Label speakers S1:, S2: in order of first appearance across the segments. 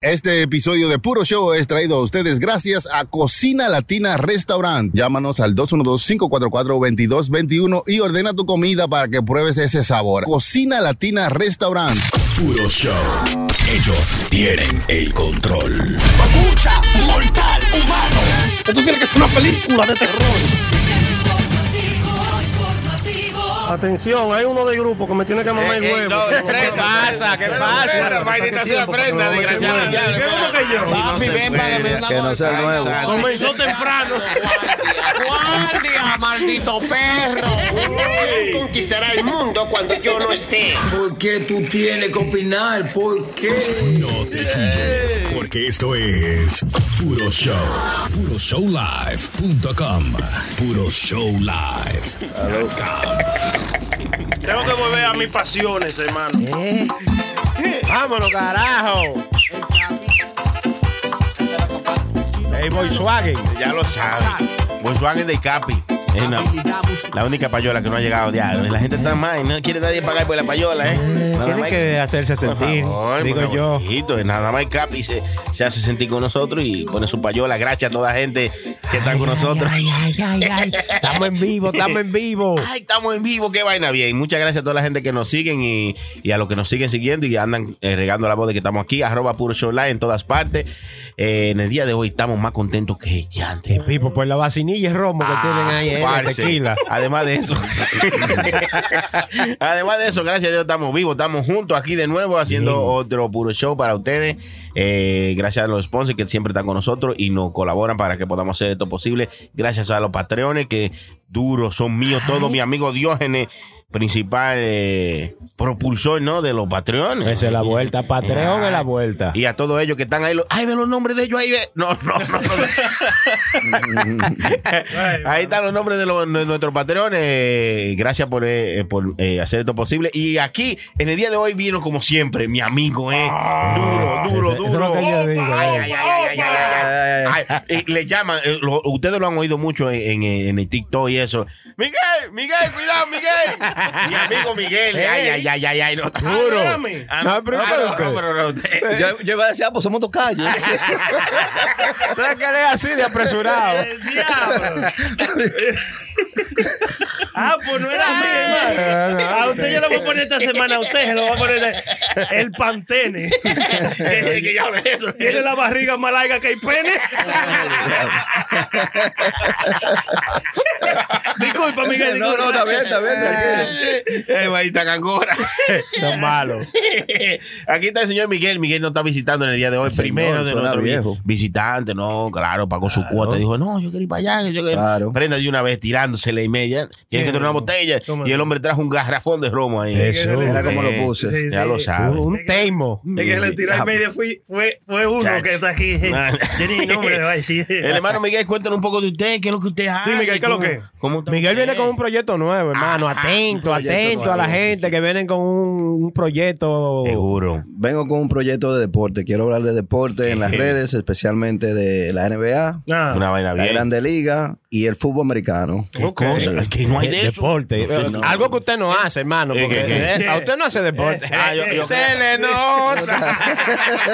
S1: Este episodio de Puro Show es traído a ustedes gracias a Cocina Latina Restaurant. Llámanos al 212-544-2221 y ordena tu comida para que pruebes ese sabor. Cocina Latina Restaurant.
S2: Puro show. Ellos tienen el control.
S3: Escucha, mortal humano.
S4: Esto tiene que ser una película de terror.
S5: Atención, hay uno de grupo que me tiene que mamar el huevo.
S6: ¿Qué pasa? ¿Qué pasa?
S4: Vainita se aprenda, desgraciado. ¿Qué como que yo?
S3: Papi, ven, págame una
S7: Que no sea
S3: golpiza.
S7: nuevo.
S4: Comenzó temprano.
S3: ¡Guardia, maldito perro! Conquistará el mundo cuando yo no esté.
S8: ¿Por qué tú tienes que opinar? ¿Por qué?
S2: No te quilles, porque esto es Puro Show. PuroShowLive.com. Puro Show Live.
S4: Tengo que volver a mis pasiones, hermano.
S6: Vámonos, carajo. Hey, Volkswagen.
S9: Ya lo saben. Volkswagen de Capi. Es una- la única payola que no ha llegado diario. La gente está mal y no quiere nadie pagar por la payola, ¿eh? Nada
S6: Tiene
S9: más
S6: que hacerse
S9: Por
S6: sentir,
S9: favor,
S6: digo
S9: porque
S6: yo.
S9: bonito, y nada más el Capi se, se hace sentir con nosotros y pone su payola. Gracias a toda la gente que está con nosotros.
S6: Ay, ay, ay, ay. Estamos en vivo, estamos en vivo.
S9: Ay, estamos en vivo, qué vaina bien. Muchas gracias a toda la gente que nos siguen y, y a los que nos siguen siguiendo y andan eh, regando la voz de que estamos aquí, arroba puro show live en todas partes. Eh, en el día de hoy estamos más contentos que ya antes.
S6: Y Pipo, pues la vacinilla y romo que tienen ahí, eh, la
S9: parce.
S6: tequila.
S9: Ah, Además de eso, además de eso, gracias a Dios estamos vivos, estamos juntos aquí de nuevo haciendo otro puro show para ustedes. Eh, gracias a los sponsors que siempre están con nosotros y nos colaboran para que podamos hacer esto posible. Gracias a los patreones que duros son míos, todos mi amigo Diógenes. Principal eh, propulsor, ¿no? De los patreones.
S6: Esa es la vuelta,
S4: Ah,
S6: Patreon es la vuelta.
S9: Y a todos ellos que están ahí. lo- ¡Ay, ve los nombres de ellos! ¡Ahí ve! No, no, no. no. ahí están los nombres de, los- de nuestros patreones. Eh, Gracias por, eh, por, eh, hacer esto posible. Y aquí, en el día de hoy, vino como siempre mi amigo, ¿eh? duro, duro,
S6: Eso- eso
S9: duro.
S6: es lo que yo digo,
S9: Ay,
S6: eh.
S9: ay, ay, ay, ay, ay, ay, ay. Ay, eh, Le llaman, eh, lo- ustedes lo han oído mucho en, en- en el TikTok y eso. Miguel, Miguel, cuidado, Miguel. Mi amigo Miguel. Ay, ay, ay, ay, ay. no.
S6: Duro.
S9: Ah,
S6: No,
S9: no,
S6: pero-
S9: ah, no, no, pero no, usted-
S7: Yo, yo iba a decir, ah, pues somos tocayos.
S6: ¿Sabes que él es así de apresurado?
S4: El diablo. Ah, pues no era así, hermano. A usted yo le voy a poner esta semana, a usted se lo voy a poner el pantene.
S9: que, que ya hablé de eso.
S4: Tiene la barriga más larga que el pene. Disculpa, Miguel.
S7: No, no,
S4: disculpa.
S7: está bien, está bien, tranquilo.
S9: Eh, vainita cangora.
S6: Son malos.
S9: Aquí está el señor Miguel. Miguel no está visitando en el día de hoy.
S7: señor,
S9: Primero de
S7: suena
S9: nuestro
S7: viejo.
S9: vi- visitante, no, claro, pagó su cuota. Dijo, no, yo quiero ir para allá. Yo quiero ir".
S7: Claro.
S9: Prenda de una vez tirándosele y media. Tiene que tener una botella.
S4: Toma.
S9: Y el hombre trajo un garrafón de romo ahí.
S6: Eso.
S7: Mira cómo
S9: Eh,
S7: lo puse.
S4: Sí,
S9: Ya
S4: sí. Uh,
S9: lo sabe.
S6: Un teimo.
S4: Es que le tiró al medio fui- fue, fue uno
S9: Chacho.
S4: que está aquí. Yo ni nombre le voy a decir.
S9: El hermano Miguel, cuéntanos un poco de usted, qué es lo que usted hace.
S4: Miguel, ¿qué es Ah, lo
S9: cómo-
S4: que?
S9: cómo está
S6: Miguel
S9: usted?
S6: viene con un proyecto nuevo, hermano. Atento, atento a la gente que vienen con un, un proyecto.
S9: Seguro.
S7: Vengo con un proyecto de deporte. Quiero hablar de deporte en las redes, especialmente de la NBA,
S4: Ah,
S9: Una vaina
S7: la
S9: bien.
S7: Grande Liga y el fútbol americano.
S9: Cosas que no hay de eso.
S6: deporte. Eh,
S9: No, no.
S6: Algo que usted no hace, hermano.
S9: ¿Qué,
S6: porque eh,
S9: qué,
S4: qué?
S6: a usted no hace deporte.
S9: Ah, yo- yo-
S6: Se le nota.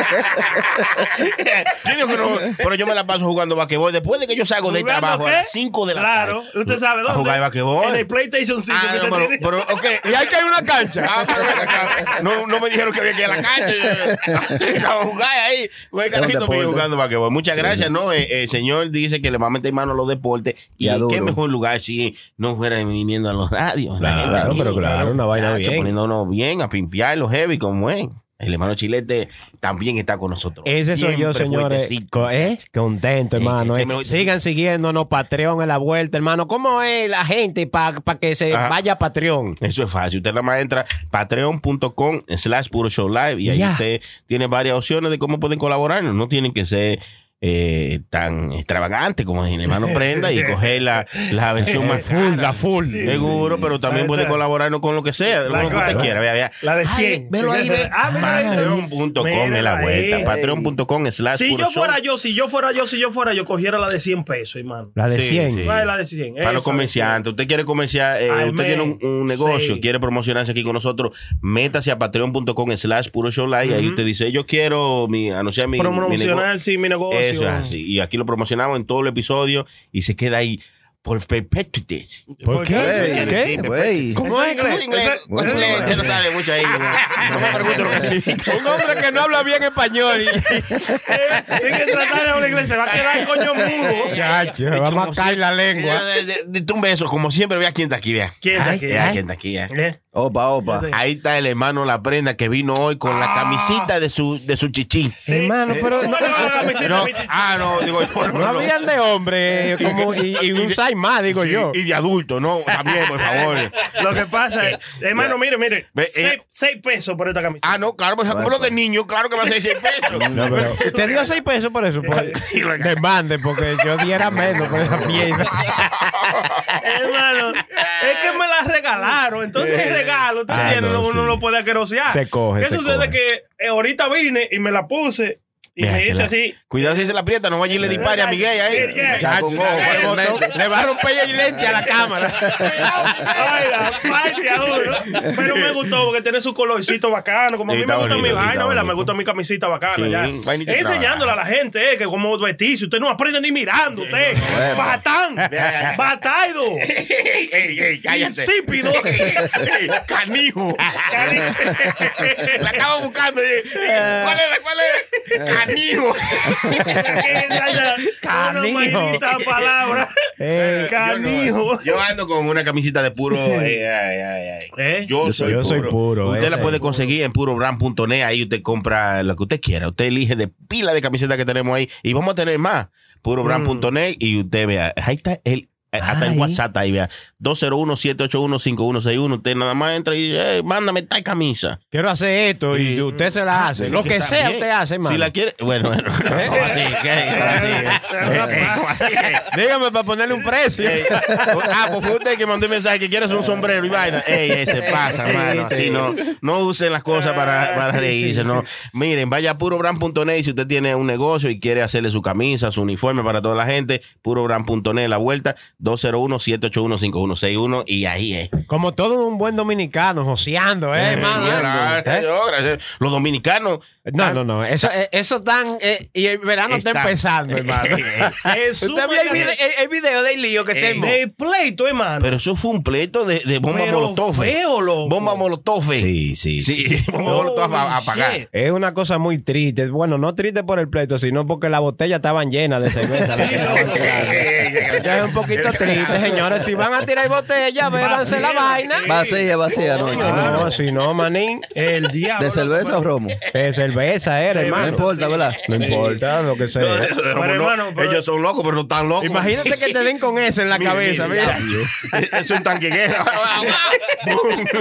S9: Yo digo que no, pero yo me la paso jugando basquetbol. Después de que yo salgo de
S4: ¿Jugando
S9: trabajo
S4: qué?
S9: a las 5 de la
S4: Claro,
S9: tarde.
S4: usted sabe
S9: A
S4: dónde.
S9: jugar basquetbol.
S4: En el PlayStation 5
S9: Ah,
S4: que
S9: no,
S4: usted
S9: pero,
S4: tiene.
S9: pero, ok.
S6: y hay que ir a una
S9: Ah,
S6: cancha.
S9: pero ven acá. no, no me dijeron que había que ir a la cancha. Yo Estaba a jugar ahí. Con el
S7: Es un
S9: carajito mío
S7: deporte.
S9: jugando basquetbol. Muchas gracias, ¿no? Eh, El, señor dice que le va a meter mano a los deportes. Y,
S7: Y a
S9: qué
S7: duro.
S9: mejor lugar si no fueran viniendo a los radios. La gente
S6: Claro,
S9: aquí,
S6: pero claro, una vaina
S9: chacho,
S6: bien.
S9: Poniéndonos bien, a pimpear los heavy como es. El hermano Chilete también está con nosotros.
S6: Ese soy yo,
S9: Siempre
S6: señores.
S9: fuertecito.
S6: Co- ¿eh? Contento,
S9: Sí,
S6: hermano.
S9: sí,
S6: eh.
S9: sí, me-
S6: Sigan siguiéndonos, Patreon en la vuelta, hermano. ¿Cómo es la gente para que se
S9: Ajá.
S6: vaya a Patreon?
S9: Eso es fácil. Usted nada más entra patreon.com slash puro show live y ahí
S6: Ya.
S9: usted tiene varias opciones de cómo pueden colaborar. No tienen que ser eh, tan extravagante como es el hermano Prenda y coger la, la versión más full.
S10: La full.
S9: Seguro, pero también puede colaborarnos con lo que sea,
S4: La
S9: lo que usted
S4: cual.
S9: quiera. Vea, vea.
S4: La de
S9: Ay,
S4: 100.
S9: velo ahí, ve.
S4: Ah, mira ahí.
S9: Patreon.com es la
S4: Míralo ahí.
S9: vuelta. Patreon.com slash
S4: Si
S9: Puro
S4: yo
S9: Show.
S4: fuera yo, si yo fuera yo, si yo fuera yo, cogiera la de 100 pesos, hermano.
S6: La de
S9: Sí,
S6: 100.
S9: sí.
S4: Vale, la de 100.
S9: Para los
S4: Esa de
S9: comerciantes, usted quiere comerciar, eh,
S4: Ay,
S9: usted tiene un,
S4: man.
S9: un negocio,
S4: Sí.
S9: quiere promocionarse aquí con nosotros, métase a patreon.com slash puro show live, ahí usted dice, yo quiero mi, anunciar mi, mi
S4: Promocionar, sí, mi negocio.
S9: Eso es así. Y aquí lo promocionamos en todo el episodio y se queda ahí por perpetuidad.
S7: Güey,
S10: ¿Por qué?
S9: ¿Qué?
S7: güey.
S4: ¿Cómo es inglés?
S9: inglés,
S7: Eso es-
S9: inglés, Eh, usted no sabe mucho ahí. No me pregunte lo que significa.
S6: Un hombre que no habla bien español.
S4: Tiene que tratar de hablar inglés, se va a quedar coño mudo.
S6: Chacho, vamos a caer la lengua.
S9: Eh, de- de- Dite un beso, como siempre, vea quién está aquí, vea.
S4: ¿Quién está aquí?
S9: Vea quién está aquí, vea.
S4: Eh,
S7: Opa, opa.
S9: Ahí está el hermano La Prenda que vino hoy con la
S4: Ah.
S9: camisita de su, de su chichín.
S6: Hermano, pero no,
S4: No, no, no, no,
S9: No,
S4: mi chichi.
S9: ah, no, digo yo. no,
S6: no
S9: no.
S6: habían de hombre como, y, y un size más, digo
S9: Y-
S6: yo.
S9: Y, de adulto, ¿no? También, por favor.
S4: Lo que pasa es, hermano, mire, mire,
S9: Ve, eh.
S4: 6 pesos por esta camiseta.
S9: Ah, no, claro, pues como los de niño, claro que va a ser 6 pesos.
S6: No, pero usted dio 6 pesos por eso. Por, demanden, porque yo diera menos por esa mierda.
S4: Hermano, es que me la regalaron. Entonces es regalo, ¿tú
S6: Ah,
S4: entiendes?
S6: no,
S4: uno no
S6: sí.
S4: lo puede aquerosear.
S6: Se coge,
S4: ¿Qué
S6: se
S4: sucede?
S6: coge.
S4: Que eh, ahorita vine y me la puse y
S9: Mira,
S4: me
S9: se
S4: hice
S9: la-
S4: así.
S9: Cuidado si se la aprieta, no vaya y le dispare a Miguel ahí.
S4: Miguel.
S9: Ya, con-
S6: Chacho, le
S9: con-
S6: botó-
S9: con-
S6: le va a romper el lente a la cámara.
S4: Ay, la parte ahora. Pero me gustó porque tiene su colorcito bacano. Como a mí me
S9: Sí, está
S4: gusta
S9: bonito,
S4: mi
S9: sí,
S4: vaina,
S9: está
S4: ¿verdad? Me
S9: bonito.
S4: gusta mi camisita bacana.
S9: Sí,
S4: ya.
S9: vainita
S4: Enseñándola a la gente, eh, que como vestirse. Usted no aprende ni mirando, usted. Batán, bataido,
S9: Ey, ey, ey, cállate.
S4: insípido.
S9: Ey, Canijo. La estaba buscando.
S6: Eh.
S9: oye. ¿Cuál era? ¿Cuál era? Canijo.
S4: Canijo. Una maldita palabra.
S6: Eh,
S4: Canijo.
S9: Yo ando con una camisita de puro. eh, ay, ay, ay.
S4: ¿Eh?
S9: Yo, soy,
S6: yo
S9: puro.
S6: soy puro,
S9: Usted
S6: ese
S9: la
S6: es
S9: puede
S6: puro.
S9: conseguir en purobrand.net. Ahí usted compra lo que usted quiera. Usted elige de pila de camisetas que tenemos ahí. Y vamos a tener más. Purobrand.net. Y usted vea. Ahí está el. eh, Hasta en
S6: Mm. Ay.
S9: WhatsApp ahí, vea. 201-781-5161. Usted nada más entra y eh, mándame tal camisa.
S6: Quiero hacer esto y usted se la hace. Lo que
S9: Está
S6: sea
S9: bien.
S6: usted hace, hermano.
S9: Si la quiere. Bueno, bueno. No, así, que, no, así, eh. Eh, eh,
S6: Dígame para ponerle un precio.
S9: Ey, ah, pues fue usted que mandó un mensaje que quieres un sombrero y vaina. Ey, ey, se pasa, mano. Así no, no usen las cosas para, para reírse, no. Miren, vaya a purobrand.net y si usted tiene un negocio y quiere hacerle su camisa, su uniforme para toda la gente, purobrand.net, la vuelta, 201-781-5161 y ahí es.
S6: Como todo un buen dominicano, joseando, ¿eh, hermano?
S9: Claro,
S6: ¿Eh?
S9: yo, gracias. Los dominicanos. ah,
S6: No, no, no. Eso, eh, eso están. eh, y el verano está, eh,
S9: Está.
S6: empezando, hermano.
S4: Es
S6: Usted vio el video, el- el video del lío que se armó.
S4: Eh. de pleito, hermano.
S9: Pero eso fue un pleito de, de bomba
S4: Pero
S9: molotov.
S4: feo, loco.
S6: pues.
S9: Bomba molotov.
S6: Sí, sí, sí.
S9: Sí, bomba molotov a, a apagar.
S4: Shit.
S6: Es una cosa muy triste. Bueno, no triste por el pleito, sino porque las botellas estaban llenas de cerveza. las que estaban tirando. Ya es un poquito triste, señores. Si van a tirar botellas, bébanse la vaina. Eh,
S7: Vacía, vacía, no.
S6: No, si no, manín.
S4: El diablo.
S7: ¿De cerveza o romo?
S6: De cerveza era,
S7: No
S6: hermano.
S7: importa, ¿verdad?
S6: No importa lo que sea.
S9: Pero,
S4: Pero,
S9: no,
S4: hermano, pero-
S9: ellos son locos, pero no están locos.
S6: Imagínate que te den con eso en la
S9: Mire,
S6: cabeza,
S9: mire,
S6: mira.
S9: ya. Es un tanque guerra.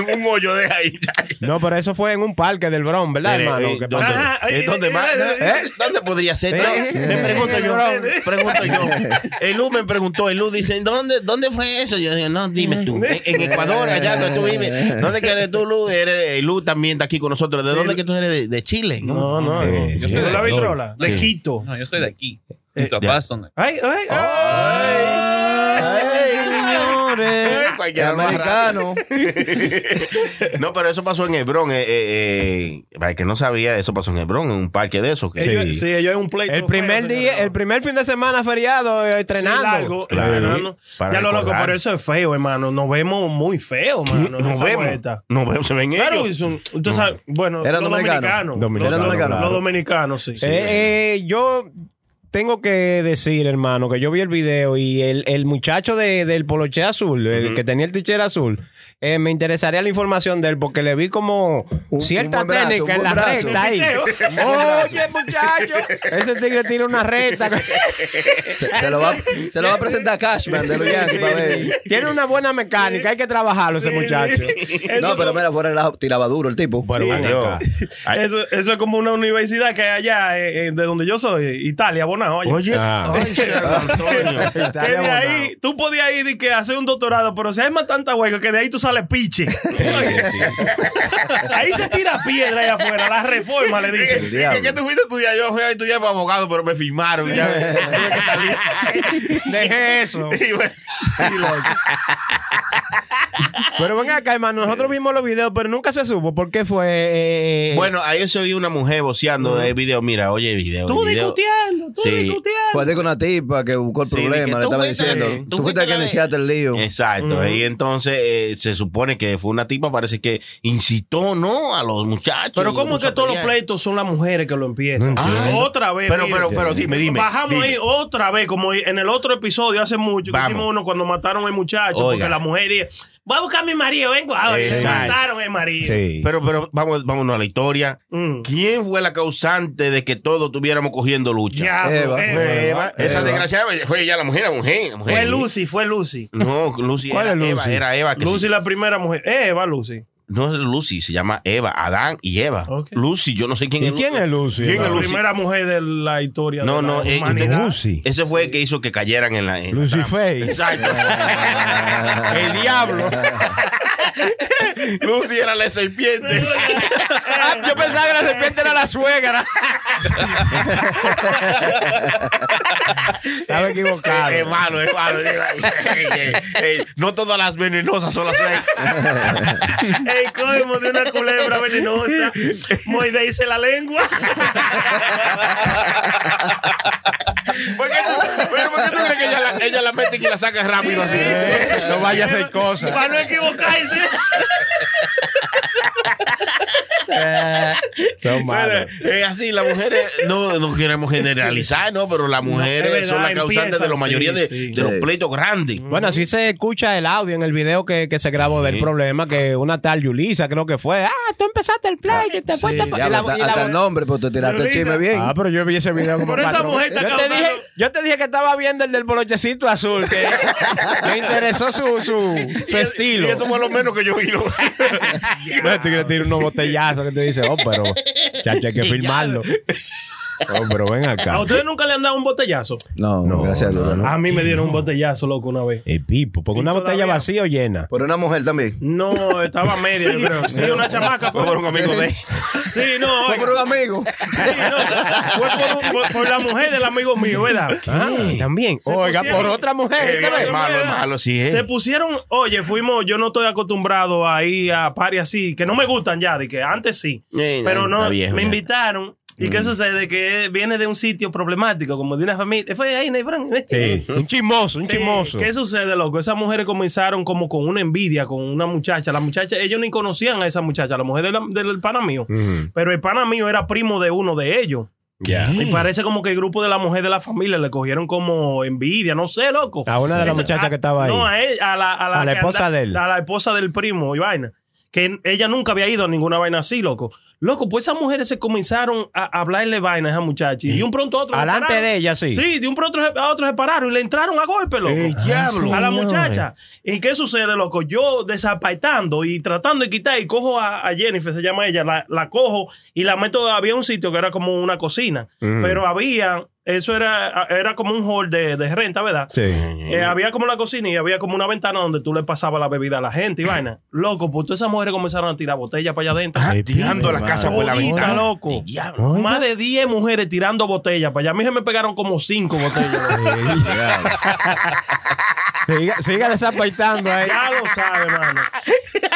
S9: un, un hoyo de ahí.
S6: No, pero eso fue en un parque del Bron, ¿verdad,
S9: Mire,
S6: hermano?
S9: eh,
S6: Que
S9: ¿dónde,
S6: pasó.
S4: Ajá,
S9: eh,
S4: eh,
S9: ¿dónde
S4: eh,
S9: más?
S4: eh, eh,
S9: ¿Eh? ¿Dónde podría ser?
S6: Eh,
S9: No,
S6: eh,
S9: me pregunto
S4: eh,
S9: yo.
S4: eh,
S9: Pregunto yo. El U me preguntó, el U dice, ¿dónde, ¿dónde fue eso? Yo digo, no, dime tú. En, en Ecuador, allá donde tú vives. ¿Dónde que eres tú, Lu? Eres, el Lu también está aquí con nosotros. ¿De dónde que tú eres? De, de Chile. ¿no?
S4: No, no, no. Yo soy de la vitrola. De Quito.
S10: No, yo soy de aquí. Mis papás son de aquí.
S4: Ay, ay, ay.
S6: señores!
S9: Cualquiera más raro.
S7: Americano.
S9: No, pero eso pasó en Hebrón. eh, eh, eh, para el que no sabía, eso pasó en Hebrón, en un parque de esos. que-
S4: Ellos- Sí, ellos es un pleito.
S6: El primer
S4: feo,
S6: día,
S4: señor.
S6: el primer fin de semana feriado, eh,
S4: Sí,
S6: estrenando.
S4: largo,
S9: Claro,
S4: hermano.
S9: para
S4: Ya lo loco,
S9: recordar.
S4: pero eso es feo, hermano. Nos vemos muy feo, hermano. en
S9: nos
S4: esa
S9: vemos.
S4: vuelta.
S9: Nos vemos, se ven
S4: Claro,
S9: ellos. Mm.
S4: son- tú sabes, bueno,
S7: Eran
S4: los
S7: dominicanos.
S4: dominicanos.
S6: Dominicanos,
S4: Los-
S7: claro.
S4: Los dominicanos, sí.
S6: Eh, eh, yo tengo que decir, hermano, que yo vi el video y el, el muchacho de- del poloche azul, el que tenía el tichero azul, eh, me interesaría la información de él porque le vi como
S7: Un-
S6: cierta
S7: un buen brazo,
S6: técnica
S7: un
S6: en la
S7: buen brazo.
S6: recta ahí. Oye, muchacho, ese tigre tiene una recta.
S7: Se, se lo va, se lo va a presentar Cashman de los Yankees para ver.
S6: Tiene una buena mecánica, hay que trabajarlo ese muchacho.
S7: No, pero mira, fuera el ajo, tiraba duro el tipo.
S9: Adiós. Ay,
S4: Eso, eso es como una universidad que hay allá, eh, eh, de donde yo soy, Italia, una joya.
S9: Oye,
S6: Ah.
S9: ay, San Antonio.
S4: Que de ahí, tú podías ir y que hacer un doctorado, pero se arma tanta huelga que de ahí tú sales piche.
S9: Sí, sí, sí.
S4: Ahí se tira piedra allá afuera, la reforma le
S9: ¿Qué,
S4: dicen.
S9: qué, qué te fuiste a estudiar? Yo fui a estudiar para abogado, pero me firmaron. Ya, tenía que salir.
S6: Deje eso.
S9: Y bueno,
S6: Pero ven acá, hermano. Nosotros vimos los videos, pero nunca se supo. ¿Por qué fue? eh,
S9: Bueno, ahí se oí una mujer voceando de video. Mira, oye, video.
S4: Tú
S9: video.
S4: discutiendo, tú
S9: Sí.
S4: discutiendo.
S7: Fue de con una tipa que buscó el
S9: Sí, de que
S7: problema,
S9: tú
S7: le estaba
S9: fuiste-
S7: diciendo.
S9: eh, tú
S7: Tú fuiste
S9: fuiste
S7: el que
S9: la de-
S7: iniciaste el lío.
S9: Exacto. Y entonces eh, se supone que fue una tipa, parece que incitó, ¿no? A los muchachos.
S4: Pero
S9: y
S4: ¿cómo
S9: los
S4: es que
S9: puso a
S4: todos los
S9: pelear?
S4: pleitos son las mujeres que lo empiezan?
S9: Ah,
S4: otra vez.
S9: Pero,
S4: mira.
S9: pero, pero, dime, dime.
S4: Bajamos
S9: dime.
S4: ahí oh. otra vez, como en el otro episodio hace mucho, que
S9: Vamos.
S4: hicimos uno cuando mataron al muchacho,
S9: Oiga.
S4: porque la mujer dice, voy a buscar a mi marido, vengo ahora. Y se
S9: Exacto.
S4: mataron el marido.
S6: Sí.
S9: Pero, pero, vamos, vámonos a la historia.
S4: Mm.
S9: ¿Quién fue la causante de que todos estuviéramos cogiendo lucha?
S4: Ya,
S7: Eva,
S4: eh,
S9: Fue Eva. Esa
S7: Eva.
S9: desgraciada fue ya la mujer, la mujer. la mujer.
S4: Fue Lucy, fue Lucy.
S9: No, Lucy
S6: ¿Cuál
S9: era
S6: es
S9: Eva,
S6: Lucy?
S9: era Eva. Ah, que
S4: Lucy
S9: se-
S4: la primera mujer. Eva, Lucy.
S9: No es Lucy, se llama Eva, Adán y Eva.
S4: Ok.
S9: Lucy, yo no sé quién
S6: ¿Y
S9: es.
S6: quién es Lucy?
S9: ¿Quién
S4: La
S9: es Lucy?
S4: primera mujer de la historia
S9: No,
S4: de
S9: no,
S4: la
S9: eh,
S4: humanidad.
S6: Lucy.
S9: Ese fue el que hizo que cayeran en la. en la
S6: Lucy
S9: trampa.
S6: Faye.
S9: Exacto. el diablo. Lucy era la serpiente.
S6: Ah, yo pensaba que la serpiente era la suegra. Estaba equivocado.
S9: Es malo, es malo. Ey, No todas las venenosas son las
S4: El colmo de una culebra venenosa. Moide hice la lengua.
S9: ¿Por qué tú, pero ¿por qué tú crees que ella la, ella la mete y la saca rápido así? ¿eh?
S6: No vaya a hacer cosas.
S4: Para no equivocarse.
S9: Bueno,
S6: Son malos.
S9: es así, las mujeres, no, no queremos generalizar, ¿no? Pero las mujeres
S4: es verdad,
S9: son las causantes de la
S4: empiezan,
S9: mayoría
S4: sí,
S9: de,
S4: sí.
S9: de los
S7: Sí.
S9: pleitos grandes.
S6: Bueno, así se escucha el audio en el video que, que se grabó del problema, que una tal Yulisa creo que fue. Ah, tú empezaste el play, que te fuiste pa-".
S7: Ya,
S6: Y la-
S7: hasta,
S6: y la-
S7: hasta el nombre, pues te tiraste el
S4: Lolita.
S7: chisme bien.
S6: Ah, pero yo vi ese video como
S4: Por esa
S6: cuatro
S4: mujer
S6: veces.
S4: está
S6: yo te, dije,
S4: causando-
S6: yo te dije que estaba viendo el del bolochecito azul, que me interesó su, su, su estilo.
S9: Y eso fue lo menos que yo vi. ¿no?
S6: No, tú quieres tirar unos botellazos que te dice, oh, pero chacho, hay que filmarlo. Oh, pero ven
S4: ¿A
S6: acá.
S4: ustedes nunca le han dado un botellazo?
S7: No,
S6: Ah. No,
S7: gracias a Dios.
S6: no.
S7: ¿no?
S4: A mí me dieron un botellazo, loco, una vez.
S6: El pipo, porque
S4: ¿Y
S6: una botella
S4: todavía?
S6: vacía o llena.
S7: Por una mujer también.
S4: No, estaba media, yo creo. Sí, una chamaca
S9: Fue por un
S4: fue.
S9: amigo de
S4: Sí, no,
S7: Fue
S4: oiga,
S7: por un amigo.
S4: sí, no. Fue por, un- por- por la mujer del amigo mío, ¿verdad?
S6: Ah, también. Oiga,
S4: pusieron-
S6: por otra mujer.
S9: Eh,
S6: ¿usted ve?
S9: es malo, es malo, sí. eh.
S4: Se pusieron, oye, fuimos, yo no estoy acostumbrado a ir a pares así, que no me gustan ya, de que antes sí,
S9: Eh,
S4: pero no,
S9: está viejo,
S4: me
S9: ya. Mm.
S4: invitaron. ¿Y qué sucede? Que viene de un sitio problemático, como de una familia. Fue ahí, Nebrán.
S6: Sí, un chismoso, un
S4: Sí,
S6: chismoso.
S4: ¿Qué sucede, loco? Esas mujeres comenzaron como con una envidia, con una muchacha. La muchacha, ellos ni conocían a esa muchacha, la mujer de la- del pana mío.
S9: Mm.
S6: Ujú.
S4: Pero el pana mío era primo de uno de ellos.
S9: Ya.
S4: Y parece como que el grupo de la mujer de la familia le cogieron como envidia, no sé, loco.
S6: A una de las
S4: Esa-
S6: muchachas
S4: a-
S6: que estaba ahí.
S4: No, a, él- a la,
S6: A la
S4: que
S6: esposa
S4: anda-
S6: de él.
S4: A la esposa del primo y vaina. Que n- ella nunca había ido a ninguna vaina así, loco. Loco, pues esas mujeres se comenzaron a hablarle vaina a esa muchacha. Y de un pronto a otro. se
S6: Alante
S4: pararon.
S6: de ella, sí.
S4: Sí, de un pronto a otro se pararon y le entraron a golpe, loco.
S9: Eh, diablo.
S4: A la
S6: Señores.
S4: muchacha. ¿Y qué sucede, loco? Yo desapaitando y tratando de quitar y cojo a, a Jennifer, se llama ella, la, la cojo y la meto. Había un sitio que era como una cocina, pero había, eso era, era como un hall de, de renta, ¿verdad?
S6: Sí.
S4: Eh, había como la cocina y había como una ventana donde tú le pasabas la bebida a la gente y vaina. Loco, pues todas esas mujeres comenzaron a tirar botellas para allá adentro.
S9: Ah,
S6: Ay,
S9: tirando la
S6: pibe,
S9: casa por la
S4: Jodita,
S9: ventana.
S4: loco.
S9: Eh, diablo.
S6: Oiga.
S4: Más de 10 mujeres tirando botellas para allá. A mí se me pegaron como 5 botellas. loco.
S6: Siga, siga desapaitando ahí.
S4: ya lo sabe, mano.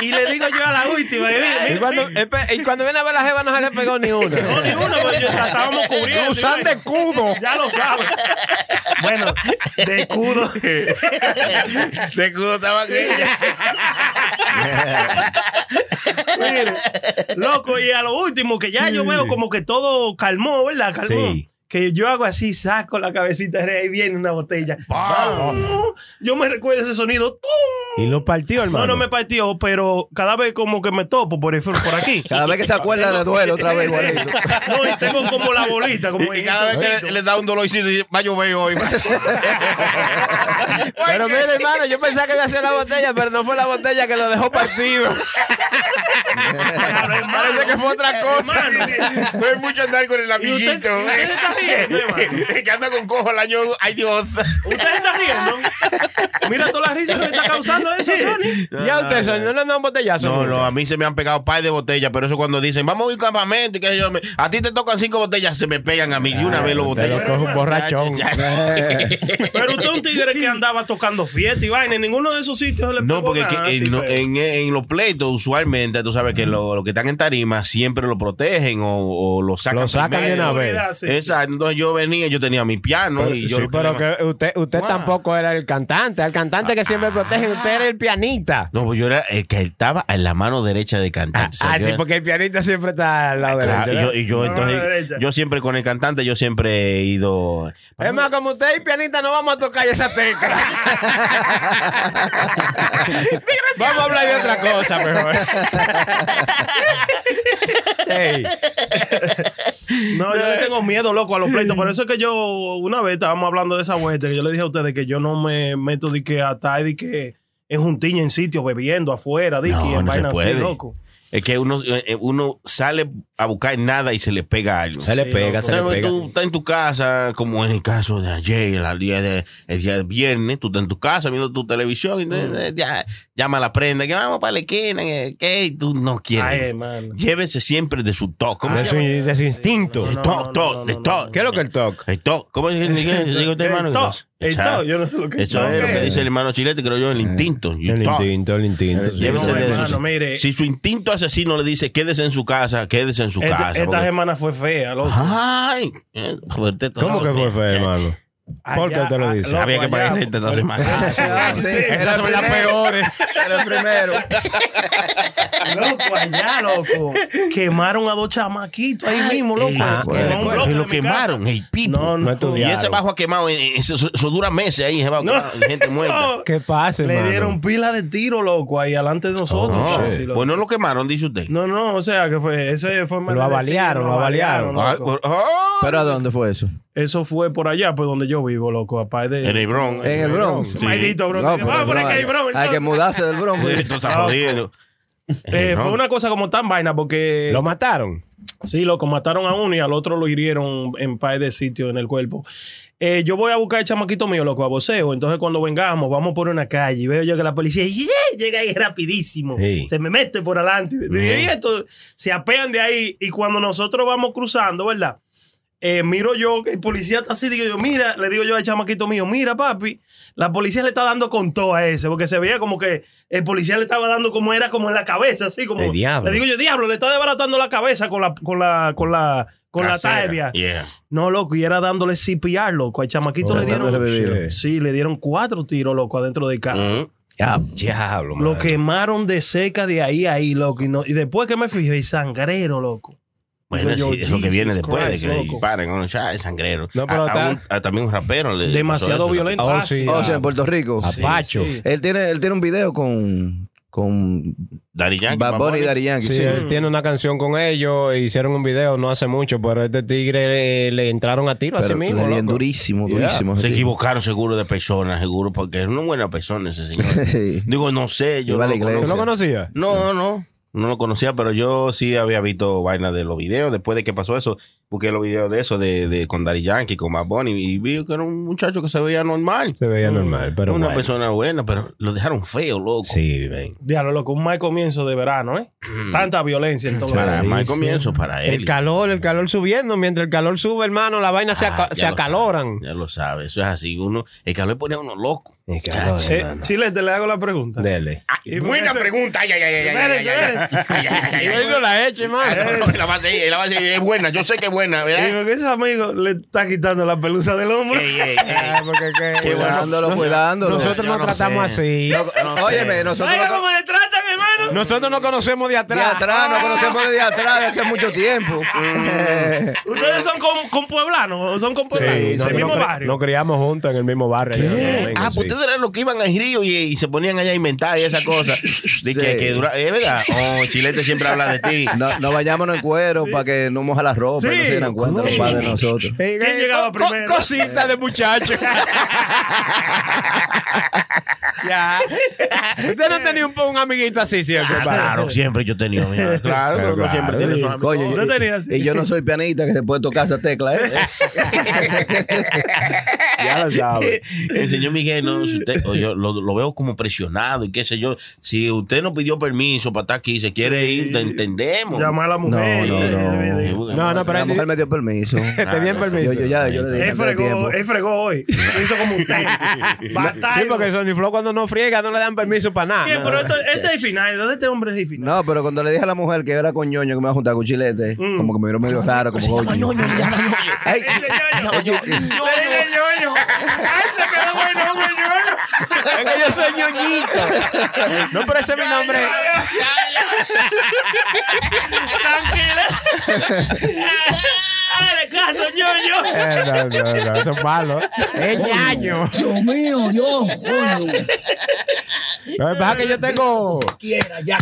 S4: Y le digo yo a la última, y, mira,
S6: Y
S4: mira,
S6: cuando, espe- y cuando viene a ver la jeva no se le pegó ni una.
S4: No, ni uno, porque la estábamos cubriendo.
S6: Usan de escudo.
S4: Ya lo sabes. Bueno, de escudo.
S9: De escudo estaba aquella.
S4: Mire, loco, y a lo último, que ya yo veo como que todo calmó, ¿verdad? Calmó.
S6: Sí.
S4: Que yo hago así, saco la cabecita, y ahí viene una botella. ¡Pum! Yo me recuerdo ese sonido. ¡Tum!
S6: Y lo partió, hermano.
S4: No, no me partió, pero cada vez como que me topo por, ahí, por aquí.
S7: Cada vez que se acuerda le duele otra vez, igualito.
S4: No, y tengo como la bolita. Como
S9: Y, y cada vez que le, le da un dolorcito y dice, va a llover hoy.
S6: Pero mira, hermano, yo pensaba que iba a ser la botella, pero no fue la botella que lo dejó partido.
S9: Parece que fue otra cosa. No hay mucho andar con el amiguito.
S4: usted- usted se está riendo, hermano?
S9: que anda con cojo el año. Ay, Dios.
S4: ¿Usted está riendo? Mira todas las risas que le está causando eso, Sony.
S6: y a usted, Sony, no le han dado un botellazo.
S9: No,
S6: nunca?
S9: no, a mí se me han pegado par de botellas, pero eso cuando dicen, vamos a ir a un campamento y qué sé yo, me- a ti te tocan cinco botellas, se me pegan a mí de una vez los
S6: Te
S9: botellas.
S6: lo cojo un borrachón.
S9: Ya, ya,
S4: Pero usted es un tigre que andaba tocando fiesta y vaina. En ninguno de esos sitios le
S9: No,
S4: pegó
S9: porque
S4: nada,
S9: que-
S4: así
S9: en, no-
S4: feo.
S9: en- en los pleitos, usualmente, tú sabes que los lo que están en tarima siempre lo protegen o, o lo sacan.
S6: Lo sacan de
S9: primero.
S6: una vez.
S4: Seguridad, sí, sí.
S9: Exacto, entonces yo venía, yo tenía mi piano
S6: Pero,
S9: y yo.
S6: sí,
S9: lo que
S6: pero
S9: le-
S6: que usted, usted
S9: Wow.
S6: tampoco era el cantante, el cantante que siempre protege, usted era el pianista.
S9: No, pues yo era el que estaba en la mano derecha de
S6: Ah,
S9: cantante. O sea,
S6: ah,
S9: yo
S6: sí,
S9: era-
S6: porque el pianista siempre está al lado
S9: Claro,
S6: derecho. ¿no?
S9: yo- y yo
S4: La mano
S9: entonces,
S4: derecha.
S9: yo siempre con el cantante, yo siempre he ido.
S6: Es más, como usted es pianista, no vamos a tocar esa tecla. vamos a hablar de otra cosa, mejor. Ey,
S4: No, yo le tengo miedo, loco, a los pleitos. Por eso es que yo, una vez estábamos hablando de esa vuelta, que yo le dije a ustedes que yo no me meto de que hasta de que en juntiña, en sitio, bebiendo afuera, de
S9: No,
S4: que en
S9: no se
S4: vaina así,
S9: puede.
S4: loco.
S9: Es que uno, eh, uno sale a buscar nada y se le pega algo.
S6: Se le pega, se le
S9: Entonces,
S6: pega.
S9: Tú estás en tu casa, como en el caso de ayer, el día de, el día de viernes, tú estás en tu casa viendo tu televisión y
S4: Mm.
S9: eh, ya, llama a la prenda, que vamos para la esquina, que, que tú no quieres.
S4: Ay, eh. hermano.
S9: Llévese siempre de su toque. ¿Cómo
S6: de
S9: se
S6: su,
S9: llama?
S6: de su instinto.
S9: De
S4: no,
S9: toque,
S4: no,
S9: toque,
S4: no,
S9: de
S4: no,
S9: toque.
S4: no.
S6: ¿Qué es lo que el toque?
S9: El toque. ¿Cómo es que que- digo usted, hermano?
S4: El toque, el
S9: Exacto.
S4: toque, yo no sé lo que
S9: Eso es lo que dice el hermano Chilete, creo yo, el instinto. You
S6: Eh, El
S9: talk.
S6: instinto, el instinto. sí.
S9: Llévese
S4: No,
S9: de
S4: hermano,
S9: eso.
S4: mire.
S9: Si su instinto asesino le dice quédese en su casa, quédese en
S6: Este,
S9: su
S4: Esta,
S9: casa.
S4: esta
S9: porque-
S4: semana fue fea, loco.
S9: Ay, eh, fuerte todo.
S6: ¿Cómo que fue feo, hermano? ¿Por qué
S4: Allá,
S6: usted lo
S4: ah,
S6: dice?
S4: loco,
S9: Había que pagar
S4: allá.
S9: renta esta semana.
S7: Ah, sí. Era el primero.
S6: peores.
S7: Era el primero.
S4: Loco, allá, loco. Quemaron a dos chamaquitos ahí mismo, loco.
S9: Ey,
S4: Ah,
S9: ah,
S4: en un
S9: bueno,
S4: bloque
S9: y
S4: de mi
S9: lo
S4: casa.
S9: quemaron, el pipo.
S4: No, no.
S9: y
S6: estudiaron.
S9: ese bajo ha quemado, eh, eh, eso, eso dura meses ahí, ese bajo
S4: No.
S9: quemado, gente muerta.
S6: ¿Qué pasa,
S4: Le
S6: hermano?
S4: dieron pila de tiro, loco, ahí adelante de nosotros.
S9: No,
S4: loco, así, loco.
S9: Pues no lo quemaron, dice usted.
S4: No, no, o sea, que fue, ese fue manera de decir,
S6: avalearon, lo avalearon.
S9: Ah,
S4: loco.
S9: por- ah,
S7: ¿Pero a dónde fue eso?
S4: Eso fue por allá, pues donde yo vivo, loco, aparte de... eh,
S9: en el Bronx.
S7: En el Bronx.
S9: Sí.
S4: Maldito, bro.
S7: No,
S4: Vamos a
S7: pero
S4: poner
S7: no,
S4: que hay,
S7: hay,
S4: bro,
S7: hay que
S4: entonces.
S7: mudarse del Bronx.
S9: Esto está jodiendo. En el
S4: Eh, fue
S9: Bronx.
S4: una cosa como tan vaina, porque...
S6: ¿Lo mataron?
S4: Sí, loco, mataron a uno y al otro lo hirieron en par de sitios en el cuerpo. Eh, yo voy a buscar el chamaquito mío, loco, a voceo. Entonces, cuando vengamos, vamos por una calle y veo yo que la policía ¡yeah! llega ahí rapidísimo.
S6: Sí.
S4: Se me mete por adelante. Y esto, se apean de ahí. Y cuando nosotros vamos cruzando, ¿verdad? Eh, miro yo que el policía está así. Digo yo, mira, le digo yo al chamaquito mío, mira, papi, la policía le está dando con todo a ese. Porque se veía como que el policía le estaba dando como era, como en la cabeza, así como.
S6: El diablo.
S4: Le digo yo, diablo, le está desbaratando la cabeza con la, con la, con la, con la
S9: Casera.
S4: tibia.
S9: Yeah.
S4: No, loco, y era dándole CPR, loco. Al chamaquito le
S7: Tratando de
S4: dieron.
S7: revivir.
S4: Sí, le dieron cuatro tiros, loco, adentro de casa.
S9: Mm.
S6: Ya, diablo,
S4: Lo
S6: mano.
S4: quemaron de seca de ahí a ahí, loco. Y, no- y después que me fijé, y sangrero, loco.
S9: Bueno,
S4: Digo yo,
S9: sí, es lo que
S4: Jesus
S9: viene después
S4: Christ,
S9: de que le
S4: loco.
S9: disparen a un chá, es sangrero.
S6: No, pero
S9: A- a
S6: está-
S9: un- a también un rapero. le-
S4: Demasiado
S9: pasó eso.
S4: violento.
S6: Oh,
S4: Ah,
S6: sí. ah,
S7: O
S9: pues.
S7: sea, en Puerto Rico.
S6: Apacho.
S4: sí.
S7: Él tiene, él tiene un video con, con
S9: Daddy Yankee,
S7: Bad Bunny y Daddy Yankee.
S6: Sí,
S7: sí. Mm.
S6: él tiene una canción con ellos, e hicieron un video no hace mucho, pero este tigre le, le entraron a tiro a sí
S7: Pero
S6: mismo.
S7: le dieron
S6: loco.
S7: durísimo,
S6: Yeah.
S7: durísimo.
S9: Se equivocaron seguro de persona, seguro, porque es una buena persona ese señor.
S7: Sí.
S9: Digo, no sé, yo
S7: Iba a
S9: no
S7: la
S9: lo
S7: iglesia.
S6: ¿Tú lo
S9: conozco.
S6: conocías?
S9: No, no, no lo conocía, pero yo sí había visto vaina de los videos. Después de que pasó eso, busqué los videos de eso, de, de con Daddy Yankee, con Bad Bunny, y vi que era un muchacho que se veía normal.
S6: Se veía normal, pero
S9: una
S6: bueno.
S9: persona buena, pero lo dejaron feo, loco.
S6: Sí, ven.
S4: Diablo, loco, un mal comienzo de verano, ¿eh?
S9: Mm.
S4: Tanta violencia en todo
S9: Para
S4: eso.
S9: mal
S6: sí.
S9: comienzo, para él.
S6: El calor, el calor subiendo. Mientras el calor sube, hermano, la vaina se, aca-
S9: Ah, ya
S6: se
S9: lo
S6: acaloran.
S9: sabe, ya lo sabes, eso es así. Uno, el calor pone a uno loco.
S6: El calor,
S9: Chacho,
S4: Eh,
S9: hermano.
S4: Chile, te le hago la pregunta.
S6: Dele.
S4: Y por
S9: Buena
S4: eso-
S9: pregunta. Ay, ay, ay, ay, ay, ay, ay, ay,
S4: Espérate, espérate.
S9: ay, ay, ay,
S6: Yo
S9: ay.
S6: no la he hecho, hermano.
S9: No, la base, eh, la base es buena, yo sé que es buena, ¿verdad?
S4: Digo que ese amigo le está quitando la pelusa del hombro.
S9: Ey, ey,
S6: Ah,
S9: ey.
S6: porque que-
S9: Qué bueno.
S7: Cuidándolo, cuidándolo.
S6: Nosotros
S9: Yo
S6: nos
S9: no
S6: tratamos
S9: sé.
S6: así.
S9: Ah, No, no sé.
S7: Óyeme, nosotros.
S4: Oiga cómo le tratan, hermano.
S6: Nosotros no conocemos de atrás. Ah,
S7: De atrás, no conocemos de atrás de hace mucho tiempo. Mm.
S4: Ustedes son con, con pueblanos, son con pueblanos, del
S6: nosotros
S4: mismo
S6: nos cri-
S4: barrio.
S6: Nos criamos juntos en el mismo barrio. allá en Santo Domingo,
S9: Ah,
S6: sí.
S9: pues ustedes eran los que iban al río y, y se ponían allá a inventar y esas cosas. De que,
S7: Sí.
S9: que dura- es verdad. Oh, Chilete siempre habla de ti.
S7: No, no vayámonos en cuero para que no moja la ropa y no
S4: Sí.
S7: se den cuenta los padres de nosotros.
S6: Eh,
S4: ¿Quién
S6: eh,
S4: llegaba
S6: co- co-
S4: primero?
S6: Cositas de muchachos. ya. Usted no tenía un, un amiguito así siempre.
S9: Ah,
S6: padre?
S9: Claro, siempre yo he tenido. mira. Claro,
S6: Pero
S9: pero
S6: claro.
S9: siempre tiene sus amigos.
S7: Coño,
S4: No
S7: y-
S4: tenía así.
S7: y, yo no soy pianista que se puede tocar esa tecla, ¿eh?
S6: Ya lo sabe.
S9: El señor Miguel, no, si usted- o yo lo, lo veo como presionado y qué sé yo. Si usted no pidió permiso para estar aquí, se quiere ir, te entendemos.
S4: Llamar a la
S7: No,
S4: mujer.
S7: no, no.
S4: Eh, eh,
S6: No, no, pero
S7: La
S6: él-
S7: mujer me dio permiso.
S6: Tenían permiso.
S7: Yo, yo ya, yo le
S4: eh.
S7: dije
S4: Él
S7: antes de
S4: fregó,
S7: tiempo.
S4: él fregó hoy. Lo hizo como usted.
S6: Sí,
S4: Batalla.
S6: porque Sony Flow cuando no friega no le dan permiso para nada.
S4: Bien,
S6: ¿no?
S4: pero esto, este es el final. ¿Dónde este hombre es el final?
S7: No, pero cuando le dije a la mujer que era con ñoño que me iba a juntar con chilete, como que me vieron medio raro, como coño.
S4: Ay, este ñoño. Le dije ñoño. Ay, se quedó bueno, güey, ñoño.
S6: Es que yo soy ñoñito. No, pero ese es mi nombre.
S4: Tranquila. Dale caso, ñoño.
S6: Eh, no, no, no, eso es malo. Es ñaño.
S2: Dios mío, Dios. coño.
S6: Lo que pasa es que yo tengo.
S2: Quiera, ya.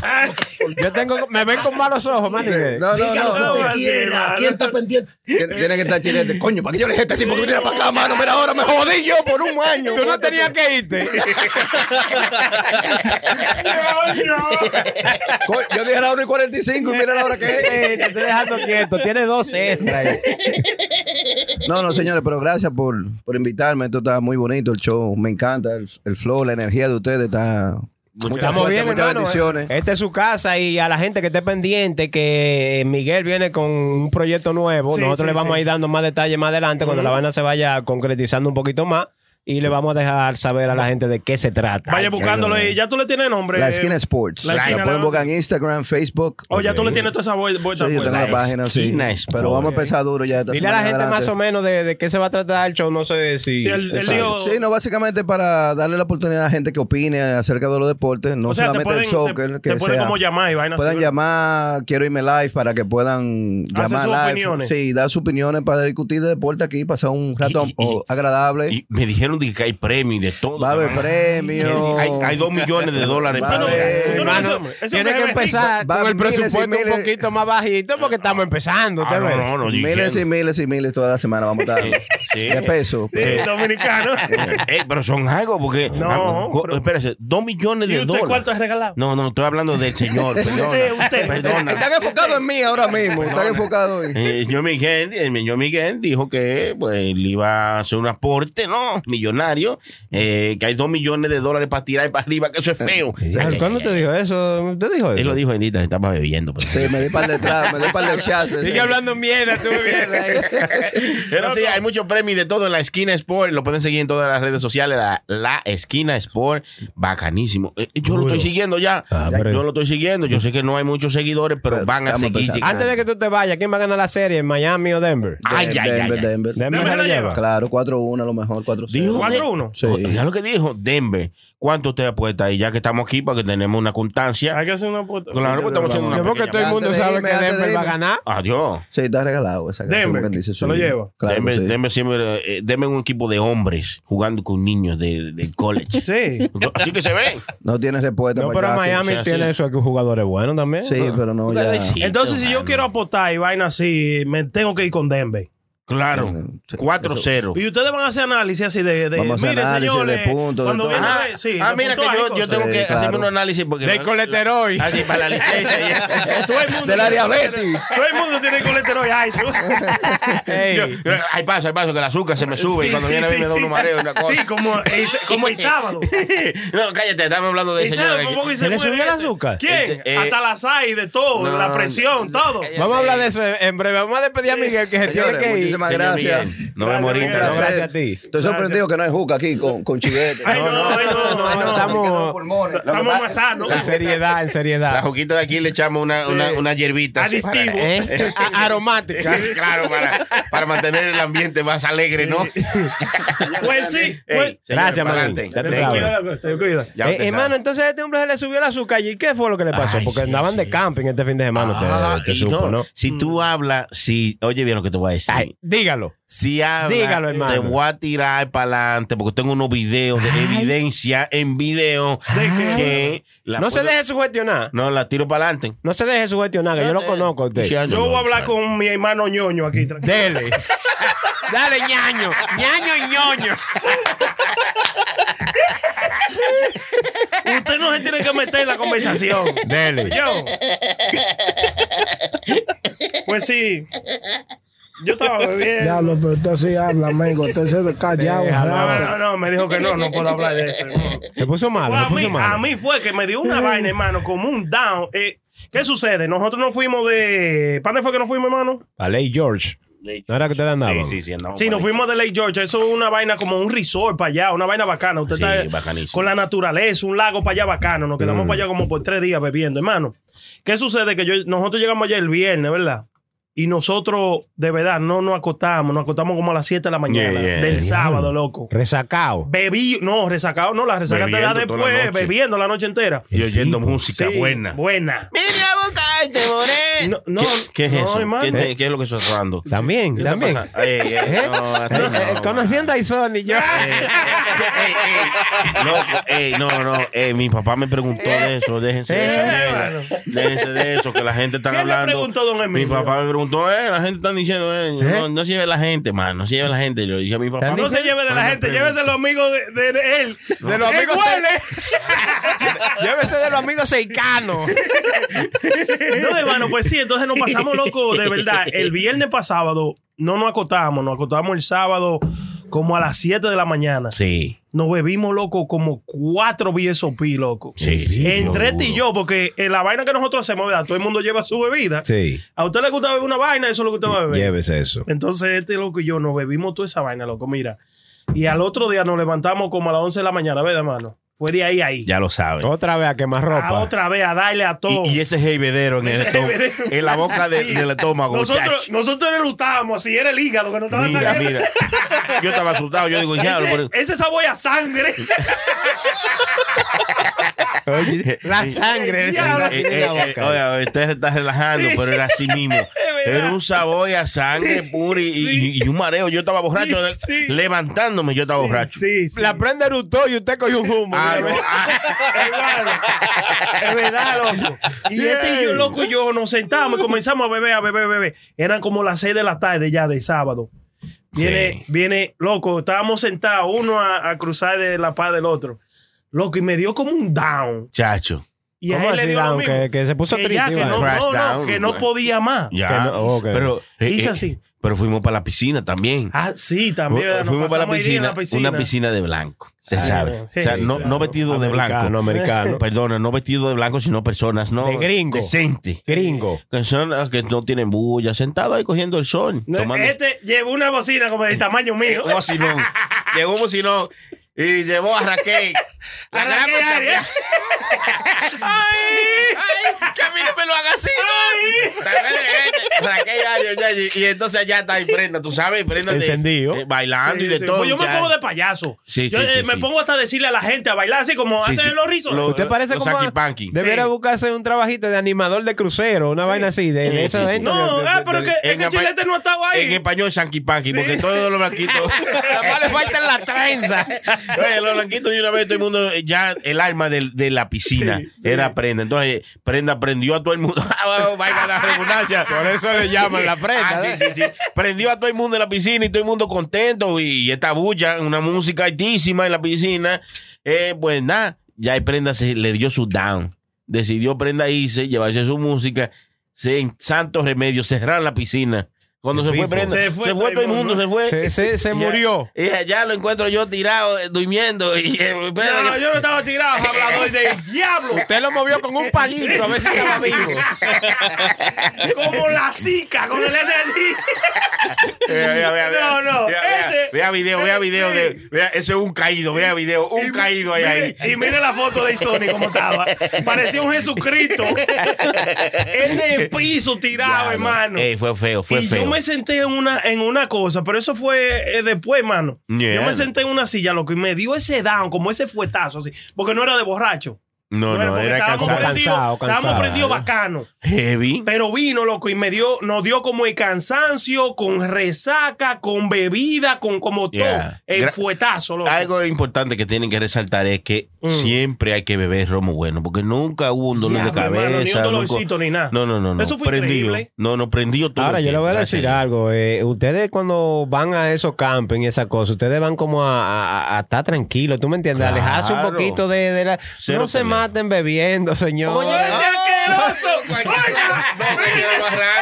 S6: Yo tengo. Me ven con malos ojos, man.
S7: No, no,
S2: Diga
S7: no.
S2: lo que
S4: no,
S2: usted quiera.
S4: no.
S2: Aquí está pendiente.
S7: Tiene tiene que estar chilete. Coño, ¿para qué yo le dije a este tipo que viniera para acá, mano? Mira, ahora me jodí yo por un año.
S6: Tú no tenías que irte.
S7: Co- Yo dije a la 1 y 45 y mira la hora que es.
S6: Eh, te estoy dejando quieto. Tiene dos extras. ahí.
S7: No, no, señores, pero gracias por, por invitarme. Esto está muy bonito, el show. Me encanta el, el flow, la energía de ustedes está...
S6: Estamos
S7: suerte,
S6: bien,
S7: muchas
S6: hermano.
S7: bendiciones.
S4: eh,
S6: Esta es su casa y a la gente que esté pendiente que Miguel viene con un proyecto nuevo.
S4: Sí,
S6: Nosotros
S4: sí,
S6: le vamos
S4: sí.
S6: a ir dando más detalles más adelante cuando la vaina se vaya concretizando un poquito más y le vamos a dejar saber a la gente de qué se trata.
S4: Vaya buscándolo ahí. Ya tú le tienes nombre.
S7: La Esquina Sports.
S4: La
S7: La,
S4: Esquina,
S7: pueden
S4: la-
S7: buscar en Instagram, Facebook.
S4: O Oh, ya tú le tienes toda esa vuelta.
S7: Sí, yo tengo la,
S9: La
S7: página, sí.
S9: Esquina Sports.
S7: Pero vamos a empezar duro ya. esta
S6: Dile a la
S7: semana
S6: gente más
S7: adelante.
S6: o menos de, de qué se va a tratar el show. No sé si.
S4: Sí, él- él
S6: Exacto.
S4: dijo-
S7: Sí, no, básicamente para darle la oportunidad a la gente que opine acerca de los deportes, no
S4: o sea, te
S7: solamente
S4: pueden,
S7: el soccer,
S4: te,
S7: que
S4: te pueden
S7: sea.
S4: como llamar y vaina
S7: puedan
S4: así.
S7: llamar, quiero irme live para que puedan
S4: Hacer
S7: llamar
S4: sus
S7: live.
S4: opiniones.
S7: Sí, dar sus opiniones para discutir de deporte aquí, pasar un rato
S9: Y- y-
S7: oh, agradable.
S9: Y me dijeron de que hay premio y de todo.
S7: Va a haber
S9: hermano.
S7: premio.
S9: Hay, hay dos millones de dólares.
S7: Va a
S9: para
S7: haber-
S9: pagar.
S4: Tú no,
S6: Hermano,
S4: eso- eso
S6: tiene
S4: me
S6: que
S4: ve
S6: empezar
S7: rico. Va-
S6: con el
S7: miles y
S6: presupuesto
S7: miles.
S6: un poquito más bajito porque estamos empezando.
S9: Ah,
S6: ¿te ves?
S9: no, no, no, yo
S7: miles y
S9: diciendo.
S7: miles y miles toda la semana vamos a estar.
S9: Sí.
S7: De peso.
S9: eh,
S4: Sí, dominicano.
S9: Ey, pero son algo porque.
S4: No,
S9: ah, co-
S4: pero-
S9: espérese, dos millones
S4: ¿Y
S9: de
S4: usted
S9: dólares.
S4: cuánto has regalado?
S9: No, no, estoy hablando del señor. Perdona,
S4: Usted, usted.
S9: Perdona.
S7: Están enfocados en mí ahora mismo. Están enfocados en.
S9: Eh, yo Miguel, el señor Miguel dijo que pues él iba a hacer un aporte, ¿no? Millonario, eh, que hay dos millones de dólares para tirar y para arriba, que eso es feo.
S6: Eh, ¿Cuándo te dijo eso? ¿Te dijo
S9: Él
S6: eso?
S9: lo dijo Elita, se estaba bebiendo. pues. pero-
S7: Sí, me di para detrás, me di para el
S6: Sigue hablando mierda, tú mierda.
S9: Pero sí, hay muchos premios de todo en la esquina Sport. Lo pueden seguir en todas las redes sociales. La, La esquina Sport, bacanísimo. Eh, yo lo estoy siguiendo ya.
S6: pero-
S9: yo lo estoy siguiendo. Yo sé que no hay muchos seguidores, pero,
S7: Pero
S9: van a
S7: estamos
S9: seguir.
S7: empezando.
S9: llegando.
S6: Antes de que tú te vayas, ¿quién va a ganar la serie? ¿En Miami o Denver?
S9: Ay, ay,
S7: Denver,
S9: ay, ay.
S7: Denver.
S6: Denver se
S4: Denver
S6: la
S4: la
S6: lleva.
S4: lleva.
S7: Claro, 4-1 a lo mejor, 4-0.
S9: Dijo
S4: 4-1.
S7: Sí.
S9: Ya lo que dijo Denver. ¿Cuánto usted apuesta ahí? Ya que estamos aquí para que tenemos una constancia.
S4: Hay que hacer una puta.
S9: Claro que estamos haciendo una
S6: Yo creo que
S9: pequeña-
S6: todo el mundo
S7: Antes de
S6: sabe
S7: irme,
S6: que
S7: antes de
S6: Denver va a
S7: irme.
S6: ganar.
S9: Adiós.
S7: Sí, está regalado esa canción,
S4: Denver,
S7: como quien dice,
S4: se lo
S7: sí.
S4: lleva.
S7: Claro,
S9: Denver,
S7: sí.
S9: Denver siempre, eh, Denver es un equipo de hombres jugando con niños del del college.
S4: Sí.
S9: Así que se ven.
S7: No tiene respuesta.
S6: No,
S7: para
S6: pero
S7: Jackie.
S6: Miami
S9: sea,
S6: tiene
S9: sí.
S6: esos jugadores buenos también.
S7: Sí, pero no, ya.
S9: Sí,
S4: Entonces, si yo
S9: hermano.
S4: quiero apostar y vaina así, me tengo que ir con Denver.
S9: Claro,
S7: Sí,
S9: 4-0.
S4: Y ustedes van a hacer análisis así de. de
S7: Vamos a hacer
S4: mire,
S7: análisis
S4: señores.
S7: de puntos, de
S4: cuando
S7: todo.
S4: viene a
S9: Ah,
S4: ver, sí,
S9: ah,
S4: los
S9: mira que
S4: puntajes y
S9: yo, yo
S4: cosas.
S9: tengo
S7: Sí,
S9: que
S7: claro.
S9: hacerme un análisis porque
S6: Del colesterol.
S9: Así para la licencia.
S4: Todo el mundo
S7: De la
S4: tiene
S7: diabetes.
S4: colesterol. Todo el mundo tiene colesterol. Ay, tú.
S9: y-
S6: Ey.
S9: Yo- yo- Hay paso, hay paso, que el azúcar se me sube y cuando viene a mí me da un mareo. Una cosa.
S4: Sí, como, el- como el sábado.
S9: No, cállate, estamos hablando de
S4: El sábado,
S9: señor.
S4: como que
S6: ¿Se le
S4: muere
S6: subió el
S4: este.
S6: azúcar?
S4: ¿Quién?
S9: Eh,
S4: Hasta la SAI, de todo,
S9: no,
S4: la presión, todo.
S6: Vamos a hablar de eso en breve. Vamos a despedir a Miguel que se tiene
S7: Señores,
S6: que ir.
S7: Muchísimas
S9: Señor
S7: gracias.
S9: Miguel, nos vemos ahorita.
S7: Un
S9: No,
S7: placer.
S9: gracias a ti.
S7: Estoy sorprendido que no hay juca aquí con, con chivete.
S9: Ay, no, ay, no, no, no,
S6: estamos-
S4: Estamos más sanos.
S6: En seriedad, en
S9: La
S6: seriedad.
S9: juquita de aquí le echamos una, una, una
S4: Ah,
S9: hierbita.
S4: Adistivo.
S9: Para-
S6: ¿Eh? A- Aromática.
S9: Sí, claro, para, para mantener el ambiente más alegre, ¿no?
S4: Pues sí. Pues,
S9: Ey, señores, para
S6: Gracias, Manuel.
S9: adelante.
S6: Ya tú
S9: Thank
S6: sabes.
S9: you.
S4: Ten cuidado.
S9: Ya
S6: Eh,
S9: usted
S6: hermano,
S9: sabe.
S6: entonces a este hombre se le subió el azúcar allí. ¿Qué fue lo que le pasó?
S9: Ay,
S6: Porque
S9: sí,
S6: andaban de
S9: sí.
S6: camping este fin de semana. usted-
S9: Ah,
S6: usted
S9: y
S6: supo,
S9: no,
S6: ¿no? Mm.
S9: Si tú hablas, si, oye bien lo que te voy a decir.
S6: Ay, dígalo.
S9: Si hablas,
S6: Dígalo,
S9: te
S6: hermano.
S9: voy a tirar para adelante porque tengo unos videos de evidencia en video que la
S6: no se
S9: puedo-
S6: deje sugestionar.
S9: No, la tiro para adelante.
S6: No se deje sugestionar, que yo lo conozco a usted.
S9: Sí,
S4: Yo voy a hablar con mi hermano ñoño aquí. tranquilo.
S6: Dele. Dale, ñaño. ñaño y ñoño.
S4: Usted no se tiene que meter en la conversación.
S6: Dele.
S4: Yo. Pues sí. Yo estaba bebiendo.
S5: Diablo, pero usted sí habla, amigo. Usted se ve callado.
S6: Déjalo.
S5: raro.
S4: No, no, no, me dijo que no, no puedo hablar de eso. hermano.
S6: Se puso malo,
S4: Fue
S6: se
S4: a, mí,
S6: puso malo.
S4: a mí fue que me dio una vaina, hermano, como un down. Eh, ¿Qué sucede? Nosotros no fuimos de. ¿Para dónde fue que nos fuimos, hermano?
S6: A Ley George. No era que ustedes andaban.
S9: Sí, sí, sí, andamos
S4: Sí,
S9: por
S4: nos
S9: ahí.
S4: fuimos de Lake George. Eso es una vaina como un resort para allá, una vaina bacana. Usted
S9: Sí,
S4: está
S9: bacanísimo. Mm.
S4: con la naturaleza, un lago para allá bacano. Nos quedamos para allá como por tres días bebiendo, hermano. ¿Qué sucede? Que yo- nosotros llegamos allá el viernes, ¿verdad? Y nosotros, de verdad, no nos acostamos. Nos acostamos como a las 7 de la mañana
S9: Yeah, yeah.
S4: del sábado, loco.
S6: Resacado.
S4: Bebí, no, resacado, no, la resaca te da
S9: Bebiendo toda la
S4: después,
S9: noche.
S4: bebiendo la noche entera.
S9: Y oyendo música
S4: Sí,
S9: buena.
S4: Buena.
S9: Mira, buscarte, Moré.
S4: No, no,
S9: ¿Qué, qué es
S4: no,
S9: eso?
S4: hermano.
S9: ¿Qué, te- qué es lo que está sonando?
S6: También,
S9: ¿Qué
S6: también.
S9: está pasando? Ey, ey, no, así
S6: Eh,
S9: no,
S6: eh,
S9: no.
S6: conociendo a Ison y yo. Eh,
S9: Ey, ey, ey, loco, ey, no, no, ey, mi papá me preguntó de eso, déjense de esa mierda. déjense de eso, que la gente está
S4: ¿Qué le
S9: hablando.
S4: preguntó don
S9: mi
S4: Emilio?
S9: papá me preguntó, eh, la gente está diciendo, eh, no,
S6: ¿Eh?
S9: no se lleve la gente, man, no se lleve la gente. Yo dije a mi papá,
S4: No se lleve de la
S9: me
S4: gente,
S9: preguntó.
S4: llévese de los amigos de, de él.
S6: De los
S4: Él
S6: amigos.
S4: huele.
S6: se- Llévese de los amigos seicanos.
S4: No, hermano, pues sí, entonces nos pasamos loco, de verdad. El viernes para sábado no nos acotamos, nos acotamos el sábado como a las 7 de la mañana.
S9: Sí,
S4: Nos bebimos loco como cuatro BSOP, loco.
S9: sí, sí.
S4: Entre
S9: yo
S4: ti y
S9: juro.
S4: yo, porque en la vaina que nosotros hacemos, ¿verdad? Todo el mundo lleva su bebida.
S6: Sí,
S4: A usted le gusta beber una vaina, eso es lo que usted va a beber.
S6: llévese eso.
S4: Entonces, este loco y yo nos bebimos toda esa vaina, loco, mira. Y al otro día nos levantamos como a las 11 de la mañana, ¿verdad, hermano? Fue de ahí a ahí.
S9: Ya lo saben.
S6: Ah, Otra vez a quemar ropa.
S4: A otra vez, a darle a todo.
S9: Y, y ese bebedero en, el
S4: Ese
S9: estómago-
S4: bebedero.
S9: en la boca de-
S4: Sí.
S9: del estómago.
S4: Nosotros,
S9: chacho.
S4: nosotros erutábamos así, era el hígado que nos estaba
S9: mira,
S4: saliendo.
S9: mira. Yo estaba asustado. Yo digo, ya, por-
S4: Ese, ese sabor a sangre.
S6: Oye, la sangre.
S4: El
S6: esa
S4: diablo.
S6: la
S9: Eh,
S6: tiene en
S9: eh,
S6: la
S9: eh,
S6: boca.
S9: oiga, usted se está relajando, pero era así mismo.
S4: verdad.
S9: Era un sabor a sangre pura y, y- y un mareo. Yo estaba borracho.
S4: Sí, sí.
S9: Levantándome, yo estaba borracho.
S4: Sí, sí.
S6: La prenda erutó y usted cogió un humo.
S9: Ah,
S6: Mira,
S9: no, ah,
S4: Hermano, es verdad, loco. Y este y yo, loco y yo nos sentamos y comenzamos a beber, a beber, a beber. Eran como las 6 de la tarde ya de sábado. Viene,
S9: Sí.
S4: viene, loco, estábamos sentados uno a, a cruzar de la paz del otro. Loco, y me dio como un down.
S9: chacho.
S4: Y a
S6: ¿Cómo
S4: él le
S6: así,
S4: dio lo
S6: down?
S4: mismo.
S6: Que- que se puso
S4: Que ya,
S6: triste,
S4: que
S6: Iván.
S4: no,
S9: Crash
S4: no, no,
S9: down.
S4: que no podía más.
S9: Ya.
S6: Que no- ok.
S9: Pero, eh,
S4: Hice
S9: eh,
S4: así.
S9: pero fuimos para la piscina también.
S4: Ah, sí, también. ¿verdad? Nos
S9: fuimos para la
S4: pasamos ahí en
S9: piscina,
S4: la
S9: Una piscina de blanco. Se
S4: Sí,
S9: sabe.
S4: sí,
S9: o sea, no,
S4: claro.
S9: no vestido de
S6: Americano,
S9: blanco.
S6: americano.
S9: Perdona, no vestido de blanco, sino personas, no.
S6: De gringo.
S9: Decente.
S6: Gringo.
S9: Que son las que no tienen bulla, sentado ahí cogiendo el sol.
S4: No,
S9: tomando- Eh,
S4: Este llevó una bocina como del tamaño mío.
S9: Un bocinón. Llegó un bocinón y llevó a Raquel. La gran
S4: Raquel
S9: campeona.
S4: Arias. ¡Ay!
S9: ¡Ay! ¡Que a mí no me lo haga así! ¿no? Raquel Arias, ya, y, y entonces allá está ahí prenda, tú sabes, prenda de-
S6: Encendido.
S9: eh, bailando
S4: Sí,
S9: y de
S4: sí.
S9: todo.
S4: Pues yo me
S9: ya.
S4: pongo de payaso.
S9: Sí,
S4: yo
S9: sí, sí,
S4: eh, me
S9: sí.
S4: pongo hasta a decirle a la gente a bailar así como
S9: Sí,
S4: hacen
S9: sí.
S4: los rizos.
S9: Lo-
S6: ¿Usted parece
S9: Los
S6: como
S9: saquipanqui.
S6: debería
S4: Sí.
S6: buscarse un trabajito de animador de crucero, una vaina así, de, de
S9: Sí,
S6: esa
S9: sí.
S6: gente.
S4: no,
S6: de- de-
S4: ah, pero
S6: de-
S4: que, es
S9: en
S4: que
S9: apa-
S4: Chilete no estaba
S9: En
S4: ahí.
S9: español, sanquipanqui, porque todos los blanquitos.
S6: Nada más le faltan las trenzas.
S9: Oye, los blanquitos de una vez todo el mundo, eh, ya el alma del- de, la piscina era prenda. Entonces, prenda prendió a todo el mundo. Vaya la redundancia.
S6: Por eso le llaman la prenda.
S9: Ah, sí,
S6: ¿eh?
S9: sí, sí. Prendió a todo el mundo en la piscina y todo el mundo contento. Y esta bulla, una música altísima en la piscina. Eh, pues nada, ya el prenda se le dio su down. Decidió prenda irse, llevarse su música. Se, en santo remedio, cerrar la piscina. Cuando se fue Brenda, se fue, todo el mundo, se fue.
S6: Se, se- se
S9: Ya-
S6: murió.
S9: Y allá lo encuentro yo tirado, eh, durmiendo. Y, eh, Brenda,
S4: No,
S9: que-
S4: yo no estaba tirado, hablador de diablo.
S6: Usted lo movió con un palito a ver si estaba vivo.
S4: Como la zika, con el SSI.
S9: Vea, vea, vea, vea.
S4: No, no,
S9: Vea, vea,
S4: este-
S9: vea video, vea video.
S4: Sí.
S9: De, vea, ese es un caído, vea video. Un caído ahí, ahí.
S4: Y mire la foto de Isoni como estaba. Parecía un Jesucristo. en el piso tirado,
S9: Diablo.
S4: hermano.
S9: Ey, fue feo, fue
S4: y
S9: feo.
S4: yo me senté en una, en una cosa, pero eso fue eh, después, hermano.
S9: Yeah.
S4: Yo me senté en una silla, loco, y me dio ese down, como ese fuetazo, así, porque no era de borracho.
S9: No, no,
S4: porque
S9: era
S4: estábamos
S9: cansado.
S4: prendidos-
S6: Cansado,
S4: Estábamos
S6: cansado.
S4: prendidos bacano.
S9: Heavy.
S4: Pero vino, loco, y me dio, nos dio como el cansancio, con resaca, con bebida, con como todo.
S9: Yeah.
S4: El
S9: Gra-
S4: fuetazo, loco.
S9: Algo importante que tienen que resaltar es que
S4: Mm.
S9: siempre hay que beber romo bueno, porque nunca hubo un dolor de
S4: Diablo, hermano,
S9: cabeza.
S4: ni un
S9: nunca-
S4: dolorcito ni nada.
S9: No, no, no, no.
S4: Eso fue
S9: prendido.
S4: increíble.
S9: No, no, prendido todo.
S6: Ahora,
S9: el
S6: yo le
S9: tiempo,
S6: voy a
S9: gracias
S6: decir
S9: Dios.
S6: algo. eh, ustedes cuando van a esos camping y esas cosas, ustedes van como a, a- a estar tranquilos, ¿tú me entiendes?
S9: Claro.
S6: Alejarse un poquito de, de la...
S9: Cero
S6: no se
S9: teléfono.
S6: maten bebiendo, señor.
S9: Oye,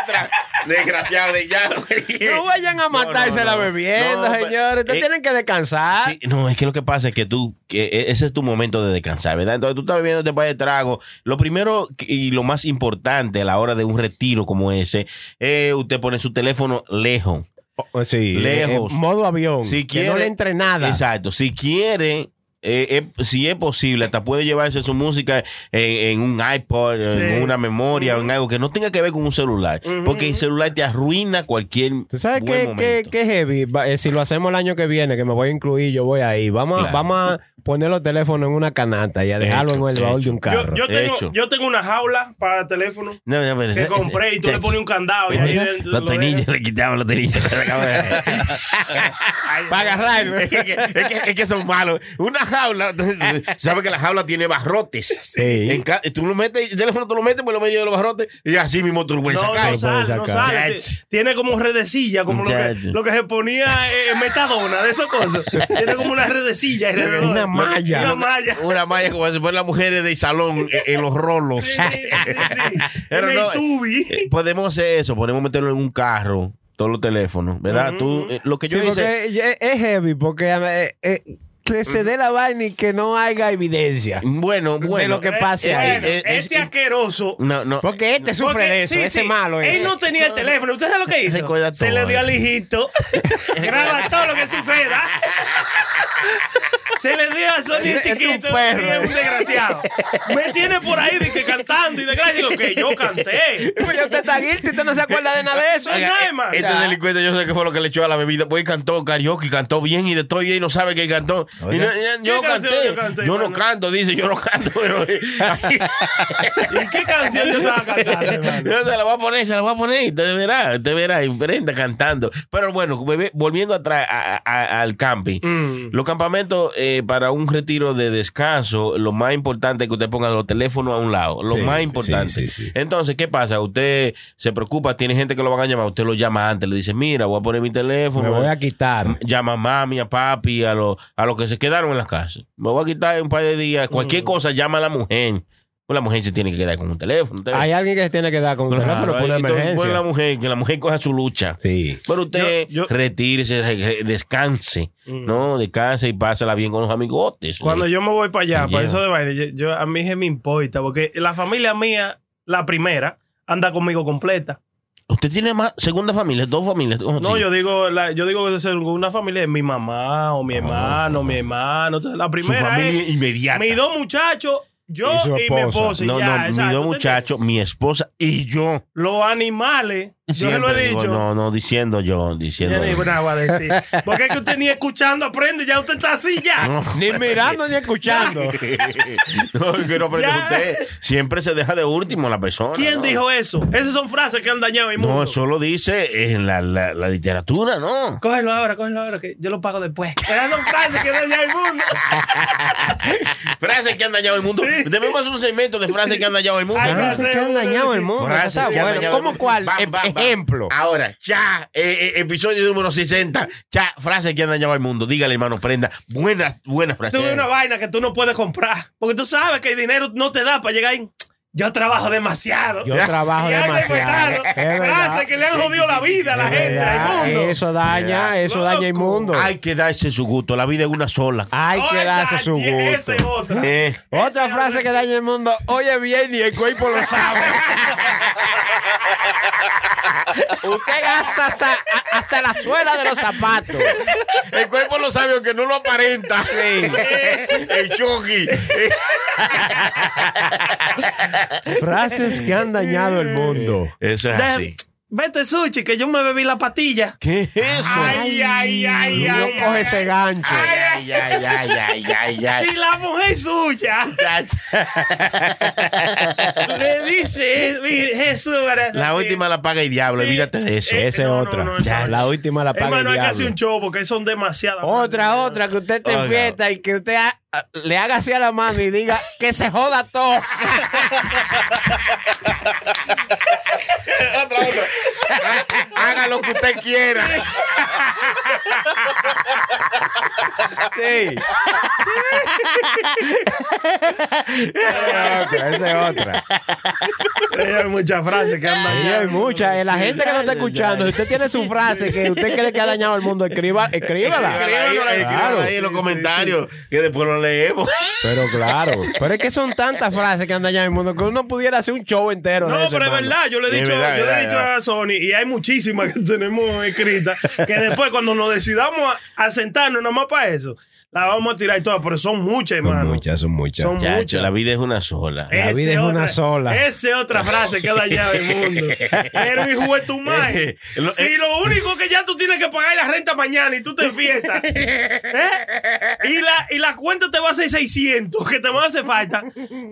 S10: Desgraciado de ya.
S6: no vayan a matarse la bebiendo,
S9: No,
S6: señores. Ustedes
S9: eh,
S6: tienen que
S4: Ah.
S6: descansar.
S9: Sí, no, es que lo que pasa es que tú, que e- ese es tu momento de descansar, ¿verdad? Entonces tú estás bebiendo este par de trago. Lo primero y lo más importante a la hora de un retiro como ese, eh, usted pone su teléfono lejos.
S6: Oh, Sí,
S9: Lejos.
S6: eh, modo avión.
S9: Si
S6: que
S9: quiere-
S6: no le entre nada.
S9: Exacto. Si quiere, eh, eh, si es posible, hasta puede llevarse su música en, en un iPod, en
S4: Sí.
S9: una memoria, en algo que no tenga que ver con un celular.
S4: Ujú.
S9: Porque el celular te arruina cualquier.
S6: ¿Tú sabes
S9: buen
S6: qué, qué,
S9: momento.
S6: qué heavy? Va- eh, si lo hacemos el año que viene, que me voy a incluir, yo voy ahí. Vamos, a,
S9: Claro.
S6: vamos a poner los teléfonos en una canasta y a dejarlo
S9: Hecho,
S6: en el baúl de
S9: hecho.
S6: un
S4: yo,
S6: carro.
S4: yo
S9: Hecho.
S4: tengo, yo tengo una jaula para teléfono
S9: No, no, pero-
S4: que compré y tú le pones un candado y ahí
S9: Mira,
S4: dentro
S9: los
S4: lo
S9: tenillos,
S4: dejas.
S9: le quitamos los tenillos.
S6: Para agarrarlo.
S9: es, que, es que- es que son malos. Una jaula, sabes que la jaula tiene barrotes.
S6: Sí.
S9: En ca- tú lo metes, el teléfono tú lo metes por lo medio de los barrotes y así mismo tú lo puedes
S4: No, no
S9: sacar.
S6: lo puedes
S4: sale, no
S6: sacar.
S4: sale.
S9: Chacho.
S4: Tiene como redecilla, como lo que,
S9: Chacho.
S4: lo que se ponía eh, en Metadona, de esas cosas. Tiene como una redecilla. alrededor.
S6: Una malla.
S4: Una malla.
S9: Una malla como se ponen las mujeres del salón eh, en, los rolos.
S4: Sí, sí, sí, sí.
S9: Pero
S4: en
S9: no,
S4: el tubi.
S9: Eh, Podemos hacer eso, podemos meterlo en un carro, todos los teléfonos, ¿verdad? Tú, eh, lo que yo
S6: Sí,
S9: hice.
S6: porque es, es heavy, porque eh, eh, que se dé la vaina y que no haya evidencia.
S9: Bueno, bueno.
S6: lo que pase
S9: eh,
S6: ahí.
S9: eh, eh,
S4: este
S9: eh,
S4: asqueroso.
S9: no, no.
S6: Porque este sufre
S4: Porque-
S6: de eso,
S4: sí,
S6: ese
S4: sí,
S6: malo.
S4: Él
S6: ese.
S4: no tenía el teléfono. ¿Usted sabe lo que hizo?
S9: Recuerda
S4: Se
S9: todo,
S4: le dio al
S9: eh.
S4: hijito. Graba todo lo que suceda. Se le dio a Sony
S6: Este- este
S4: chiquito.
S6: un perro,
S4: sí, es un
S6: eh.
S4: desgraciado. Me tiene por ahí de que cantando y de gracia. Digo que yo canté.
S6: Pero Pues usted está guilty, usted no se acuerda de nada de eso.
S4: Oiga,
S6: Ya,
S4: eh,
S6: man.
S9: Este
S6: Ya.
S9: delincuente yo sé qué fue lo que le echó a la bebida. Pues él cantó karaoke, cantó bien y de todo y él no sabe que él cantó. Y no- y- yo,
S4: ¿Qué canción
S9: canté.
S4: yo canté,
S9: Yo no
S4: hermano?
S9: canto, dice, yo no canto, pero
S4: ¿Y qué canción yo estaba cantando, hermano?
S9: Yo se la voy a poner, se la voy a poner, y te verá, te verá, y Brenda cantando. Pero bueno, bebé, volviendo atrás a- a- al camping.
S4: Mm.
S9: Los campamentos eh, para un retiro de descanso, lo más importante es que usted ponga los teléfonos a un lado. Lo
S6: Sí,
S9: más
S6: sí,
S9: importante.
S6: sí, sí, sí.
S9: Entonces, ¿qué pasa? Usted se preocupa, tiene gente que lo van a llamar, usted lo llama antes, le dice, mira, voy a poner mi teléfono.
S6: Me voy a quitar.
S9: Llama a mami, a papi, a los a los que se quedaron en la casa. Me voy a quitar un par de días.
S6: Mm.
S9: Cualquier cosa, llama a la mujer. Pues la mujer se tiene que quedar con un teléfono. Usted-
S6: Hay alguien que se tiene que dar con un
S9: Claro,
S6: teléfono por una
S9: ahí, entonces, pone la
S6: emergencia.
S9: mujer, que la mujer coja su lucha.
S6: Sí.
S9: Pero usted
S4: Yo- yo-
S9: retírese, re- re- descanse,
S4: Mm.
S9: ¿no? Descanse y pásala bien con los amigotes.
S4: Cuando yo me voy para allá,
S9: Sí,
S4: para
S9: ya.
S4: eso de baile, yo, yo- a mí se me importa. Porque la familia mía, la primera, anda conmigo completa.
S9: Usted tiene más segunda familia, dos familias. ¿cómo
S4: No,
S9: así?
S4: yo digo, la- yo digo que es una familia de mi mamá o mi hermano, mi hermano. Entonces, la
S9: Ah, Su
S4: primera
S9: familia
S4: es
S9: inmediata.
S4: mis dos muchachos, yo
S6: Y su
S4: y, mi
S6: esposa.
S4: esposa. y
S9: no,
S4: ya,
S9: no,
S4: exacto,
S9: mi dos
S4: ¿tú entiendes?
S9: muchachos, mi esposa y yo.
S4: Los animales, yo se lo
S9: Siempre
S4: he
S9: digo,
S4: dicho.
S9: no, no, diciendo yo,
S4: Ya
S9: diciendo.
S4: ni
S9: yo.
S4: nada voy a decir. Porque es que usted ni escuchando aprende, ya usted está así ya.
S9: No.
S6: Ni mirando ni escuchando.
S9: No, es que no aprende
S4: Ya.
S9: usted. Siempre se deja de último la persona.
S4: ¿Quién
S9: ¿no?
S4: dijo eso? Esas son frases que han dañado mi mundo.
S9: No, eso lo dice en la, la- la literatura, ¿no?
S4: Cógelo ahora, cógelo ahora, que yo lo pago después. Esas son frases que dañan el mundo.
S9: Frases que han dañado el mundo. Debemos hacer un segmento de frases que han dañado el mundo.
S4: Ay,
S9: Frases
S4: gracias.
S6: Frases que han dañado el mundo.
S9: Frases
S6: Está
S9: que han
S6: bueno.
S9: dañado el
S6: ¿Cómo
S9: mundo.
S6: cuál?
S9: Bam,
S6: E-
S9: bam, bam.
S6: Ejemplo.
S9: Ahora, ya, eh, eh, episodio número 60. Ya, frases que han dañado al mundo. Dígale, hermano, prenda. Buenas, buenas frases.
S4: Tuve una vaina que tú no puedes comprar. Porque tú sabes que el dinero no te da para llegar ahí. Yo trabajo demasiado.
S6: Yo trabajo
S4: Y han
S6: demasiado.
S4: respetado
S6: Es verdad.
S4: frases que le han jodido la vida a la gente, al mundo.
S6: Eh, Eso daña, eso daña el mundo.
S9: Hay que darse su gusto. La vida es una sola.
S6: Hay que darse su gusto.
S4: Esa es otra.
S9: Eh,
S6: Otra frase que daña el mundo. Oye bien y el cuerpo lo sabe. Usted gasta hasta, a- hasta la suela de los zapatos.
S9: el cuerpo lo sabe aunque no lo aparenta. el choqui.
S6: Frases que han dañado el mundo.
S9: Eso es
S4: Ya,
S9: así.
S4: Vete, sushi, que yo me bebí la patilla.
S9: ¿Qué es eso?
S4: Ay, ay, ay,
S6: No
S4: ay.
S6: coge ese gancho.
S9: Ay, ay, ay, ay, ay, ay.
S4: Si la mujer suya le dice, eh, mire, Jesús, ahora-
S9: La última la paga el diablo.
S4: Sí.
S9: Olvídate de eso.
S4: Eh,
S6: Esa es
S4: no, no,
S6: otra.
S4: no,
S6: Ya,
S4: no.
S6: la última la paga el
S4: Hermano, hay que
S6: diablo.
S4: hacer un show porque son demasiadas.
S6: Otra, otra, que usted te
S9: Oiga.
S6: enfiesta y que usted ha- le haga así a la mano y diga que se joda todo.
S9: otra, otra. Haga lo que usted quiera.
S6: Sí. Esa es otra, esa es otra.
S4: Eh, Hay muchas frases que andan.
S6: Sí, hay muchas. Eh, La gente que no está escuchando, si usted tiene su frase que usted cree que ha dañado al mundo, escriba, escríbala.
S9: Escríbanlo ahí,
S4: Claro.
S9: escríbanlo ahí en los
S4: Sí, sí,
S9: comentarios que después lo leemos.
S6: Pero claro, pero es que son tantas frases que han dañado al mundo que uno pudiera hacer un show entero. de
S4: No,
S6: eso,
S4: pero es
S6: hermano.
S4: verdad, yo le he
S9: Es
S4: dicho, yo
S9: verdad,
S4: le he
S9: verdad,
S4: dicho
S9: verdad.
S4: a Sony, y hay muchísimas que tenemos escritas, que después cuando nos decidamos a, a sentarnos nomás para eso, la vamos a tirar todas, pero son muchas,
S6: Son
S4: hermano.
S6: muchas, son muchas.
S4: Son
S9: Chacho,
S4: muchas.
S9: la vida es una sola.
S6: La
S4: Ese
S6: vida es una
S4: otra-
S6: sola.
S4: Esa es otra frase que da allá del mundo. Pero hijo de tu
S6: Eh,
S4: madre.
S9: Lo-
S4: Si lo único que ya tú tienes que pagar es la renta mañana y tú te fiestas. ¿eh? Y, la, y la cuenta te va a hacer 600 que te van a hacer falta.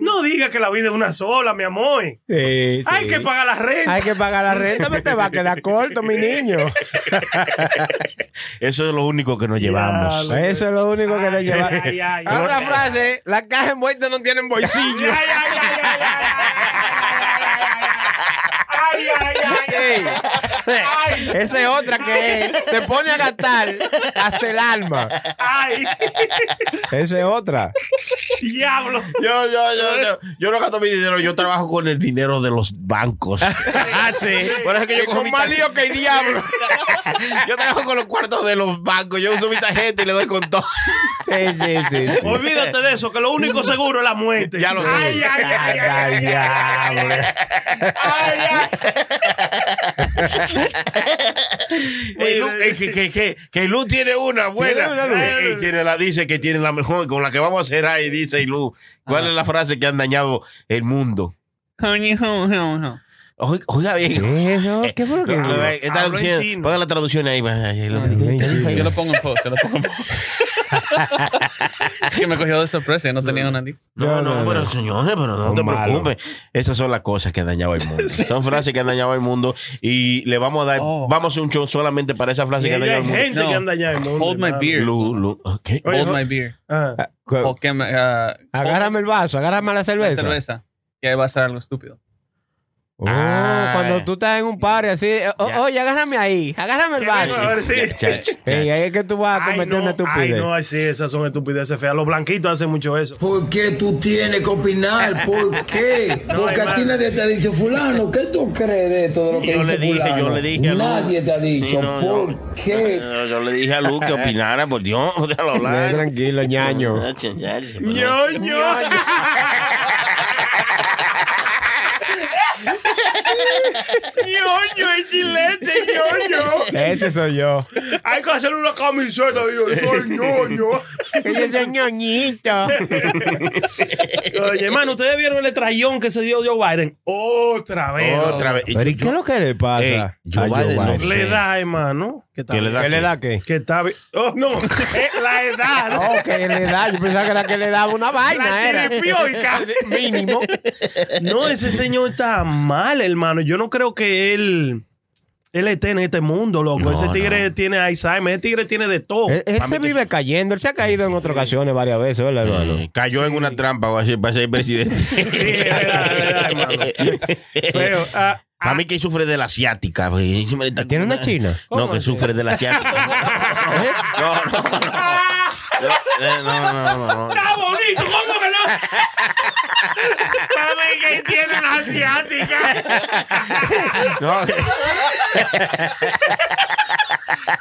S4: No digas que la vida es una sola, mi amor.
S6: Sí, sí.
S4: Hay que pagar la renta.
S6: Hay que pagar la renta, pero te va a quedar corto, mi niño.
S9: Eso es lo único que nos llevamos.
S4: Ay,
S6: Eso es lo único que le
S4: ay,
S6: lleva.
S4: ay, ay, ay.
S6: Otra frase, las cajas envueltas no tienen
S4: Ay,
S6: bolsillo.
S4: ay, ay, ay, ay, ay, ay, ay, ay, ay, ay, ay, ay, ay, ay. Ay.
S6: Esa es otra que te pone a gastar hasta el alma.
S4: Ay,
S6: Esa es otra.
S4: diablo.
S9: Yo, yo, yo, yo, yo no gasto mi dinero, yo trabajo con el dinero de los bancos. ah, sí. Por eso es que yo cojo mi tar-
S6: que el diablo.
S9: Yo trabajo con los cuartos de los bancos. Yo uso mi tarjeta y le doy con todo.
S6: Sí, sí, sí. sí.
S4: Olvídate de eso, que lo único seguro es la muerte.
S9: Ya lo sé.
S4: Ay, ay, ay, ay, ay, ay, ay,
S6: diablo.
S4: ay, ay.
S9: Ey, Lu, ey, que, que, que, que Lu tiene una buena.
S6: Tiene una, Lu.
S9: Ey, ey, tiene la, dice que tiene la mejor, con la que vamos a cerrar. Y dice, Lu, ¿cuál es la frase que han dañado el mundo? Oiga oiga bien.
S6: Eso, ¿Qué fue lo que
S9: No, no,
S6: dijo?
S9: eh, está
S4: Habló en
S9: traduciendo.
S4: chino.
S9: Ponga la traducción ahí. va, ahí lo que dijo.
S10: Yo lo pongo en post, yo lo pongo en post. Es que me cogió de sorpresa y no tenía una lista.
S9: No,
S6: No,
S9: no,
S6: no,
S9: pero
S6: no.
S9: señores, pero no
S6: Son
S9: te
S6: malos.
S9: preocupes. Esas son las cosas que han dañado el mundo. Son frases que han dañado el mundo y le vamos a dar,
S10: Oh.
S9: vamos a hacer un show solamente para esas frases que han
S4: Hay
S9: dañado el mundo.
S4: gente que anda allá en el mundo,
S10: Hold my
S4: hermano.
S10: beer.
S9: Lu, Lu, ¿qué?
S4: Oye,
S10: Hold
S4: no-
S10: my beer.
S4: Ah.
S10: O que me, ah,
S6: Agárrame el vaso, agárrame la
S10: hold la
S6: cerveza.
S10: cerveza. Que va a ser algo estúpido.
S6: Oh,
S9: Ah.
S6: cuando tú estás en un party así, o-
S9: Ya.
S6: oye, agárrame ahí, agárrame el
S4: Que venga, a
S6: vaso.
S4: ver, sí.
S9: Ya, ya, ya.
S6: Ey, ahí es que tú vas a
S4: Ay,
S6: cometer una
S4: no, ay,
S6: estupidez.
S4: no, ay, sí, esas son estupideces feas. Los blanquitos hacen mucho eso.
S8: ¿Por qué tú tienes que opinar? ¿Por qué? Porque a ti
S4: hermano.
S8: nadie te ha dicho, fulano, ¿qué tú crees de todo lo que
S9: Yo
S8: dice
S9: le dije,
S8: fulano?
S9: yo le dije a Lu.
S8: Nadie te ha dicho,
S9: Sí, no,
S8: ¿por
S9: yo-
S8: qué?
S9: Yo, yo le dije a Lu que opinara, por Dios, déjalo
S6: Eh,
S9: hablar.
S6: Tranquilo, ñaño.
S9: Ya, ya, ya, ya, ya.
S4: Ñoño. Ñoño, el chilete, ñoño.
S6: Ese soy yo.
S4: Hay que hacer una camiseta, yo soy ñoño.
S6: Ese soy ñoñito.
S4: Oye, hermano, ustedes vieron el estrellón que se dio Joe Biden. Otra vez.
S9: Otra vez. Y
S6: Pero ¿y
S9: yo-
S6: qué es lo que le
S9: Ey,
S6: pasa?
S9: Joe
S6: a
S9: Biden no
S6: Biden?
S4: Le
S9: Sí.
S4: da, hermano. ¿Qué tal?
S9: ¿Qué le da?
S6: ¿Qué le da qué?
S4: Que está bien. Oh, no. Eh, la edad.
S6: Oh, que le da. Yo pensaba que era que le daba una vaina.
S4: La
S6: Era.
S4: chiripioica.
S6: Mínimo.
S4: No, ese señor está mal, hermano. Yo no creo que él. Él esté en este mundo, loco.
S9: No,
S4: ese tigre
S9: no.
S4: tiene Alzheimer, ese tigre tiene de todo.
S6: Él, él se vive cayendo. Él se ha caído en otras ocasiones varias veces, ¿verdad, hermano?
S9: Eh, Cayó en una trampa va a ser- para ser presidente.
S4: Sí, es verdad, es verdad, hermano.
S9: eh.
S4: Pero, ah,
S9: A mí que sufre de la asiática. güey.
S6: ¿Tiene una ¿Eh? china?
S9: No, que sufre de la asiática. No, no, no. No, no, no, no, no.
S4: ¡Está ¡Ah! bonito! ¿Cómo que no? Saben que tiene una asiática.
S9: No,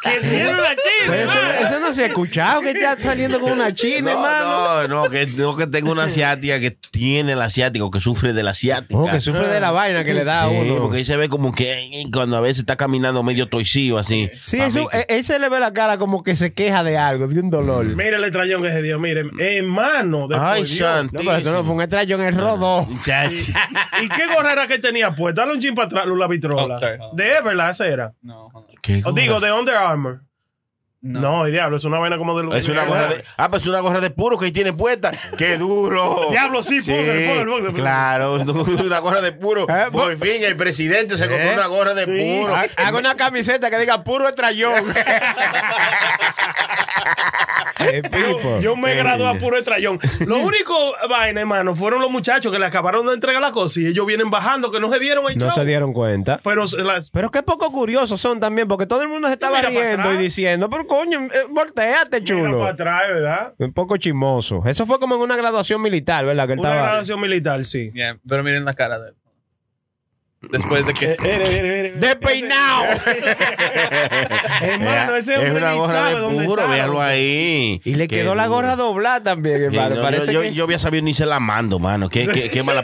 S4: que tiene una china.
S6: Pues eso,
S4: hermano.
S6: eso no se ha escuchado, que está saliendo con una china, hermano.
S9: no, no, no, que, no que tengo una asiática que tiene el asiático, que sufre de la asiática.
S6: Oh, que sufre de la vaina que le da a
S9: Sí,
S6: uno.
S9: porque ahí se ve como que eh, cuando a veces está caminando medio torcido así.
S6: Sí,
S9: Pa'
S6: eso,
S9: mí que-
S6: e- él se le ve la cara como que se queja de algo, de un dolor. No,
S4: Mira el estrellón que se dio, miren. Hermano, de
S9: Ay,
S4: por Dios.
S9: santísimo.
S6: pero eso no fue un estrellón en el rodó.
S9: Chachi.
S4: ¿Y qué gorrera que tenía pues? Dale un chin para atrás, Lula Vitrola.
S10: Oh, sorry, hold on.
S4: de Everlast esa era.
S10: No, hold on.
S9: Qué
S4: O
S9: gorra.
S4: digo, de Under Armour. No, el diablo, es una vaina como de
S9: Es una gorra de. Ah, pues es una gorra de puro que ahí tiene puesta. ¡Qué duro!
S4: Diablo, sí, póngale, póngale, póngale.
S9: Claro, una gorra de puro.
S6: Eh,
S9: Por fin el presidente se compró
S6: Eh,
S9: una gorra de
S4: sí. Ah,
S9: puro.
S6: Ha- Haga una camiseta que diga puro estrellón. Eh,
S4: Yo,
S6: people.
S4: yo me
S6: Eh,
S4: gradué a puro estrellón. Lo único vaina, hermano, fueron los muchachos que le acabaron de entregar la cosa y ellos vienen bajando, que no se dieron el
S6: No
S4: show.
S6: se dieron cuenta.
S4: Pero se las.
S6: Pero qué poco curiosos son también, porque todo el mundo se estaba
S4: Mira pa'
S6: riendo y
S4: atrás.
S6: diciendo, pero coño, eh, volteate,
S4: Mira
S6: chulo.
S4: para atrás, ¿verdad?
S6: Un poco chismoso. Eso fue como en una graduación militar, ¿verdad? Que él
S4: Una
S6: estaba-
S4: graduación militar, sí.
S10: Yeah, pero miren la cara de él. Después de
S6: Eh,
S10: que.
S6: ¡Despeinado!
S4: Hermano, ese
S9: es
S4: hombre
S9: una
S4: ni
S9: gorra
S4: sabe
S9: de
S4: dónde
S9: puro,
S4: está,
S9: véalo
S4: loco.
S9: ahí.
S6: y le
S9: Qué
S6: quedó la
S9: duro.
S6: gorra doblada también,
S9: Sí,
S6: hermano.
S9: no,
S6: Parece
S9: yo,
S6: que...
S9: yo, yo había sabido ni se la mando, mano. Qué, qué, qué mala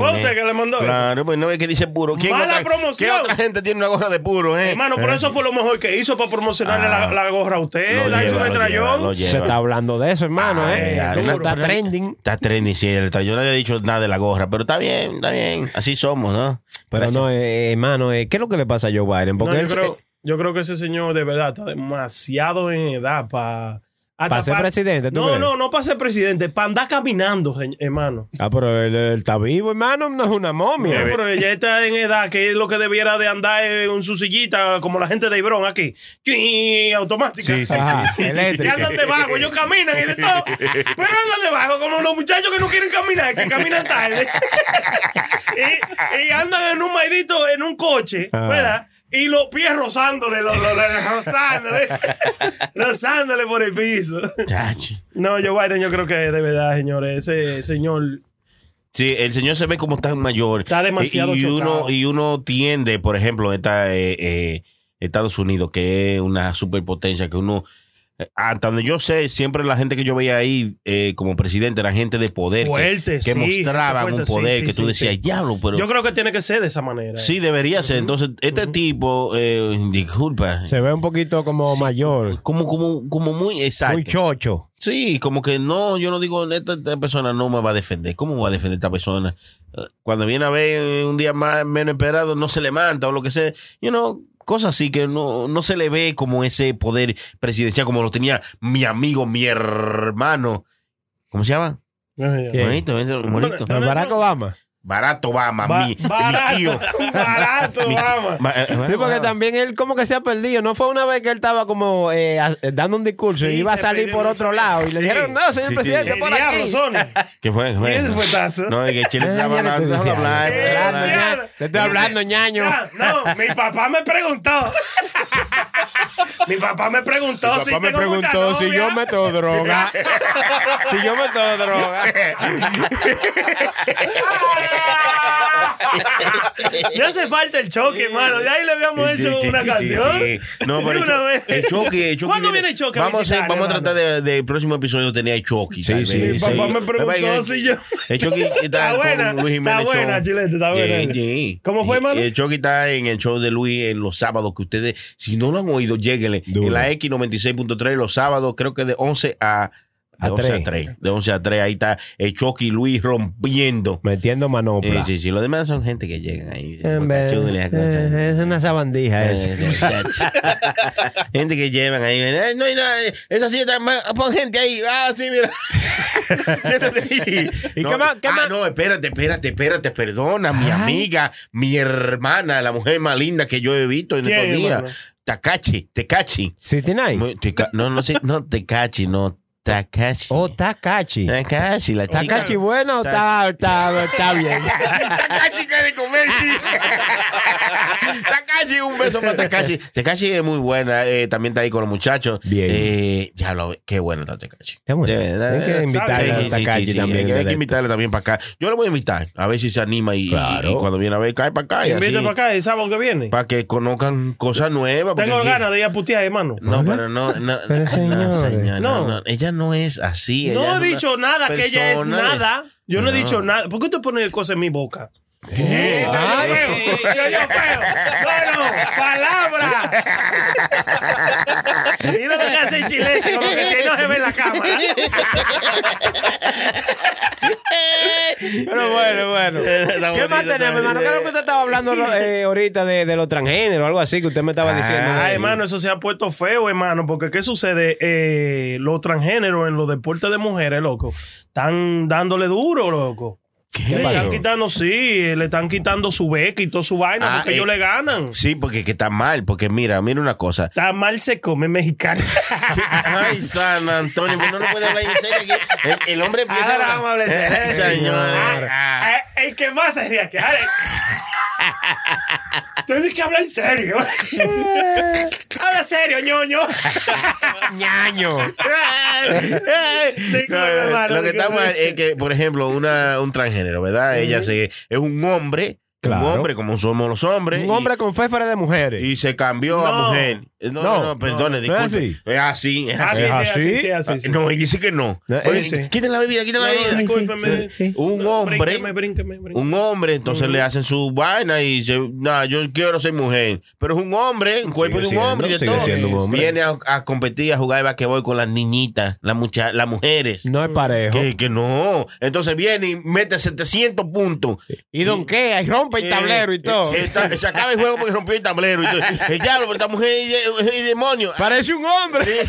S4: ¿Fue usted
S9: eh.
S4: que le mandó eso?
S9: Claro, pues no es que dice puro. ¿Quién
S4: Mala
S9: otra-
S4: promoción.
S9: ¿Qué otra gente tiene una gorra de puro, eh?
S4: Hermano, por eso fue lo mejor que hizo para promocionarle
S9: Ah.
S4: la, la gorra a usted.
S9: Lo
S4: La hizo
S9: lleva,
S4: un
S9: lo lleva, lo
S4: estrellón.
S9: lleva.
S6: Se está hablando de eso,
S4: Ah.
S6: hermano,
S9: Ay,
S6: ¿eh?
S9: ay,
S6: Eso
S9: no,
S6: está
S9: pero-
S6: trending.
S9: Está trendy, sí. El tra- yo no había dicho nada de la gorra, pero está bien, está bien. Así somos, ¿no?
S6: Pero
S9: Gracias.
S6: no, eh, hermano, eh, ¿qué es lo que le pasa a Joe Biden?
S4: No,
S6: Porque
S4: yo,
S6: él-
S4: creo, yo creo que ese señor de verdad está demasiado en edad para.
S6: ¿Para ser presidente, tú
S4: No,
S6: crees?
S4: no, no para ser presidente, para andar caminando, se- hermano.
S6: Ah, pero él, él está vivo, hermano, no es una momia.
S4: No, pero ya está en edad que es lo que debiera de andar en un su sillita, como la gente de Ibrón aquí. ¡Chin! Automática.
S9: Sí, sí,
S6: Ajá,
S4: Que
S6: eléctrica.
S4: andan debajo, ellos caminan y de todo. Pero andan debajo, como los muchachos que no quieren caminar, que caminan tarde. y, y andan en un maidito, en un coche,
S6: Ah.
S4: ¿verdad? Y los pies rozándole, los, los- los- rozándole, rozándole por el piso.
S9: Chachi.
S4: No, yo Biden, yo creo que de verdad, señores, ese señor
S9: Sí, el señor se ve como tan mayor. Eh,
S4: Está demasiado
S9: y, y uno
S4: chocado.
S9: Y uno tiende, por ejemplo, esta, eh, eh, Estados Unidos, que es una superpotencia, que uno... eh, Hasta donde yo sé, siempre la gente que yo veía ahí eh, como presidente era gente de poder. que-
S4: Fuerte,
S9: que,
S4: sí,
S9: mostraban
S4: gente
S9: un
S4: fuerte,
S9: poder
S4: sí, sí,
S9: que tú
S4: sí,
S9: decías,
S4: sí.
S9: diablo, pero...
S4: Yo creo que tiene que ser de esa manera.
S9: Sí, debería ser. Entonces, este tipo, eh, disculpa,
S6: Se ve un poquito como mayor,
S9: como, como, como muy exacto.
S6: muy chocho.
S9: Sí, como que no, yo no digo, esta, esta persona no me va a defender. ¿Cómo va a defender esta persona? Eh, Cuando viene a ver eh, un día más menos esperado, no se levanta o lo que sea. You know, cosas así que no, no se le ve como ese poder presidencial como lo tenía mi amigo, mi hermano. ¿Cómo se llama?
S4: eh. Ay,
S6: ¿Qué?
S9: Bonito, bonito, bonito.
S4: No, no,
S6: Barack
S4: no.
S6: Obama.
S9: Barato Obama,
S4: Ba-
S9: mi, mi
S4: barato,
S9: tío.
S4: barato,
S9: Mi-
S4: Obama.
S9: Ba- eh,
S6: Sí, porque
S9: Obama.
S6: también él como que se ha perdido. No fue una vez que él estaba como eh, a- dando un discurso y
S4: Sí,
S6: iba a
S4: se
S6: salir
S4: perdió
S6: por
S4: mucho
S6: otro
S4: tiempo.
S6: lado. Y le
S4: Sí.
S6: dijeron, no, señor
S9: Sí, sí.
S6: presidente,
S4: El
S6: por
S4: diablo,
S6: aquí.
S4: Sony.
S9: ¿Qué fue? ¿Qué
S4: ¿Y
S9: fue?
S4: ese fuetazo?
S9: No, es que Chile
S6: Ah,
S9: estaba
S6: ya le
S9: hablando,
S6: estoy
S9: déjalo hablar.
S6: diciendo.
S4: Eh,
S9: déjalo
S6: Hablando,
S9: hablar.
S6: Eh, ya. Te estoy hablando, ñaño.
S4: Ya, no, mi papá me preguntó. mi papá me preguntó si
S6: Papá me
S4: tengo mucha
S6: preguntó si
S4: novia.
S6: yo meto droga. si yo meto droga.
S4: No hace falta el choque, hermano. De ahí le habíamos
S9: Sí,
S4: hecho
S9: sí,
S4: una
S9: sí,
S4: canción.
S9: sí, sí. No,
S4: De
S9: pero el,
S4: una
S9: cho-
S4: vez.
S9: el Chucky, el Chucky
S4: ¿Cuándo viene el Chucky a
S9: Vamos a, hacer-
S4: visitar,
S9: vamos a
S4: hermano?
S9: tratar de- del próximo episodio tener a Chucky.
S6: Sí,
S9: tal
S6: sí,
S9: vez.
S6: Mi
S4: papá me
S9: Papá,
S4: preguntó
S9: el-
S4: si yo-
S9: El Chucky está,
S4: Está buena,
S9: con Luis Jiménez.
S4: está buena,
S9: Show.
S4: Chilete, está buena.
S9: Yeah, yeah.
S4: ¿Cómo fue, hermano?
S9: El Chucky está en el show de Luis en los sábados. Que ustedes, si no lo han oído, lléguenle.
S6: Duro.
S9: En la X96.3 los sábados, creo que de 11 a... De
S6: A
S9: 11 a
S6: tres.
S9: 3. De 11 a 3. Ahí está el Chucky Luis rompiendo.
S6: Metiendo manopla.
S9: Eh, sí, sí. Los demás son gente que llegan ahí.
S6: En vez-
S9: Chúguenle a casa.
S6: eh, es una sabandija esa.
S9: gente que llevan ahí. "Eh, no hay nada. Esa sí está más. Pon gente ahí. Ah, sí, mira. Siéntate ahí.
S6: ¿Y
S9: no,
S6: qué más- qué
S9: ah,
S6: más?
S9: no, espérate, espérate, espérate. Perdona, mi amiga, mi hermana, la mujer más linda que yo he visto en
S4: ¿Quién,
S9: estos días.
S4: hermano?
S9: Takachi, Tekachi.
S6: ¿69?
S9: Muy- Teca- No, no sé, no, Tekachi, no. Takashi.
S6: Oh, Takashi.
S9: Takashi, la Eh, chica.
S6: ¿Takashi buena o está, está, está bien?
S9: Takashi que de comerse. Takashi, un beso para Takashi. Takashi es muy buena. eh, también está ahí con los muchachos.
S6: Bien.
S9: Eh, ya lo qué buena está Takashi.
S6: Está buena.
S9: De verdad.
S6: Hay que invitarla a
S9: Sí, sí, sí,
S6: Takashi
S9: sí, sí.
S6: también,
S9: Hay que- Hay
S6: directo.
S9: que invitarle también para acá. Yo lo voy a invitar. A ver si se anima y,
S6: Claro.
S9: y cuando viene a ver, cae para acá. y
S4: Invito
S9: así,
S4: para acá el sábado que viene.
S9: Para que conozcan cosas nuevas. porque
S4: Tengo
S9: sí.
S4: ganas de ir a putear, hermano.
S9: No, pero no, no,
S6: Pero
S9: no,
S6: señores.
S9: señora,
S4: No.
S9: no, no, ella no es así. ella
S4: No
S9: es
S4: he
S9: una
S4: dicho nada, que ella es
S9: persona de-
S4: nada. Yo no, he
S9: No.
S4: dicho nada. ¿Por qué usted pone cosas en mi boca?
S6: ¿Qué?
S4: Ah, yo feo, yo- yo feo. No, no, palabra. Mira lo que hace el chileno, lo que tiene no se ve en la cámara.
S6: Pero bueno, bueno. ¿Qué más tenemos, hermano? ¿Qué es lo
S4: Ah,
S6: que usted estaba hablando eh, ahorita de, de los transgéneros algo así que usted me estaba
S9: Ah,
S6: diciendo?
S4: Ay,
S6: Sí.
S4: hermano, eso se ha puesto feo, hermano, porque ¿qué sucede? Eh, los transgéneros en los deportes de mujeres, loco, están dándole duro, loco. le
S6: pasó?
S4: están quitando, sí, le están quitando su beca y toda su vaina
S9: Ah,
S4: porque
S9: eh.
S4: ellos le ganan.
S9: Sí, porque que está mal, porque mira, mira una cosa.
S4: Está mal se come mexicano.
S9: Ay, San Antonio, pues no lo puede hablar en serio aquí. El, el hombre empieza
S6: Ahora vamos a hablar en
S9: Eh,
S6: serio.
S9: señores.
S4: Ah, ah, El que más sería que. ah, eh. Tienes que hablar en serio. Habla serio, ñoño.
S6: ñaño.
S4: Disculpe,
S9: Eh, No,
S4: hermano,
S9: lo que está
S4: disculpe.
S9: mal es que, por ejemplo, una, un transgénero, ¿verdad? Ella se, es un hombre,
S6: Claro.
S9: un hombre como somos los hombres.
S6: Un
S9: y-
S6: hombre con féfara de mujeres.
S9: Y se cambió a
S4: No.
S9: mujer. Eh, No, no,
S6: No,
S9: no, perdone,
S6: no, no es
S9: disculpe. Es así, es
S4: Así, Ah, sí,
S9: así.
S6: ¿Es así? Ah,
S4: así, sí, así, sí.
S9: Ah, No, y dice que no.
S6: No,
S9: Oye,
S4: sí, sí.
S9: Quiten la bebida, quiten la
S4: No, no,
S9: bebida.
S4: discúlpeme.
S9: Un
S4: Bríncame,
S9: hombre,
S4: bríncame, bríncame.
S9: un hombre, entonces le hacen su vaina y dice, nah, yo quiero ser mujer. Pero es un hombre, un cuerpo de un
S6: siendo,
S9: hombre. y de
S6: sigue
S9: todo.
S6: siendo un hombre.
S9: Viene a, a competir, a jugar voy con las niñitas, las, mucha- las mujeres.
S6: No es parejo.
S9: Que, que no. Entonces viene y mete 700 puntos.
S6: Y donkea y rompe Pues
S9: Eh,
S6: el tablero y todo.
S9: eh, está- se acaba el juego porque rompió el tablero. Y todo. El diablo, pero esta mujer es, es demonio.
S6: Parece un hombre.
S9: eh,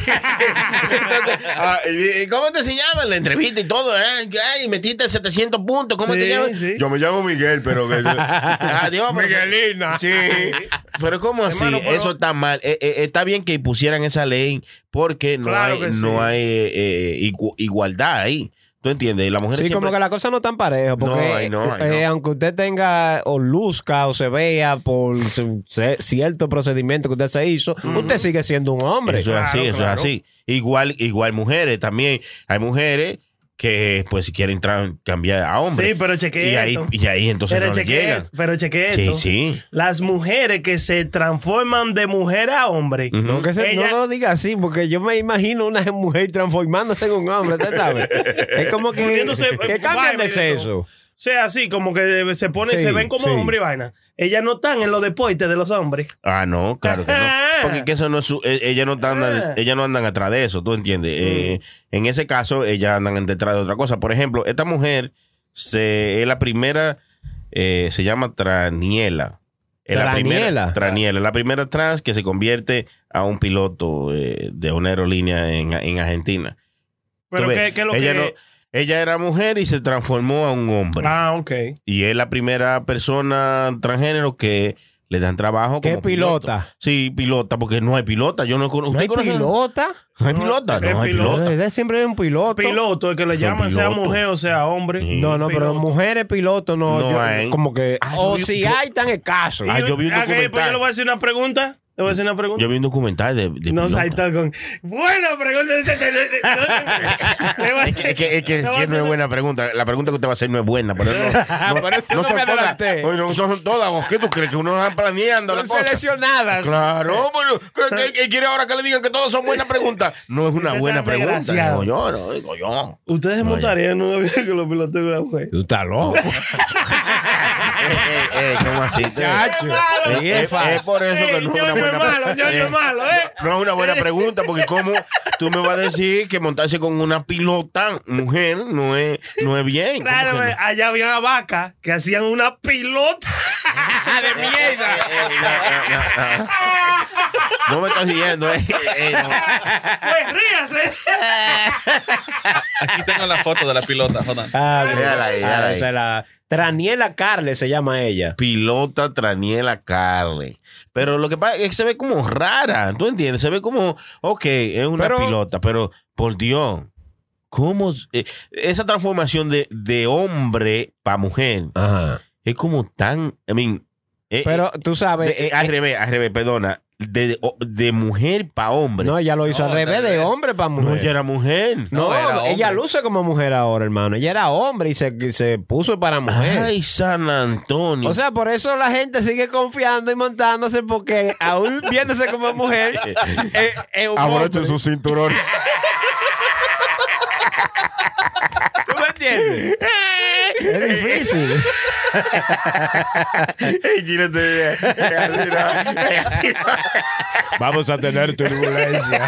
S9: Entonces, ah, ¿y ¿Cómo te se llama? La entrevista y todo. ¿eh? Ay, metiste 700 puntos. ¿Cómo
S4: Sí,
S9: te llamas?
S4: sí.
S9: Yo me llamo Miguel, pero. que- Adiós, pero-
S6: Miguelina.
S9: Sí. Pero ¿cómo así?
S4: Hermano, pero-
S9: Eso está mal. Eh, eh, está bien que pusieran esa ley porque no
S4: Claro
S9: hay,
S4: que sí.
S9: no hay eh, eh, igu- igualdad ahí. ¿Tú entiendes? La mujer
S6: Sí,
S9: siempre...
S6: como que las cosas no están parejas. Porque
S9: No, ay, no, ay,
S6: eh,
S9: no.
S6: aunque usted tenga o luzca o se vea por su- se- cierto procedimiento que usted se hizo, usted sigue siendo un hombre.
S9: Mm. Eso es así,
S4: Claro,
S9: eso
S4: claro.
S9: es así. Igual, igual mujeres también. Hay mujeres que pues quieren tra- cambiar a hombres.
S4: Sí, pero chequea
S9: y ahí,
S4: esto.
S9: y ahí entonces
S4: Pero
S9: no le
S4: chequea,
S9: llegan.
S4: pero chequea
S9: Sí,
S4: esto.
S9: sí.
S4: Las mujeres que se transforman de mujer a hombre.
S9: Ujú.
S6: No, que se-
S4: Ella-
S6: no lo diga así, porque yo me imagino una mujer transformándose en un hombre, ¿usted sabe? es como que,
S9: eh,
S4: Poniéndose-
S6: que cambian de
S4: vaina y de
S6: sexo.
S4: O sea, así como que se ponen,
S6: Sí,
S4: se ven como
S6: sí.
S4: hombre y vaina. Ellas no están en los deportes de los hombres.
S9: Ah, no, claro que no.
S4: Ah.
S9: Porque que eso no es su- eh, ellas no andan,
S4: Ah. Mm.
S9: ellas no andan atrás de eso, ¿tú entiendes? Eh, en ese caso, ellas andan detrás de otra cosa. Por ejemplo, esta mujer se, es la primera, eh, se llama Traniela. Es la primera,
S6: Traniela.
S9: Traniela, la primera trans que se convierte a un piloto eh, de una aerolínea en, en Argentina.
S4: Pero
S9: Tú ves,
S4: que, que lo
S9: ella,
S4: que.
S9: no- ella era mujer y se transformó a un hombre.
S4: Ah, ok.
S9: Y es la primera persona transgénero que le dan trabajo.
S6: ¿Qué
S9: como
S6: pilota?
S9: Sí, pilota, porque no hay pilota. Yo no conozco.
S6: ¿No hay pilota?
S9: No hay pilota,
S4: Es
S9: no hay
S4: pilota.
S9: pilota.
S6: Pero Siempre hay un piloto.
S4: Piloto, el que le
S9: Son
S4: llaman, sea
S9: pilotos.
S4: mujer o sea hombre.
S9: Sí.
S6: No, no, pero
S4: Piloto.
S6: mujeres pilotos no,
S9: No
S6: yo-
S9: hay.
S6: como que...
S9: Ah,
S6: o
S9: yo-
S6: si
S9: yo-
S6: hay, tan escasos.
S4: Y
S9: Ah, yo vi un
S4: ok, pues
S9: documental.
S4: yo le voy a hacer una pregunta. Le voy a hacer una pregunta.
S9: Yo vi un documental de, de
S4: No,
S9: pilota.
S4: saltó con. Buena pregunta. Le voy a-
S9: Es que, es que- es que-
S4: le voy a
S9: que no
S4: hacer
S9: es
S4: una-
S9: buena pregunta. La pregunta que usted va a hacer no es buena. Pero no, no,
S6: ah, Por eso
S9: no
S6: no
S9: se
S6: me
S9: ponga-
S6: adelanté.
S9: Oye, no son todas. ¿vos ¿Qué tú crees? Que uno está planeando la
S6: Son
S9: cosa.
S6: seleccionadas.
S9: Claro, pero ¿qué- qué- qué quiere ahora que le digan que todas son buenas preguntas? No es una
S4: Usted
S9: buena
S4: está
S9: pregunta.
S4: desgraciado.
S9: Digo yo, no, digo yo.
S4: Ustedes
S9: Oye.
S4: montarían una vida que los pilotos de una mujer.
S6: Tú estás loco.
S9: Eh, eh, eh, ¿Cómo así?
S6: Chacho.
S9: Es,
S6: Y es
S9: es-
S6: fácil.
S9: es por eso que no es
S4: Ey,
S9: una
S4: ñoño
S9: buena
S4: es malo,
S9: pregunta.
S4: ñoño es malo, ¿eh?
S9: No es una buena pregunta, porque cómo tú me vas a decir que montarse con una pilota mujer no es, no es bien. ¿Cómo
S4: Claro,
S9: que no?
S4: eh, allá había una vaca que hacían una pilota.
S6: de mierda.
S9: Eh, eh, no, no, no. No me estás siguiendo, eh, eh, no.
S4: Pues ríase.
S10: Aquí tengo la foto de la pilota, jodan.
S6: Ah,
S9: Véala ahí, véala
S6: ah,
S9: ahí.
S6: esa es la Traniela Carles se llama ella.
S9: Pilota Traniela Carle. Pero lo que pasa es que se ve como rara, ¿tú entiendes? Se ve como, ok, es una
S6: Pero-
S9: pilota, pero por Dios. cómo eh, esa transformación de, de hombre para mujer es como tan, I mean, eh,
S6: Pero tú sabes.
S9: de- eh, al revés, al revés, perdona, de, de- o- de mujer para hombre.
S6: no, ella lo hizo
S10: No,
S6: al revés,
S10: de-
S6: de hombre para mujer.
S9: No, ella era mujer.
S6: No,
S10: No, era
S6: ella
S10: hombre.
S6: luce como mujer ahora, hermano. Ella era hombre y se, se puso para mujer.
S9: Ay, San Antonio.
S6: O sea, por eso la gente sigue confiando y montándose porque aún viéndose como mujer, eh, es, es
S9: Ah,
S6: un hombre.
S9: su cinturón.
S6: ¿Tú me entiendes? es difícil.
S9: Vamos a tener turbulencia.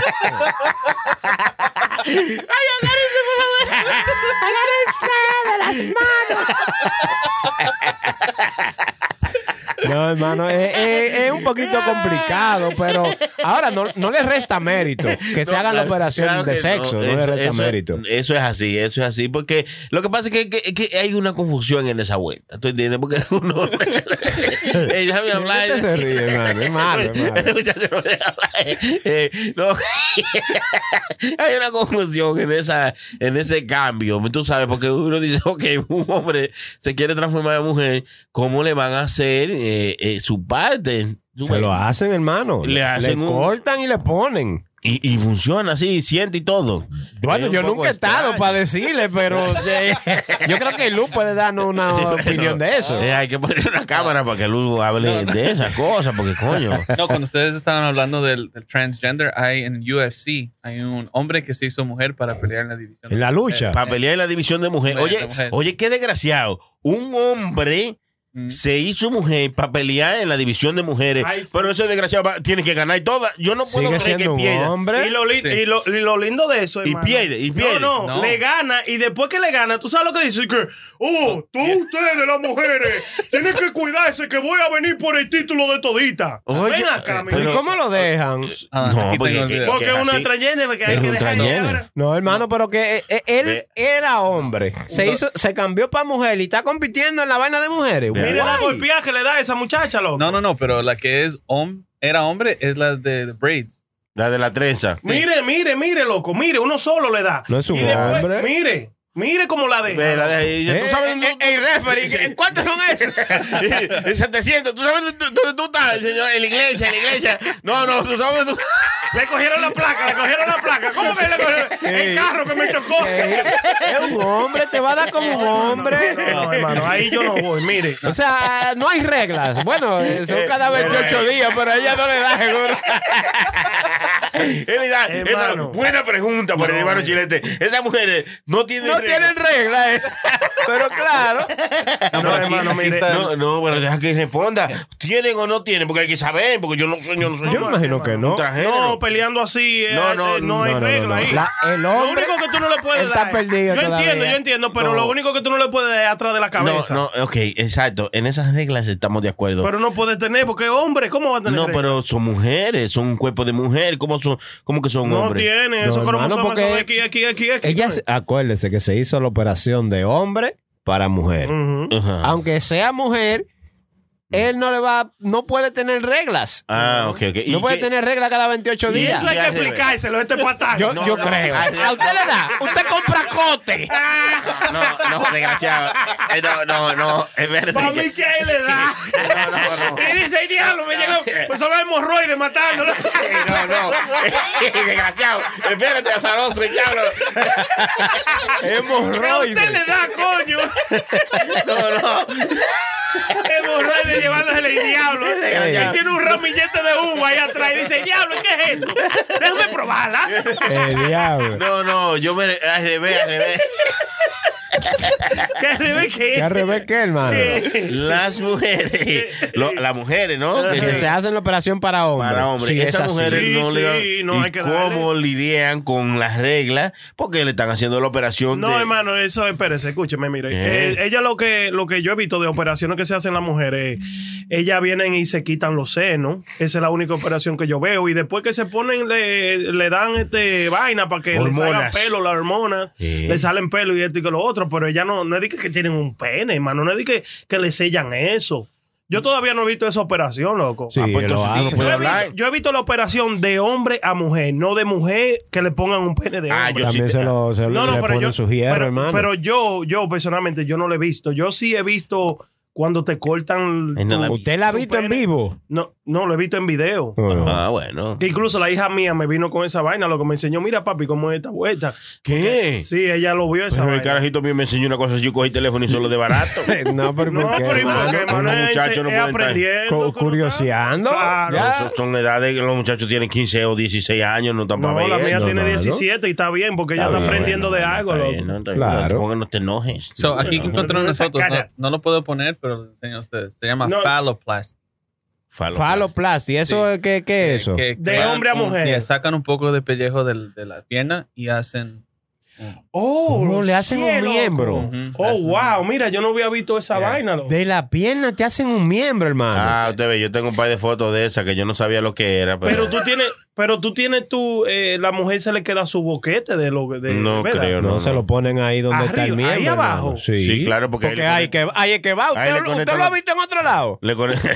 S6: No, hermano, es, es- es un poquito complicado, pero ahora no, no le resta mérito que se haga la operación de sexo, no, le resta mérito.
S9: Eso es así, eso es así. Porque lo que pasa es que, que- que hay una confusión en esa vuelta. ¿Tú entiendes? Porque uno. Eh, déjame hablar.
S6: Usted se ríe, hermano, es malo, es malo.
S9: Este muchacho no me deja hablar. Eh, no. hay una confusión en, esa, en ese cambio. Tú sabes, porque uno dice, ok, un hombre se quiere transformar en mujer, ¿cómo le van a hacer eh, eh, su parte? Tú
S6: Se
S9: ves.
S6: lo hacen, hermano.
S9: Le hacen un-
S6: cortan y le ponen.
S9: Y, y funciona así, siente y todo. Es
S6: Bueno,
S9: un
S6: yo
S9: poco
S6: nunca he estado
S9: extraño.
S6: para decirle, pero eh, yo creo que Lu puede darnos una opinión de eso.
S9: Eh, hay que poner una cámara para que Lugo hable de esas cosas, porque coño.
S10: No, cuando ustedes estaban hablando del, del transgender, hay en UFC, hay un hombre que se hizo mujer para pelear en la división.
S6: En la lucha.
S9: Para pelear en la división de mujer.
S10: Bueno,
S9: Oye,
S10: de mujer.
S9: oye, qué desgraciado. Un hombre
S10: Mm.
S9: se hizo mujer para pelear en la división de mujeres.
S4: Ay, sí.
S9: Pero ese desgraciado va- tiene que ganar todas. Yo no puedo
S6: Sigue
S9: creer que
S6: siendo un
S9: pierda.
S4: Y
S6: hombre.
S4: lo, li-
S10: Sí.
S4: y, lo, y lo lindo de eso,
S9: Y
S4: hermano.
S9: pierde, y pierde.
S4: No, no,
S10: No.
S4: le gana. Y después que le gana, tú sabes lo que dice. Que, oh, tú ustedes, las mujeres, tienen que cuidarse que voy a venir por el título de todita.
S9: Oye,
S4: Ven acá, mi
S9: pero-
S6: ¿Y
S4: hijo.
S6: cómo lo dejan?
S10: Ah,
S9: No,
S10: aquí
S9: porque-
S10: tengo el video.
S4: Porque
S9: que es
S4: uno
S9: así.
S4: es transgénero, porque hay
S9: Es
S4: que
S9: un
S4: dejar
S9: transgénero.
S4: ahora.
S6: No, hermano, pero que eh, eh, él
S9: Ve-
S6: era hombre. Se hizo, se cambió para mujer y está compitiendo en la vaina de mujeres.
S9: Ve-
S4: Mire la
S6: Guay.
S4: golpeada que le da a esa muchacha, loco.
S10: No, no, no, pero la que es hom era hombre es la de, de braids.
S9: La de la trenza.
S4: Mire, mire, mire, loco. Mire, uno solo le da.
S6: No es un
S4: Y después,
S6: hombre.
S4: Mire, mire cómo la deja.
S9: Ve, la deja ahí.
S6: Eh,
S9: ¿Tú sabes dónde-
S6: eh, eh, referee, ¿en cuánto son eso?
S9: En 700. ¿Tú sabes dónde- dónde tú estás? señor? En la iglesia, en la iglesia. No, no, tú sabes dónde tú
S4: Le cogieron la placa, le cogieron la placa. ¿Cómo que le cogieron? El carro que me chocó.
S6: Eh, Es un hombre, te va a dar como un hombre.
S4: No, no, no, hermano, ahí yo no voy, mire.
S6: O sea, no hay reglas. Bueno, eh, son cada 28 días, pero a ella no le da seguro.
S9: Es verdad, esa
S4: Hermano.
S9: buena pregunta por el
S6: eh.
S9: hermano chilete. Esas mujeres no tienen.
S6: No
S9: regla.
S6: tienen reglas. eh. Pero claro.
S4: No, hermano,
S10: aquí
S4: mire.
S10: está.
S9: No, no, pero deja que responda. ¿Tienen o no tienen? Porque hay que saber, porque yo no soy, yo no soy.
S6: Yo me imagino que no.
S9: Un transgénero.
S4: No, peleando así, eh, eh,
S9: No,
S4: no,
S9: no,
S4: hay
S6: no, no,
S4: regla
S6: no.
S4: ahí.
S6: La- el
S4: lo
S6: hombre
S4: único que tú no le puedes
S6: está
S4: dar.
S6: perdido
S4: yo
S6: todavía.
S4: entiendo, yo entiendo, pero
S9: No.
S4: lo único que tú no le puedes dar es atrás de la
S9: no,
S4: cabeza.
S9: no, ok, exacto. En esas reglas estamos de acuerdo.
S4: Pero no puedes tener, porque hombre, ¿cómo va a tener?
S9: no,
S4: regla?
S9: pero son mujeres, son un cuerpo de mujer. ¿Cómo, son, cómo que son
S4: No
S9: hombres?
S4: tiene,
S6: No,
S4: esos
S6: hermano,
S4: cromosomas
S6: porque
S4: son aquí, aquí, aquí, aquí.
S6: Ella, se- acuérdese que se hizo la operación de hombre para mujer.
S4: Ujú.
S9: Ajá.
S6: Aunque sea mujer, él no le va, no puede tener reglas.
S9: Ah, ok, ok. ¿Y
S6: No puede
S9: qué-
S6: tener reglas cada 28
S4: Y
S6: días.
S4: eso hay
S9: Ya,
S4: que
S9: ya, ya.
S4: explicárselo a este patán.
S6: Yo,
S9: No,
S6: yo
S9: no,
S6: creo.
S9: no.
S6: A usted le da. Usted compra cote.
S9: No, no, desgraciado. Eh, No, no, no. Es
S4: Para
S9: verdad.
S4: mí que ahí le da.
S9: No, no, no.
S4: Y dice, "Ay, diablo, me llegó. Pues son los hemorroides matándolo.
S9: Eh, No, no. Desgraciado. Espérate, azaroso, diablo.
S4: A usted le da, coño.
S9: No, no.
S4: Hemorroides llevándosele el diablo. Y tiene un ramillete de uva ahí atrás. Y dice, diablo, ¿qué es esto? Déjame probarla.
S6: El diablo.
S9: No, no. Yo me. Al revés, al revés.
S4: ¿Qué debe
S6: ¿Qué al
S4: que este
S6: revés qué, hermano?
S9: Las mujeres. lo- las mujeres, ¿no? Que
S6: Que
S9: se-
S6: se hacen la operación para hombre.
S9: para hombres.
S6: Sí, es
S9: Esas
S6: así.
S9: mujeres
S4: Sí,
S9: no
S4: sí,
S9: le dan.
S4: no,
S9: ¿Y
S4: hay que
S9: cómo lidian con las reglas? Porque le están haciendo la operación.
S4: No,
S9: de-
S4: hermano, eso, espérese, escúcheme, mire.
S9: Eh.
S4: Eh, ella lo que, lo que yo he visto de operaciones que se hacen las mujeres, ellas vienen y se quitan los senos. Esa es la única operación que yo veo. Y después que se ponen, le, le dan este vaina para que le salgan
S9: Hormonas.
S4: pelo, las hormonas,
S9: Eh.
S4: le salen pelo y esto y que lo otro. Pero ella no, no es de que, que tienen un pene, hermano, no es de que, que le sellan eso. Yo todavía no he visto esa operación, loco.
S6: Sí,
S9: pues entonces
S6: lo hago.
S9: sí,
S4: Yo
S9: puede
S4: he,
S9: hablar.
S4: visto, yo he visto la operación de hombre a mujer, no de mujer que le pongan un pene de
S9: Ah,
S4: hombre.
S9: yo sí
S6: También
S9: te-
S6: se lo, se lo-
S4: No,
S6: se
S4: no,
S6: le
S4: pero
S6: ponen
S4: yo,
S6: su hierro,
S4: pero-
S6: hermano.
S4: pero yo, yo personalmente, yo no lo he visto. Yo sí he visto cuando te cortan.
S9: Ay, no
S4: tu-
S9: la he
S6: ¿Usted la ha
S4: tu
S6: visto en
S4: pene.
S6: vivo?
S4: No, no, lo he visto en video.
S9: Ah, bueno.
S4: Incluso la hija mía me vino con esa vaina, lo que me enseñó, mira papi, cómo es esta vuelta.
S9: ¿Qué?
S4: Sí, ella lo vio esa
S9: Pero el
S4: vaina.
S9: carajito mío me enseñó una cosa, yo cogí teléfono y solo de barato.
S6: No, pero
S4: No,
S6: ¿por qué,
S4: pero ¿y por
S6: hermano?
S4: qué, hermano?
S9: Los
S4: Es-
S9: muchachos no
S4: es
S9: pueden estar-
S4: aprendiendo,
S6: Cu-
S4: ¿no?
S6: curioseando.
S4: Claro.
S6: Ya.
S9: Son, son edades que los muchachos tienen 15 o 16 años, no están
S4: No,
S9: para
S4: la
S9: ver.
S4: mía
S9: eso.
S4: tiene
S6: normal, ¿no?
S4: 17 y está bien, porque ella está
S9: bien,
S4: aprendiendo
S9: bueno,
S4: de algo,
S9: está
S4: loco.
S9: bien, no, está bien.
S6: Claro.
S9: Tampoco no te enojes.
S10: So, aquí que
S9: No,
S10: encontramos
S4: Esa
S10: nosotros, no,
S4: cara.
S10: no lo puedo poner, pero lo enseño a ustedes. Se llama
S4: No.
S10: Falloplasty.
S9: falo- pues.
S6: Faloplastia, ¿eso
S10: Sí.
S6: es- qué, qué es eso?
S10: Que- que
S4: De
S10: crean
S4: hombre a
S10: un-
S4: mujer.
S10: yeah, sacan un poco de pellejo del- de la pierna y hacen.
S4: Oh,
S6: No, le hacen un
S4: cielo.
S6: miembro.
S10: Ujú,
S4: Oh,
S10: hacen-
S4: wow, mira, yo no había visto esa
S10: Yeah.
S4: vaina, loco.
S6: De la pierna te hacen un miembro, hermano.
S9: Ah, usted ve, yo tengo un par de fotos de esas que yo no sabía lo que era, pero,
S4: Pero tú tienes, pero tú tienes tu, eh, la mujer se le queda su boquete de lo que, de,
S9: no
S4: ¿verdad?
S9: creo, no.
S6: no, se
S9: no.
S6: lo ponen ahí donde está el
S4: Arriba,
S6: miembro.
S4: ahí abajo.
S6: hermano. Sí.
S9: Sí, claro, porque ahí
S6: Porque
S9: le
S6: ahí que, ahí es que va.
S9: Ahí le
S6: ¿Usted,
S9: conectan
S6: usted lo ha
S9: la-
S6: visto en otro lado? ¿Eh?
S9: Le con-
S6: ¿Porque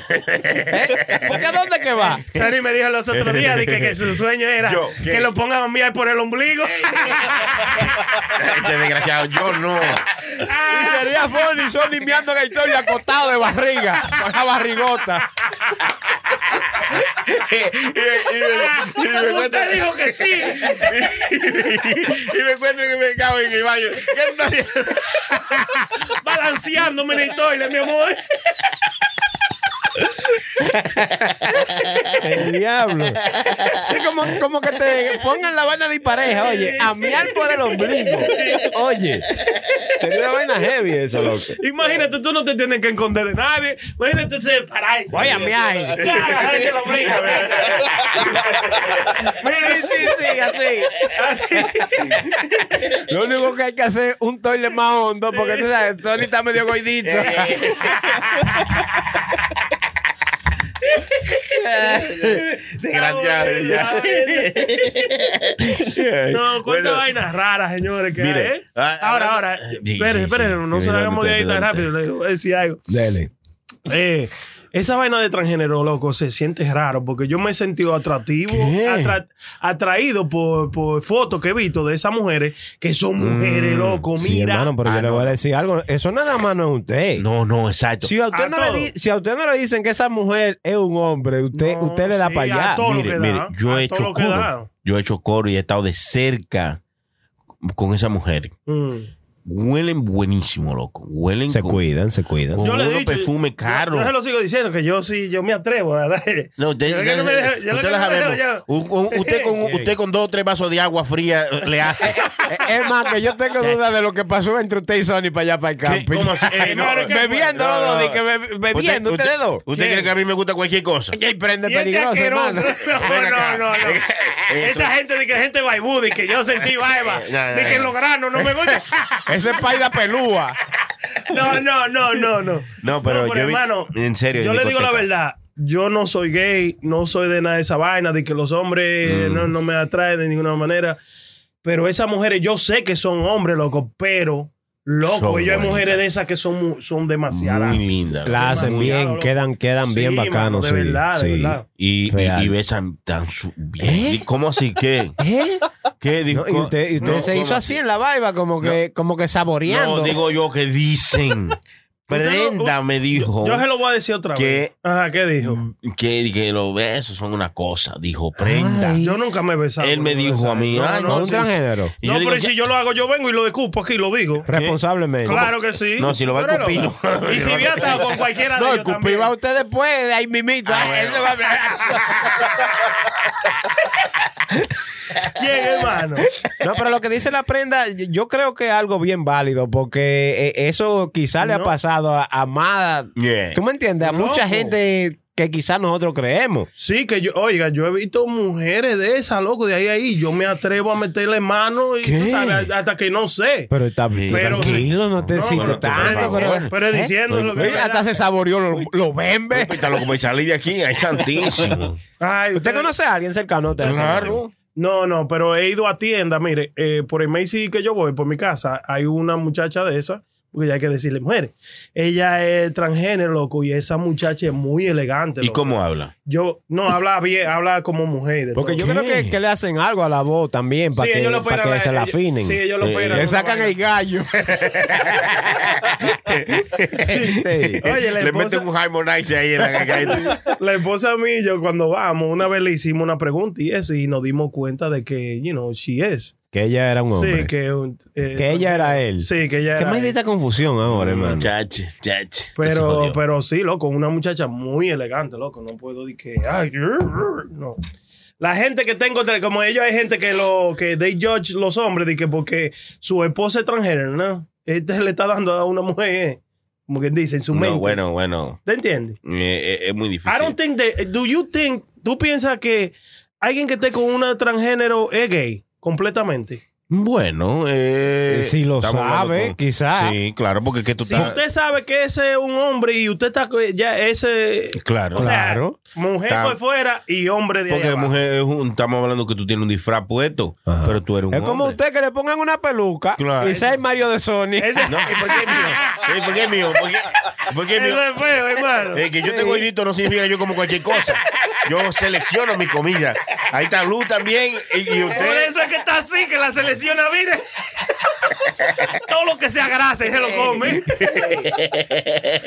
S6: a dónde que va?
S4: Sari me dijo los otros días de que, que su sueño era
S9: Yo, ¿qué?
S4: que lo pongan a mí ahí por el ombligo.
S9: este desgraciado, yo no.
S6: Y sería Fonny son limpiando la historia acotado de barriga. Con la barrigota.
S9: y, y- y- y me encuentro-
S4: Usted dijo que sí.
S9: y me encuentro que me cago en el baño. ¿Qué tú estás haciendo?
S4: Balanceándome en el toile, mi amor.
S6: El diablo. Sí, como, como que te pongan la vaina de pareja, oye. A miar por el ombligo. Oye. Sería una vaina heavy eso, loco.
S4: Imagínate, tú no te tienes que esconder de nadie. Imagínate ese paraíso.
S6: Voy a miar.
S4: Ya, ahí se lo brinca,
S6: Sí, sí, sí, así. Lo único que hay que hacer es un toile más hondo, porque tú sabes, Tony está medio goidito.
S9: Desgraciado, ya.
S4: No, cuántas
S9: Bueno.
S4: vainas raras, señores. Que
S9: Mire,
S4: hay, ¿eh?
S9: ah,
S4: ahora,
S9: ah,
S4: ahora.
S9: ah, sí, sí,
S4: Espérense,
S9: sí.
S4: espérense. No
S9: Sí,
S4: se
S9: no,
S4: hagamos de ahí tan
S9: perdón,
S4: rápido.
S9: perdón.
S4: Le voy a decir algo.
S6: Dele.
S4: Eh, esa vaina de transgénero, loco, se siente raro porque yo me he sentido atractivo, atra- atraído por, por fotos que he visto de esas mujeres que son
S9: Mm,
S4: mujeres, loco. Mira. Ah,
S6: Sí, hermano, pero yo le voy a decir algo. Eso nada más no es usted.
S9: No, no, exacto.
S6: Si a, usted
S4: A
S6: no le di-
S4: todo.
S6: si a usted no le dicen que esa mujer es un hombre, usted,
S4: No,
S6: usted le da
S4: sí,
S6: para allá.
S4: a todo
S9: mire,
S4: lo que
S9: mire,
S4: da,
S9: yo he
S4: a todo
S9: hecho
S4: lo que
S9: coro.
S4: da.
S9: Yo he hecho coro y he estado de cerca con esa mujer.
S4: Mm.
S9: Huelen buenísimo, loco. Huelen
S6: Se
S9: con-
S6: cuidan, se cuidan.
S9: Con
S4: Yo le he
S9: unos
S4: dicho-
S9: perfumes
S4: Yo,
S9: caros.
S4: yo se lo sigo diciendo que yo sí, yo me atrevo, ¿verdad?
S9: No, usted,
S4: Yo lo que no me dejo- yo lo
S9: usted
S4: que
S9: la
S4: no me
S9: sabemos.
S4: dejo, yo-
S9: Un- un- usted, con, usted con dos o tres vasos de agua fría eh, le hace.
S6: Eh, es más, que yo tengo duda de lo que pasó entre usted y Sony para allá, para el camping.
S9: ¿Cómo así? Eh, no,
S4: Claro que-
S6: bebiendo
S9: no,
S6: los dos,
S9: no.
S6: di que be- bebiendo
S9: usted,
S6: ustedes dos.
S9: ¿Usted cree que a mí me gusta cualquier cosa?
S6: Y ahí prende
S4: Y este
S6: peligroso,
S4: asqueroso.
S6: hermano.
S4: No, no, no, no. Esa gente de que gente baibú, de que yo sentí vaiba,
S9: Eh, no,
S4: de
S9: no.
S4: que los granos no me gusta.
S6: Ese es paida pelúa.
S4: No, no, no, no, no.
S9: No, pero yo vi-
S4: hermano,
S9: en serio,
S4: Yo
S9: en
S4: le digo la
S9: discoteca.
S4: verdad. Yo no soy gay, no soy de nada de esa vaina, de que los hombres
S9: Mm.
S4: no, no me atraen de ninguna manera. Pero esas mujeres, yo sé que son hombres, loco, pero, loco,
S9: Son
S4: yo hay
S9: bonitas.
S4: mujeres de esas que son, mu- son demasiadas.
S9: Muy linda.
S6: La hacen
S4: Demasiado,
S6: bien,
S4: loco.
S6: quedan, quedan bien
S4: Sí, mano,
S6: bacanos.
S4: de
S6: sí,
S4: verdad, de
S6: sí.
S4: verdad.
S9: Y, y,
S6: Real.
S9: y besan tan su- bien. ¿Y ¿Cómo así? ¿Qué?
S6: ¿Eh?
S9: ¿Qué
S6: No, y
S9: disco-
S6: usted, y usted
S9: No,
S6: se
S9: ¿cómo
S6: hizo así en la vaiba, como que, como que saboreando.
S9: No, digo yo que dicen.
S4: Usted no-
S9: Prenda me dijo
S4: Yo se lo voy a decir otra
S9: Oh. ¿Qué?
S4: vez. Ajá, ¿qué dijo?
S9: que, que los besos son una cosa. Dijo, prenda.
S4: Yo nunca me he besado.
S9: Él me
S4: con una
S9: dijo
S4: besada.
S9: a mí,
S4: No,
S9: ay,
S4: no,
S6: Con
S9: no,
S6: un
S9: sí.
S6: transgénero.
S9: Y
S4: no,
S9: yo digo,
S4: pero
S9: ¿qué?
S4: si yo lo hago, yo vengo y lo escupo aquí y lo digo.
S6: Responsablemente.
S4: Claro que sí.
S9: No, si lo va a
S4: Claro.
S9: escupir, no.
S4: Y si había estado con cualquiera de
S6: No,
S4: ellos
S6: escupí
S4: también.
S6: va usted después, de ahí mimito. Ah, eso va
S4: ¿Quién, hermano?
S6: No, pero lo que dice la prenda, yo creo que es algo bien válido, porque eh, eso quizá le ha
S4: No.
S6: pasado a, a más.
S9: Yeah.
S6: ¿Tú me entiendes? A mucha
S4: Loco.
S6: gente que quizá nosotros creemos.
S4: Sí, que yo, oiga, yo he visto mujeres de esas, loco, de ahí a ahí. Yo me atrevo a meterle mano y, tú sabes, hasta que no sé.
S6: Pero está
S9: bien.
S4: Pero-
S6: tranquilo, no te
S4: No,
S6: excites
S4: pero-
S6: tanto.
S9: por
S6: Pero,
S9: favor.
S4: Pero
S6: ¿Eh?
S4: diciendo lo que.
S6: Mira, hasta se saboreó los lo bembes.
S9: Pítalo como y salí de aquí, ay, santísimo.
S4: Ay,
S6: ¿Usted conoce a alguien cercano? a usted?
S9: Claro.
S4: No, no, pero he ido a tiendas. Mire, eh, por el Macy que yo voy, por mi casa, hay una muchacha de esas porque ya hay que decirle mujeres. Ella es transgénero, loco, y esa muchacha es muy elegante.
S9: ¿Y
S4: loco.
S9: cómo habla?
S4: Yo, no, habla bien, habla como mujer. de
S6: Porque
S4: todo.
S6: yo creo que, que le hacen algo a la voz también para
S4: Sí,
S6: que,
S4: ellos lo
S6: pa'
S4: operan
S6: que
S4: a-
S6: se la
S4: ellos-
S6: afinen.
S4: sí, ellos lo
S9: Eh,
S4: operan
S6: Le
S4: una
S6: sacan
S4: vaina.
S6: el gallo.
S4: Oye, la
S9: Le
S4: esposa-
S9: meten un harmonizer ahí en la caída.
S4: La esposa mía y yo, cuando vamos, una vez le hicimos una pregunta y eso, y nos dimos cuenta de que, you know, she is.
S6: que ella era un
S4: Sí,
S6: hombre. que,
S4: que. un- eh,
S6: ella era él.
S4: Sí, que ella
S6: Qué
S4: era.
S6: maldita confusión ahora, hermano.
S9: Chache, chache. Que se
S4: Pero,
S9: jodió.
S4: pero sí, loco, una muchacha muy elegante, loco. No puedo decir que. ay, grr, no. La gente que tengo, como ellos, hay gente que lo que they judge los hombres, de que porque su esposa es extranjera, ¿no? Este le está dando a una mujer, eh, como que dice, en su mente.
S9: No, bueno, bueno.
S4: ¿Te entiendes?
S9: Eh, eh, es muy difícil.
S4: I don't think that. Do you think, tú piensas que alguien que esté con una transgénero es gay completamente?
S9: Bueno, eh,
S6: Si lo
S9: estamos hablando
S6: sabe, quizá.
S9: Sí, claro, porque es que tú
S4: Si
S9: estás.
S4: usted sabe que ese es un hombre y usted está eh, ya ese
S9: Claro.
S4: o sea,
S6: Claro.
S4: mujer
S9: Está-
S4: por fuera y hombre de ahí
S9: Porque
S4: abajo.
S9: mujer es un- estamos hablando que tú tienes un disfraz puesto,
S6: Ajá.
S9: pero tú eres un
S6: Es como
S9: hombre.
S6: usted que le pongan una peluca
S9: Claro.
S6: y sea el Mario de Sony.
S9: No, ¿y por qué es mío? ¿Y por qué es mío? ¿Por qué, por qué es mío?
S4: Eso es feo, hermano.
S9: Eh, que yo tengo edito no significa yo como cualquier cosa. Yo selecciono mi comida. Ahí está Blue también. Y, y
S4: Por
S9: usted.
S4: eso es que está así, que la selecciona, mire. Todo lo que sea grasa y se lo come.
S9: Eh.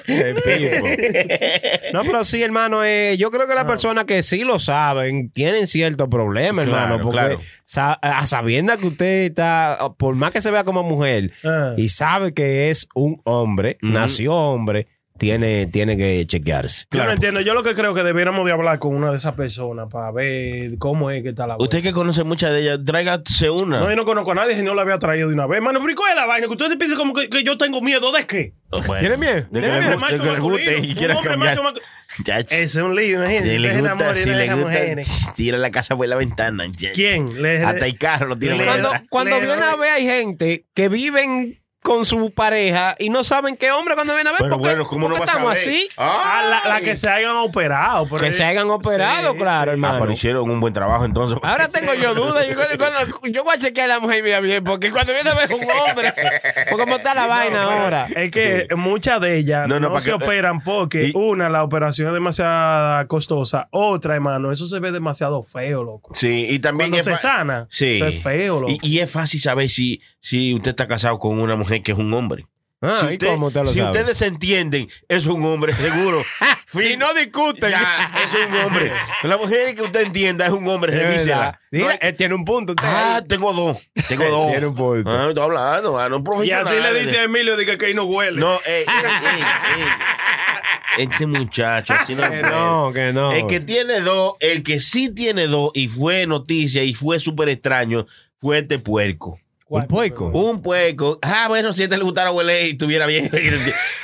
S6: El pipo. no, pero sí, hermano, eh, yo creo que
S9: Ah.
S6: las personas que sí lo saben tienen cierto problema,
S9: Claro,
S6: hermano, porque
S9: claro.
S6: sa- a sabienda que usted está, por más que se vea como mujer
S4: Ah.
S6: y sabe que es un hombre, nació hombre, tiene, tiene que chequearse.
S4: Yo no entiendo. Yo lo que creo que debiéramos de hablar con una de esas personas para ver cómo es que está la
S9: Usted que conoce muchas de ellas, tráigase una.
S4: No, yo no conozco a nadie si no la había traído de una vez. Mano, pero ¿y cuál es la vaina? Que ustedes piensan como que, que yo tengo miedo de qué.
S9: Oh, Bueno,
S6: ¿Tiene miedo?
S9: De que
S6: ¿Tiene
S9: le, gu- de
S6: miedo?
S9: que le guste
S4: masculino,
S9: y
S4: un
S9: quiera
S4: hombre
S9: cambiar.
S4: macho mascu-
S9: Ya,
S4: Ese es un lío, imagínate.
S9: si le
S4: Dejen
S9: gusta,
S4: amor y
S9: si le
S4: dejen
S9: gusta,
S4: mujeres.
S9: tira la casa por la ventana. ya.
S4: ¿Quién? Le-
S9: Hasta el carro lo tira por la
S6: Cuando,
S9: ventana.
S6: cuando
S4: Le
S6: viene
S4: doy-
S6: a ver, hay gente que viven con su pareja y no saben qué hombre cuando vienen a ver.
S9: Pero
S6: ¿por qué-
S9: bueno, ¿cómo
S6: por
S9: no
S6: qué
S9: vas a
S6: estamos
S9: ver?
S6: así?
S4: Ah, la, la
S9: Ay.
S4: que se hayan operado. por
S6: Que
S4: ahí.
S6: se hayan operado,
S4: Sí,
S6: claro,
S4: sí.
S6: hermano.
S9: Ah, pero hicieron un buen trabajo entonces.
S6: Ahora tengo yo dudas. Yo, cuando- yo voy a chequear a la mujer mía bien, porque cuando viene a ver un hombre, porque cómo está la vaina ahora.
S4: Es que muchas de ellas
S9: No,
S4: no,
S9: no, para
S4: se
S9: que- eh,
S4: operan porque,
S9: Y-
S4: una, la operación es demasiado costosa. Otra, hermano, eso se ve demasiado feo, loco.
S9: Sí, y también
S4: Cuando
S9: es
S4: se
S9: fa-
S4: sana,
S9: Sí.
S4: eso es feo, loco.
S9: Y, y es fácil saber si, si usted está casado con una mujer que es un hombre.
S6: Ah,
S9: si usted- si ustedes se entienden, es un hombre, seguro.
S6: Si Ah, no discuten,
S9: Ya, es un hombre. La mujer que usted entienda es un hombre,
S6: Es
S9: revísela.
S6: verdad. Diga,
S9: No es-
S6: eh, tiene un punto. usted.
S9: Ah, tengo dos. Tengo dos.
S6: Tiene un punto.
S9: Ah, estoy hablando, ah, no
S4: Y
S9: profesional.
S4: así le dice a Emilio de que, que ahí no huele.
S9: No, eh, eh, eh, eh. Este muchacho, así no
S6: que
S9: es.
S6: no, que no.
S9: El Eh, que tiene dos, el que sí tiene dos y fue noticia y fue súper extraño, fue este puerco.
S6: un puerco.
S9: Un puerco. Ah, bueno, si a este le gustara huele y estuviera bien.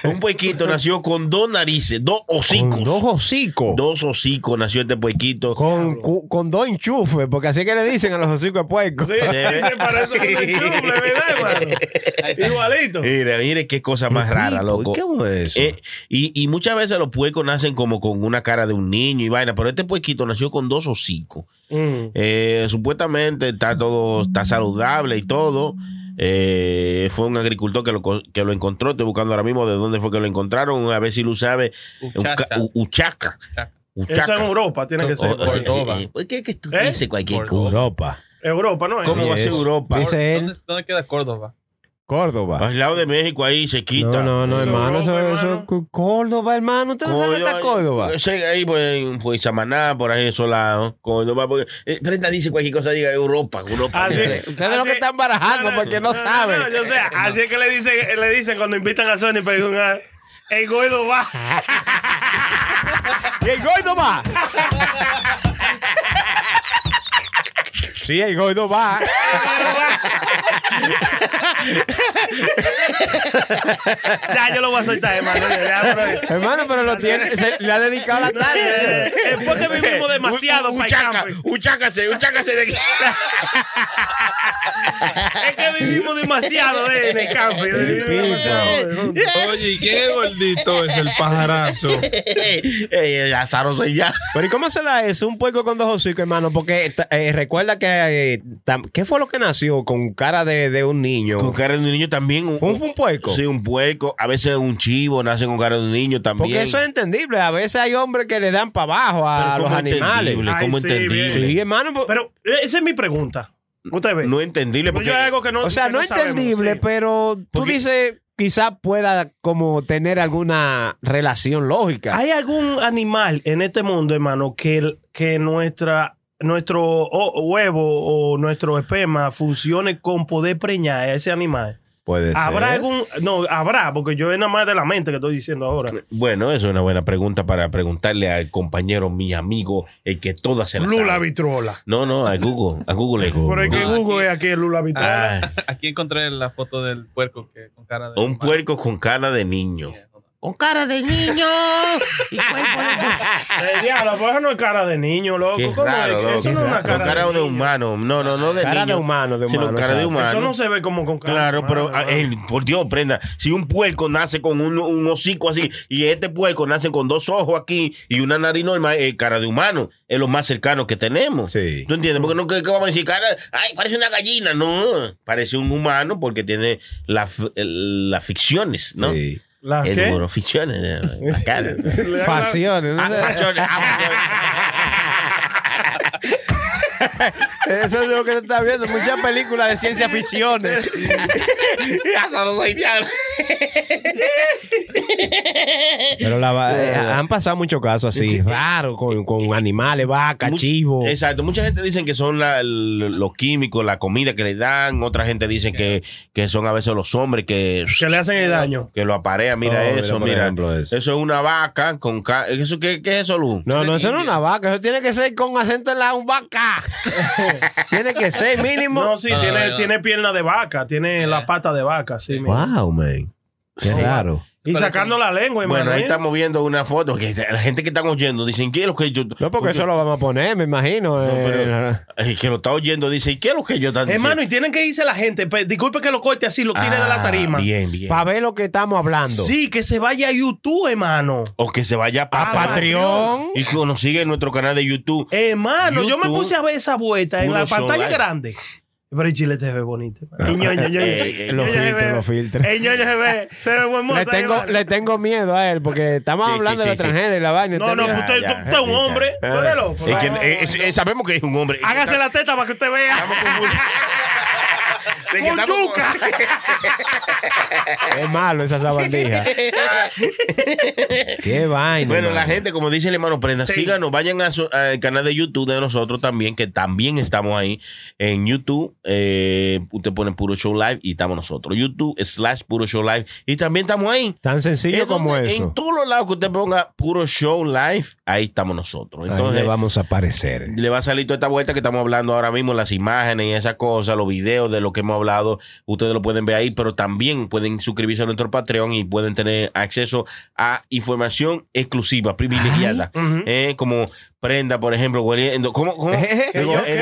S9: Un puerquito nació con dos narices, dos hocicos.
S6: Con dos hocicos.
S9: Dos hocicos nació este puerquito.
S6: Con, cu- con dos enchufes, porque así es que le dicen a los hocicos de puerco.
S9: Se ve-
S4: Se parece que es chumble, ¿verdad, hermano? Igualito.
S9: Mira, mire qué cosa más rara, loco.
S6: ¿Cómo es eso?
S9: Eh, y, y muchas veces los puercos nacen como con una cara de un niño y vaina, pero este puerquito nació con dos hocicos.
S4: Mm.
S9: Eh, supuestamente está todo, está saludable y todo. Eh, fue un agricultor que lo, co- que lo encontró. Estoy buscando ahora mismo de dónde fue que lo encontraron. A ver si lo sabe.
S10: Uchacha.
S9: Uca- U- Uchaca.
S4: Eso en
S9: Uchaca.
S4: Europa tiene que ser.
S9: O- o-
S10: Córdoba.
S9: eh, ¿Por qué es que tú
S4: ¿Eh?
S9: dices cualquier cosa?
S6: Europa.
S4: Europa, ¿no?
S9: ¿Cómo va a ser
S6: Yes.
S9: Europa?
S6: Dice él.
S10: ¿Dónde, dónde queda Córdoba?
S6: Córdoba.
S9: Al lado de México ahí se quita.
S6: No, no, no,
S4: Eso
S6: hermano.
S4: Europa,
S6: Eso, eso-
S4: hermano.
S6: cu- Córdoba, hermano. ¿Usted no sabe dónde está Córdoba?
S9: Sí, eh, ahí pues, pues Samaná, por ahí esos lados. Córdoba, porque eh, Brenda dice cualquier cosa, diga Europa, Europa.
S4: Así,
S6: Ustedes lo que están barajando porque no saben.
S4: yo sé, así es que le dicen, le dicen cuando invitan a Sony para el Goido va.
S6: ¿Y el gordo va? Sí, el gordo va.
S4: Ya yo lo voy a soltar, hermano. Ya, pero-
S6: Hermano, pero lo tiene, se- le ha dedicado la tarde.
S4: Eh, es porque vivimos demasiado para el
S9: Uchaca,
S4: campo.
S9: uchácase, uchácase de aquí.
S4: Es que vivimos demasiado eh, en el campo. Vivimos demasiado.
S11: Oye, qué gordito es el pajarazo.
S9: Ey, ey, Azaro soy eh, ya.
S6: Pero ¿y cómo se da eso? Un puerco con dos hocicos, eh, hermano. Porque eh, recuerda que... eh, tam- ¿Qué fue lo que nació con cara de, de un niño?
S9: Con cara de un niño también. ¿Un,
S6: un puerco?
S9: Sí, un puerco. A veces un chivo nace con cara de un niño también.
S6: Porque eso es entendible. A veces hay hombres que le dan para abajo
S4: Ah,
S6: a
S9: Pero
S6: los
S9: ¿cómo
S6: animales.
S9: entendible? ¿Cómo
S6: sí,
S9: entendible?
S6: bien. Sí, hermano.
S4: Pero eh, esa es mi pregunta. Usted ve.
S9: No es entendible.
S4: Pero
S9: Porque
S4: Pues yo algo que no.
S6: o sea,
S4: que
S6: no,
S4: sabemos,
S6: entendible,
S4: sí.
S6: pero tú dices quizás pueda como tener alguna relación lógica.
S4: ¿Hay algún animal en este mundo, hermano, que, el- que nuestra, nuestro o- huevo o nuestro esperma funcione con poder preñar a ese animal?
S9: Puede
S4: ¿Habrá
S9: ser.
S4: algún.? No, habrá, porque yo es nada más de la mente que estoy diciendo ahora.
S9: Bueno, eso es una buena pregunta para preguntarle al compañero, mi amigo, el que todas se las
S4: Lula Vitrola.
S9: No, no, a Google. A Google.
S4: Por el que Google es aquí el Lula Vitrola.
S9: Ah,
S10: Aquí encontré la foto del puerco que con cara de.
S9: un puerco con cara de niño.
S10: Con cara de niño.
S4: Eh, diablo, pues eso no es cara de niño, loco.
S9: Ah. Qué
S4: ¿Cómo es?
S9: raro, loco.
S4: Eso no es una
S9: Con
S4: cara, de
S9: de, humano. No, no, no de
S6: Cara de
S9: niño,
S6: humano, de
S9: sino
S6: humano,
S9: cara de
S6: exacto.
S9: humano.
S4: Eso no se ve como con cara.
S9: Claro,
S4: de
S9: pero
S4: humano,
S9: ah,
S4: ¿no?
S9: el- por Dios, prenda. Si un puerco nace con un, un hocico así y este puerco nace con dos ojos aquí y una nariz normal, eh, cara de humano, es lo más cercano que tenemos. ¿Tú entiendes? Porque no que, que vamos a decir, cara, ay, parece una gallina. No, parece un humano porque tiene la f- el- las ficciones, ¿no? Sí.
S4: ¿Las qué?
S9: ficciones. eh, la cara.
S4: Le hagan-
S6: Facciones, ¿no?
S9: Ah, facciones, ah, facciones.
S6: Eso es lo que tú estás viendo. Muchas películas de ciencia ficción.
S9: Ya solo soy diablo.
S6: Pero la va- eh, han pasado muchos casos así, raro, con, con animales, vacas,
S9: Much-
S6: chivos.
S9: Exacto. Mucha gente dicen que son la- l- los químicos, la comida que le dan. Otra gente dice que, que son a veces los hombres que,
S4: Que le hacen el daño.
S9: que lo aparean. Mira
S6: Oh, mira,
S9: eso,
S6: por
S9: mira.
S6: ejemplo,
S9: eso.
S6: eso.
S9: es una vaca con... ca- ¿Eso, qué, qué es eso, Lu?
S6: No, no, eso no es una vaca, eso tiene que ser con acento en la vaca. tiene que ser mínimo.
S4: No, sí,
S10: Ah,
S4: tiene,
S10: verdad. Ah.
S4: tiene pierna de vaca, tiene la pata de vaca, sí. mira.
S6: Wow, man. Qué raro.
S4: Y sacando la lengua,
S9: Bueno, ahí
S4: imagínate.
S9: estamos viendo una foto que la gente que están oyendo dicen, ¿qué es lo que yo...?
S6: No, porque eso lo vamos a poner, me imagino.
S9: No,
S6: eh,
S9: pero- El que lo está oyendo dice, ¿qué es lo que yo están diciendo?
S4: Hermano, y tienen que irse la gente. pe- Disculpe que lo corte así, lo tire de la
S9: Ah,
S4: tarima.
S9: Bien, bien.
S6: Para ver lo que estamos hablando.
S4: Sí, que se vaya a YouTube, hermano.
S9: O que se vaya
S4: Ah,
S9: para
S6: A Patreon.
S9: Y que nos siga en nuestro canal de YouTube.
S4: Eh, Hermano, yo me
S9: YouTube,
S4: puse a ver esa vuelta en
S9: puro
S4: la
S9: show
S4: pantalla
S9: live.
S4: grande. Pero el chile te ve bonito. Y ño, ño, ño,
S9: Eh, eh,
S4: ño,
S6: Los
S4: ño, se ve-
S6: filtros, los filtros.
S4: Eh, ño, ño, se ve, se ve muy hermosa,
S6: Le tengo,
S4: hermano.
S6: le tengo miedo a él, porque estamos
S9: Sí, sí,
S6: hablando
S9: sí,
S6: de
S9: sí.
S6: la transgénero y la vaina.
S4: No, no,
S6: entonces-
S4: usted
S9: Ah, ya,
S4: usted es un
S9: ya.
S4: hombre. Tú eres loco.
S9: Es que,
S4: No, no,
S9: eh,
S4: no.
S9: es- eh, sabemos que es un hombre.
S4: Hágase la teta para que usted vea.
S9: De que
S4: Con
S9: estamos-
S4: yuca.
S6: Es malo esa sabandija. Qué vaina.
S9: Bueno, la
S6: mano.
S9: gente, como dice el hermano Prenda,
S4: Sí.
S9: síganos, vayan a su- al canal de YouTube de nosotros también, que también estamos ahí en YouTube. eh, usted pone Puro Show Live y estamos nosotros. YouTube slash Puro Show Live y también estamos ahí.
S6: Tan sencillo
S9: Es
S6: como
S9: donde-
S6: eso.
S9: En todos los lados que usted ponga Puro Show Live, ahí estamos nosotros.
S6: Ahí
S9: Entonces,
S6: le vamos a aparecer.
S9: le va a salir toda esta vuelta que estamos hablando ahora mismo, las imágenes y esas cosas, los videos de lo que hemos hablado, ustedes lo pueden ver ahí, pero también pueden suscribirse a nuestro Patreon y pueden tener acceso a información exclusiva, privilegiada,
S4: ujú.
S9: Eh, como prenda, por ejemplo, hueliendo- ¿cómo? cómo?
S6: ¿Eh?
S9: Digo,
S4: ¿Yo
S9: en
S4: qué?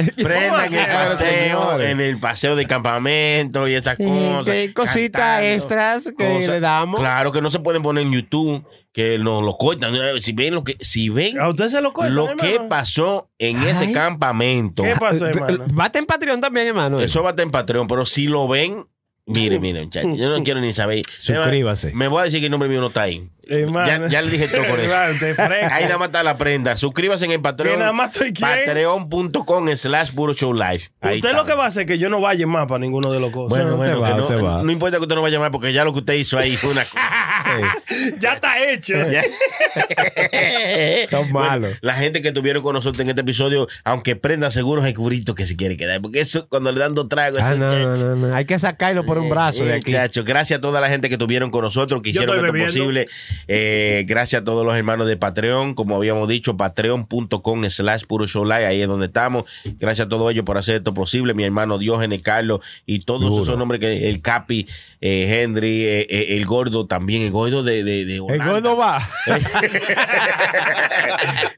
S9: el- eh, prenda en
S4: así?
S9: el paseo, eh,
S6: Señores.
S9: en el paseo de campamento y esas cosas.
S6: Eh, Cositas
S9: cantando,
S6: extras que
S9: cosas.
S6: le damos.
S9: Claro que no se pueden poner en YouTube, que nos lo cortan. Eh, Si ven lo que, si ven
S4: A usted se lo cortan,
S9: lo
S4: hermano.
S9: que pasó en ese
S6: Ay.
S9: campamento.
S4: ¿Qué pasó, hermano?
S6: Bate en Patreon también, hermano.
S9: Eso va a estar en Patreon, pero si lo ven, mire, mire, muchachos, yo no quiero ni saber.
S6: Suscríbase.
S9: Me voy a decir que el nombre mío no está ahí.
S4: Hermano.
S9: Ya, ya le dije todo con eso.
S4: Hermano, te fresco.
S9: Ahí nada más está la prenda. Suscríbase en el Patreon.
S4: Que nada más estoy quién.
S9: Patreon.com slash puro show live. Ahí
S4: Usted
S9: está.
S4: lo que va a hacer es que yo no vaya más para ninguno de los cosas.
S6: Bueno,
S9: Bueno,
S6: te va,
S9: que
S6: te
S9: no,
S6: va.
S9: no importa que usted no vaya más porque ya lo que usted hizo ahí fue una cosa.
S4: ya está hecho.
S9: Ya.
S6: Son
S9: Bueno,
S6: malos.
S9: la gente que estuvieron con nosotros en este episodio, aunque prenda seguro es el cubrito que se quiere quedar. Porque eso, cuando le dan dos tragos,
S6: Ah,
S9: eso,
S6: no,
S9: chacho.
S6: no, no, no. Hay que sacarlo
S9: Eh,
S6: por un brazo de aquí.
S9: Muchachos, gracias a toda la gente que estuvieron con nosotros, que
S4: Yo
S9: hicieron esto
S4: estoy bebiendo.
S9: posible. Eh, gracias a todos los hermanos de Patreon, como habíamos dicho, patreon.com slash puro show live, ahí es donde estamos. Gracias a todos ellos por hacer esto posible, mi hermano Diógenes, Carlos y todos
S6: Duro.
S9: esos nombres que el Capi, eh, Henry, eh, eh, el Gordo también, el Gordo de, de, de
S6: El
S9: Holanda.
S6: gordo va.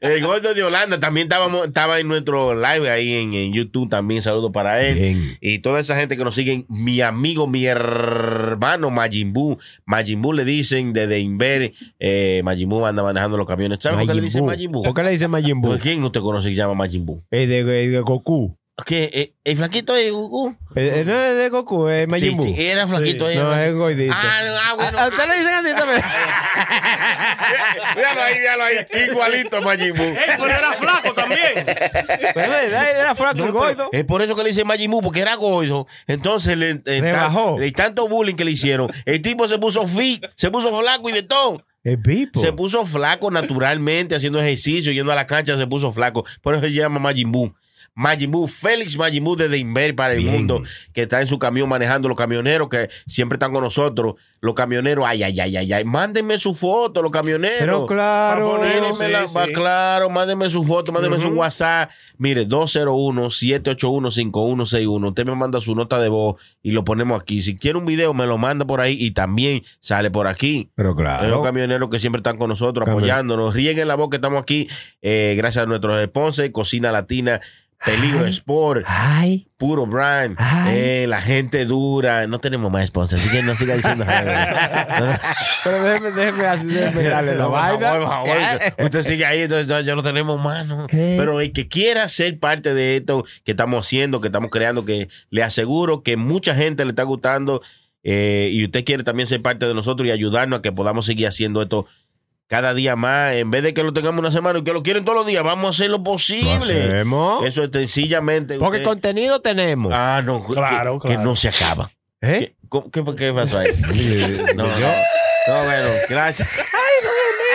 S9: El Gordo de Holanda también estábamos, estaba en nuestro live ahí en, en YouTube, también saludo para él.
S6: Bien.
S9: Y toda esa gente que nos siguen, mi amigo, mi hermano Majin Buu. Majin Buu le dicen desde Inver, eh, Majin Buu anda manejando los camiones. ¿Sabe por qué le
S6: Majin
S9: dicen
S6: Buu.
S9: Majin Buu?
S6: ¿Por qué le dicen Majin Buu?
S9: ¿Por ¿Quién usted conoce que se llama Majin Buu?
S6: El eh, de, el de Goku.
S9: que eh, el flaquito de Goku.
S6: Eh, eh, no es de Goku, es Majin
S9: Sí,
S6: Buu.
S9: sí, era flaquito, era
S6: No,
S9: flaquito.
S6: es Goidito.
S9: Ah, no, ah, bueno.
S6: A, a usted le dicen así también.
S9: Míralo ahí, míralo ahí. Igualito, Majin Buu.
S4: Ey, pero era flaco también.
S6: Pero es verdad, era flaco y
S9: No,
S6: gordo.
S9: pero Es por eso que le dicen Majin Buu, porque era gordo. Entonces, le, eh, tan-
S6: Rebajó.
S9: le- tanto bullying que le hicieron, el tipo se puso fit, se puso flaco y de todo.
S6: Es Pipo.
S9: Se puso flaco naturalmente, haciendo ejercicio, yendo a la cancha, se puso flaco. Por eso se llama Majin Buu. Majin Buu, Félix Majin Buu desde Inver para el mundo, que está en su camión manejando los camioneros que siempre están con nosotros. Los camioneros, ay, ay, ay, ay, ay. Mándenme su foto, los camioneros.
S6: Pero claro.
S9: Va a ponerme
S6: Sí,
S9: la- va-
S6: sí.
S9: Claro, mándenme su foto, mándenme su WhatsApp. Mire, 201-781-5161. Usted me manda su nota de voz y lo ponemos aquí. Si quiere un video, me lo manda por ahí y también sale por aquí.
S6: Pero
S9: Hay Los camioneros que siempre están con nosotros apoyándonos. Rieguen la voz que estamos aquí. eh, gracias a nuestros sponsors, Cocina Latina, Peligro Sport, Puro Brand, eh, la gente dura. No tenemos más sponsors, así que no siga diciendo.
S6: Pero déjeme, déjeme, así, déjeme darle la
S9: No, por
S6: vaina. eh.
S9: favor, por favor. Usted sigue ahí, entonces ya- ya no tenemos mano. Pero el que quiera ser parte de esto que estamos haciendo, que estamos creando, que le aseguro que mucha gente le está gustando eh, y usted quiere también ser parte de nosotros y ayudarnos a que podamos seguir haciendo esto cada día más. En vez de que lo tengamos una semana y que lo quieren todos los días, vamos a hacer lo posible.
S6: hacemos.
S9: Eso es sencillamente.
S6: Porque
S9: usted-
S6: contenido tenemos.
S9: Ah, no, que-
S4: Claro,
S9: que,
S4: claro.
S9: no se acaba.
S6: ¿Eh?
S9: ¿Qué, qué, qué pasó ahí? no, no, no, bueno, gracias.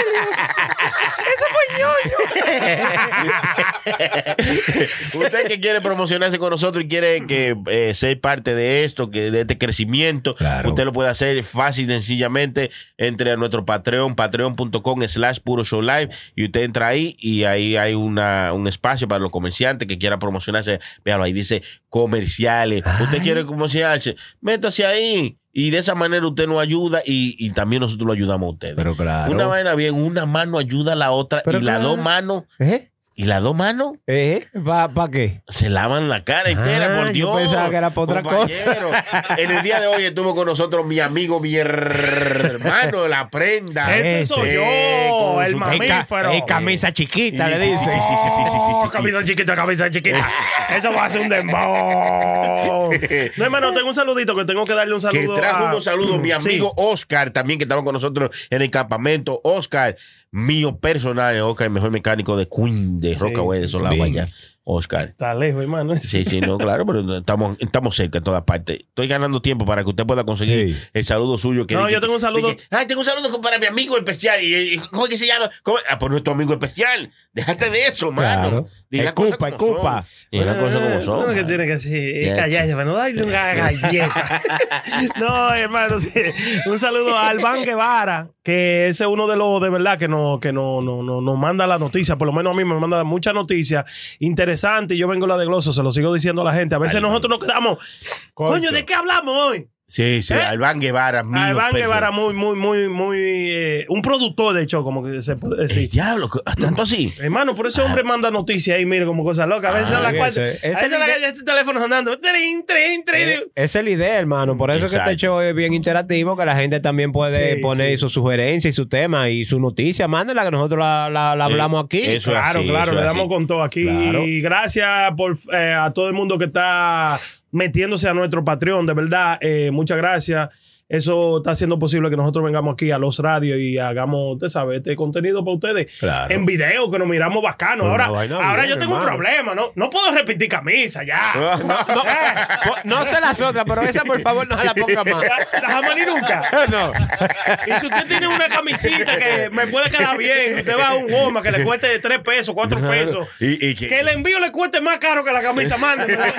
S9: Usted que quiere promocionarse con nosotros y quiere que eh, ser parte de esto, que de este crecimiento, usted lo puede hacer fácil, sencillamente, entre a nuestro Patreon, patreon.com slash puro show live, y usted entra ahí y ahí hay una, un espacio para los comerciantes que quieran promocionarse. Véalo, ahí dice comerciales. Usted quiere comerciarse, métase ahí. Y de esa manera usted nos ayuda y, y también nosotros lo ayudamos a ustedes.
S6: Pero claro.
S9: Una vaina bien, una mano ayuda a la otra
S6: Pero
S9: y las
S6: claro.
S9: dos manos
S6: ¿Eh?
S9: y las dos manos
S6: ¿Eh? ¿Para qué?
S9: se lavan la cara entera,
S6: Ah,
S9: por Dios.
S6: yo pensaba que era para otra
S9: compañero. en el día de hoy estuvo con nosotros mi amigo, mi her- hermano, la prenda.
S4: Ese soy yo, el mamífero.
S6: Es camisa chiquita, le
S9: Sí, sí,
S6: dice.
S9: sí, sí, sí, sí, sí,
S4: Oh,
S9: sí, sí.
S4: cabeza chiquita, cabeza chiquita. Eso va a ser un dembow. No, hermano, tengo un saludito que tengo que darle un
S9: Que
S4: saludo.
S9: trajo
S4: a-
S9: unos saludos, mi
S4: Sí.
S9: amigo Oscar, también que estaba con nosotros en el campamento. Oscar, mío personal, Oscar, el mejor mecánico de Queen, de Rockaway, de Solagua, allá. Oscar.
S4: Está lejos, hermano.
S9: Sí, sí, no, claro, pero estamos, estamos cerca en todas partes. Estoy ganando tiempo para que usted pueda conseguir el saludo suyo. Que
S4: No,
S9: dije-
S4: yo tengo un saludo.
S9: dije, Ay, tengo un saludo para mi amigo especial. ¿Y, y- cómo es que se llama? ¿Cómo? Ah, por nuestro amigo especial. Déjate de eso, mano.
S6: Claro.
S9: Dile las
S6: Escupa,
S9: cosas como
S6: escupa.
S9: son. Dile las cosas como
S4: Eh,
S9: son.
S4: No, Ah, que
S9: mano.
S4: tiene que ser
S9: Ya,
S4: callarse, pero no darle una galleta. no, hermano, sí. un saludo a Albán Guevara, que ese es uno de los de verdad que nos que no, no, no, nos manda las noticias, por lo menos a mí me manda muchas noticias interesantes. y Yo vengo la de gloso, se lo sigo diciendo a la gente. A veces
S9: Albán.
S4: nosotros nos quedamos, coño, ¿de qué hablamos hoy?
S9: Sí, sí,
S4: ¿Eh?
S9: Albán Guevara, mío.
S4: Albán
S9: personal.
S4: Guevara, muy, muy, muy, muy. eh, un productor, de hecho, como que se puede
S9: El
S4: decir.
S9: diablo, tanto así.
S4: Hermano, por ese hombre manda noticias ahí, mire, como cosas locas. A veces
S6: Ah,
S4: a las
S6: ese-
S4: cuatro.
S6: ese
S4: a veces
S6: es
S4: a las
S6: el de-
S4: cuatro ya está el teléfono andando. Trin, trin, trin.
S6: Eh, Esa es la idea, hermano. Por eso
S9: Exacto.
S6: que este show es bien interactivo, que la gente también puede
S4: Sí,
S6: poner
S4: sí.
S6: sus sugerencias y su tema y su noticia. Mándela que nosotros la, la- la
S9: Eh,
S6: hablamos aquí.
S9: eso es
S4: claro,
S9: así,
S4: claro,
S9: eso
S4: le
S9: es
S4: damos
S9: así.
S4: con todo aquí.
S6: Claro.
S4: Y gracias por, eh, a todo el mundo que está metiéndose a nuestro Patreon, de verdad, eh, muchas gracias. Eso está haciendo posible que nosotros vengamos aquí a los radios y hagamos, usted sabe, este contenido para ustedes
S6: Claro.
S4: en video, que nos miramos bacano.
S6: Una
S4: Ahora,
S6: vaina
S4: ahora
S6: bien,
S4: yo tengo un
S6: hermano.
S4: problema, ¿no? No puedo repetir camisa ya.
S6: No, po- no sé las otras, pero esa por favor no se la ponga más.
S4: La jamás ni nunca.
S6: No.
S4: Y si usted tiene una camisita que me puede quedar bien, usted va a un goma que le cueste 3 pesos, 4 pesos.
S9: Y, y que,
S4: Que el envío le cueste más caro que la camisa, mándemela.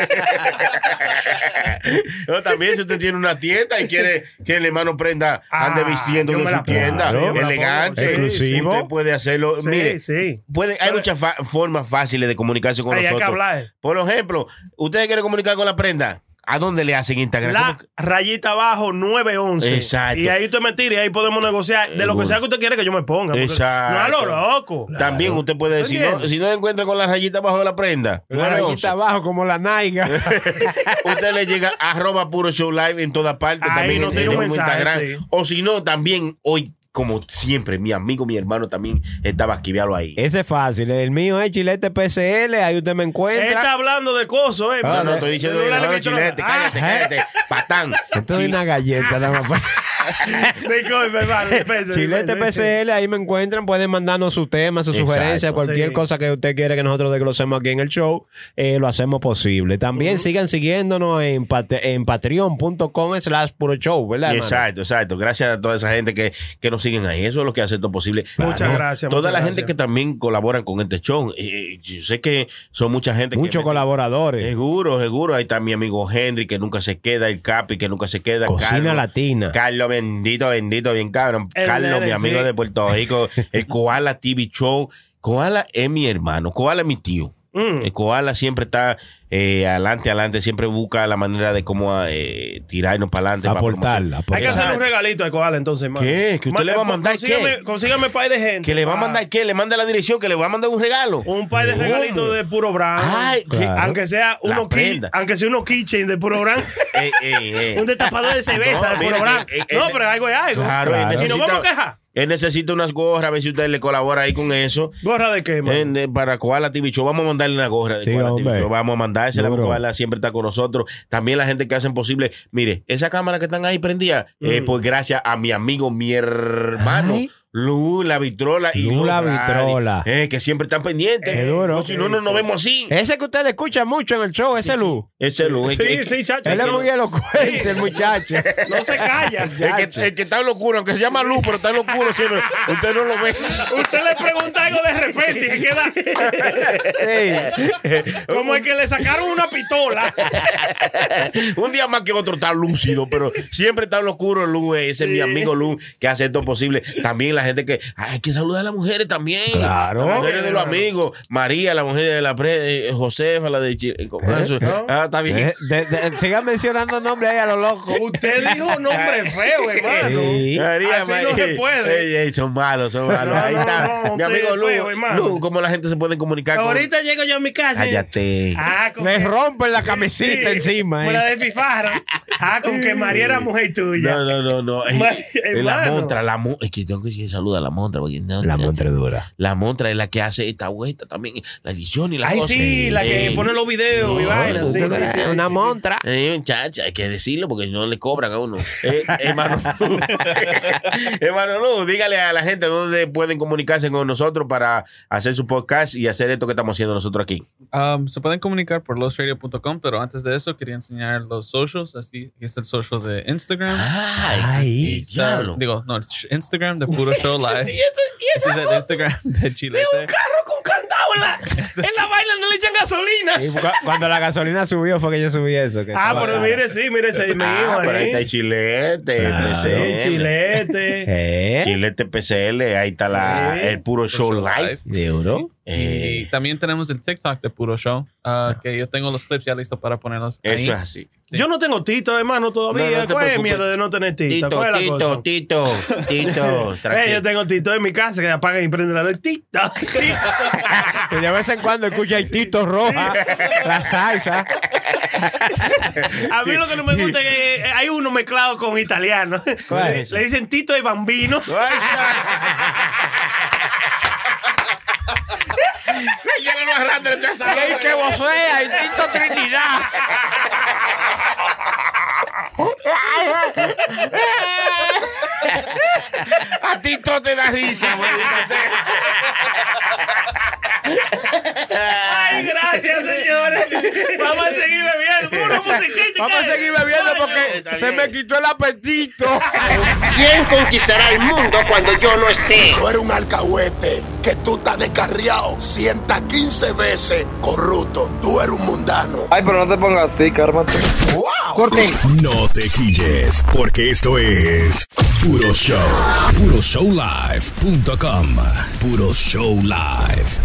S9: No, también si usted tiene una tienda y quiere que el hermano prenda
S4: Ah,
S9: ande vistiendo
S4: yo
S9: en
S4: me
S9: su
S4: la pongo,
S9: tienda,
S4: sí, yo me la
S9: elegante,
S4: pongo, sí,
S6: Exclusivo.
S9: Usted puede hacerlo.
S4: Sí,
S9: Mire,
S4: sí.
S9: puede, hay muchas fa- formas fáciles de comunicarse con
S4: Ahí hay
S9: nosotros.
S4: que hablar.
S9: Por ejemplo, ustedes quieren comunicar con la prenda. ¿A dónde le hacen Instagram?
S4: La
S9: ¿Cómo que-
S4: rayita abajo 911.
S9: Exacto.
S4: Y ahí usted me tira y ahí podemos negociar de lo que sea que usted quiere que yo me ponga. porque
S9: Exacto.
S4: No a lo loco.
S9: También usted puede decir,
S4: Oye.
S9: no, si no encuentra con la rayita abajo de la prenda,
S6: La rayita
S9: 911,
S6: abajo como la naiga.
S9: usted le llega a arroba puro show live en todas partes.
S4: Ahí
S9: también
S4: nos
S9: en-
S4: tira
S9: en
S4: un
S9: el mismo
S4: mensaje,
S9: Instagram.
S4: sí.
S9: O si no, también hoy como siempre, mi amigo, mi hermano también estaba esquivialo ahí.
S6: Ese es fácil. El mío es Chilete PCL. Ahí usted me encuentra.
S4: Él está hablando de cosas, ¿eh?
S9: No, no, estoy diciendo de hermano Chilete, cállate, cállate, patán.
S6: Ah, ¿eh? Esto es una galleta, dama.
S4: Ah, Disculpe, vale, pese,
S6: Chilete
S4: pese.
S6: PCL, ahí me encuentran, pueden mandarnos sus temas, sus
S9: Exacto,
S6: sugerencias, cualquier
S4: sí.
S6: cosa que usted quiera que nosotros desglosemos aquí en el show, eh, lo hacemos posible. También sigan siguiéndonos en, pat- en patreon.com slash puro show, ¿verdad? hermano?
S9: Exacto, exacto. Gracias a toda esa gente que, que nos siguen ahí. Eso es lo que hace esto posible.
S4: Muchas gracias,
S9: Toda
S4: muchas
S9: la
S4: gracias.
S9: gente que también colaboran con este show. Eh, eh, yo sé que son mucha gente. que
S6: Muchos
S9: mete-
S6: colaboradores.
S9: Seguro, seguro. Ahí está mi amigo Henry, que nunca se queda. El Capi, que nunca se queda.
S6: Cocina
S9: Carlos,
S6: Latina.
S9: Carlos, bendito, bendito, bien cabrón.
S4: El
S9: Carlos, mi
S4: LRC.
S9: amigo de Puerto Rico. El Koala TV Show. Koala es mi hermano. Koala es mi tío.
S4: Mm.
S9: El Koala siempre está eh, adelante, adelante. Siempre busca la manera de cómo eh, tirarnos para adelante. para
S6: Aportar,
S9: promocionar.
S6: aportar.
S4: Hay que hacer un regalito a Koala entonces, hermano.
S9: ¿Qué? ¿Que usted
S4: Ma- eh,
S9: le va a mandar
S4: consígame,
S9: qué?
S4: Consígame un par de gente.
S9: ¿Que le va a
S4: pa-
S9: mandar qué? ¿Le manda la dirección? ¿Que le va a mandar un regalo?
S4: Ah. Un par de
S9: ¿Cómo?
S4: regalitos de puro brand.
S9: Ay,
S4: Que-
S9: claro.
S4: Aunque sea
S9: La
S4: uno ki-
S9: prenda.
S4: aunque sea uno kitchen de puro brand.
S9: Ey, ey, ey.
S4: un destapador de cerveza
S9: No,
S4: de puro
S9: mira,
S4: brand.
S9: eh, eh,
S4: no,
S9: eh,
S4: pero algo es algo.
S9: Claro, él
S4: Y
S9: necesita,
S4: nos vamos a quejar.
S9: él necesita unas gorras, a ver si usted le colabora ahí con eso.
S4: Gorra de qué, man.
S9: En- eh, para Koala TV Show, vamos a mandarle una gorra de
S6: Sí,
S9: Koala TV
S6: hombre.
S9: Show. Vamos a mandársela.
S6: Duro.
S9: Koala siempre está con nosotros. También la gente que hacen posible. Mire, esa cámara que están ahí prendida, eh, pues gracias a mi amigo, mi hermano.
S6: Mm. Ay.
S9: Lu, la vitrola y
S6: Lu, la
S9: Radi,
S6: vitrola.
S9: eh, que siempre están pendientes.
S6: Qué duro. Eh,
S9: No, si no, no nos vemos así.
S6: Ese que usted escucha mucho en el show, ese Lu.
S9: Ese Lu. es que-
S4: Sí,
S9: es
S4: sí, chacho.
S6: Él es muy elocuente, el muchacho.
S4: No se calla.
S9: que- es que, el que está locuro, aunque se llama Lu, pero está locuro siempre. Usted no lo ve.
S4: Usted le pregunta algo de repente y se queda
S6: Sí.
S4: como el que le sacaron una pistola.
S9: Un día más que otro está lúcido, pero siempre está oscuro Lu. eh, Ese es mi amigo Lu que hace esto posible. También la gente que ay, hay que saludar a las mujeres también.
S6: Claro.
S9: Las mujeres de los amigos. María, la mujer de la pre, eh, Josefa, la de Chile. ¿Cómo es eso? Ah, está bien.
S6: De- de- de- sigan mencionando nombres ahí a lo loco.
S4: Usted dijo nombre feo, hermano.
S6: Sí.
S9: María,
S4: así no
S9: María.
S4: se puede.
S9: Ey, ey, son malos, son malos.
S4: No,
S9: Ahí
S4: no,
S9: está.
S4: no,
S9: mi
S4: usted
S9: amigo
S4: es
S9: Lu,
S4: feo, hermano.
S9: Lu, ¿cómo la gente se puede comunicar con
S4: Ahorita llego yo a mi casa.
S9: Cállate.
S4: Ah, con
S6: Le
S4: que-
S6: rompen la
S4: Sí,
S6: camisita encima.
S4: Me
S6: eh.
S4: la desfifaron. Ah, con que María era mujer tuya.
S9: No, no, no, no. Ey,
S4: Ma-
S9: eh, la
S4: hermano.
S9: montra, la montra. Es que tengo que decir saluda a la montra. porque no,
S6: La
S9: no,
S6: montredura.
S9: La montra es la que hace esta vuelta también, la edición y la
S4: Ay,
S9: cosa.
S4: sí, la que
S9: Sí.
S4: pone los videos y
S9: No,
S4: vaina. Sí,
S9: usted
S4: sí,
S9: verá,
S4: sí, sí,
S6: una
S4: sí.
S6: montra.
S9: Eh, muchacha, hay que decirlo porque no le cobran a uno. Eh, hermano, Lu. hermano Lu, dígale a la gente dónde pueden comunicarse con nosotros para hacer su podcast y hacer esto que estamos haciendo nosotros aquí.
S10: Um, se pueden comunicar por losradio.com, pero antes de eso quería enseñar los socials. Así que es el social de Instagram.
S9: Ay,
S6: Ay,
S9: el
S10: Está-
S9: diablo.
S10: digo, no, sh- Instagram de Puro Show Live. Ese es el Instagram de Chilete.
S4: Carro con candado en la, en la vaina, no le echan gasolina.
S6: Y cu- Cuando la gasolina subió fue que yo subí eso. que
S4: Ah,
S6: estaba-
S4: pero mire, sí, mire ese
S9: Ah,
S4: mío
S9: pero ahí
S4: ahí. ¿eh?
S9: está el chilete,
S4: Sí,
S9: PCL.
S4: chilete.
S6: ¿Eh?
S9: Chilete PCL, ahí está la,
S4: Sí.
S9: el puro show live.
S6: ¿De euro?
S9: Eh,
S10: Y también tenemos el TikTok de Puro Show, ah, que yo tengo los clips ya listos para ponerlos ahí.
S9: eso es así.
S10: Sí.
S4: Yo no tengo tito, hermano,
S9: No,
S4: todavía.
S9: no te
S4: ¿Cuál es el
S9: preocupes.
S4: miedo de no tener tito?
S9: Tito,
S4: ¿Cuál es la
S9: Tito,
S4: cosa?
S9: Tito, Tito,
S4: Eh, yo
S9: tranquilo.
S4: tengo tito en mi casa que apaga y prende la luz. Tito.
S6: Que de vez en cuando escucha el Tito Roja, la salsa.
S4: A mí lo que no me gusta es que eh, hay uno mezclado con italiano.
S6: ¿Cuál
S4: Le-
S6: es?
S4: Le dicen tito y bambino.
S6: Y que vocea, el Tito Trinidad.
S9: A Tito te da risa, güey.
S4: Ay, gracias, señores. Vamos a seguir bebiendo. Puro musiquita.
S6: Vamos a seguir bebiendo
S4: Coño.
S6: porque se me quitó el apetito.
S3: ¿Quién conquistará el mundo cuando yo no esté?
S2: Tú eres un alcahuete que tú estás descarriado 115 veces corrupto. Tú eres un mundano.
S5: Ay, pero no te pongas así, cármate.
S3: Corte.
S2: No te quilles, porque esto es Puro Show. PuroShowLive.com. Puro Show Live.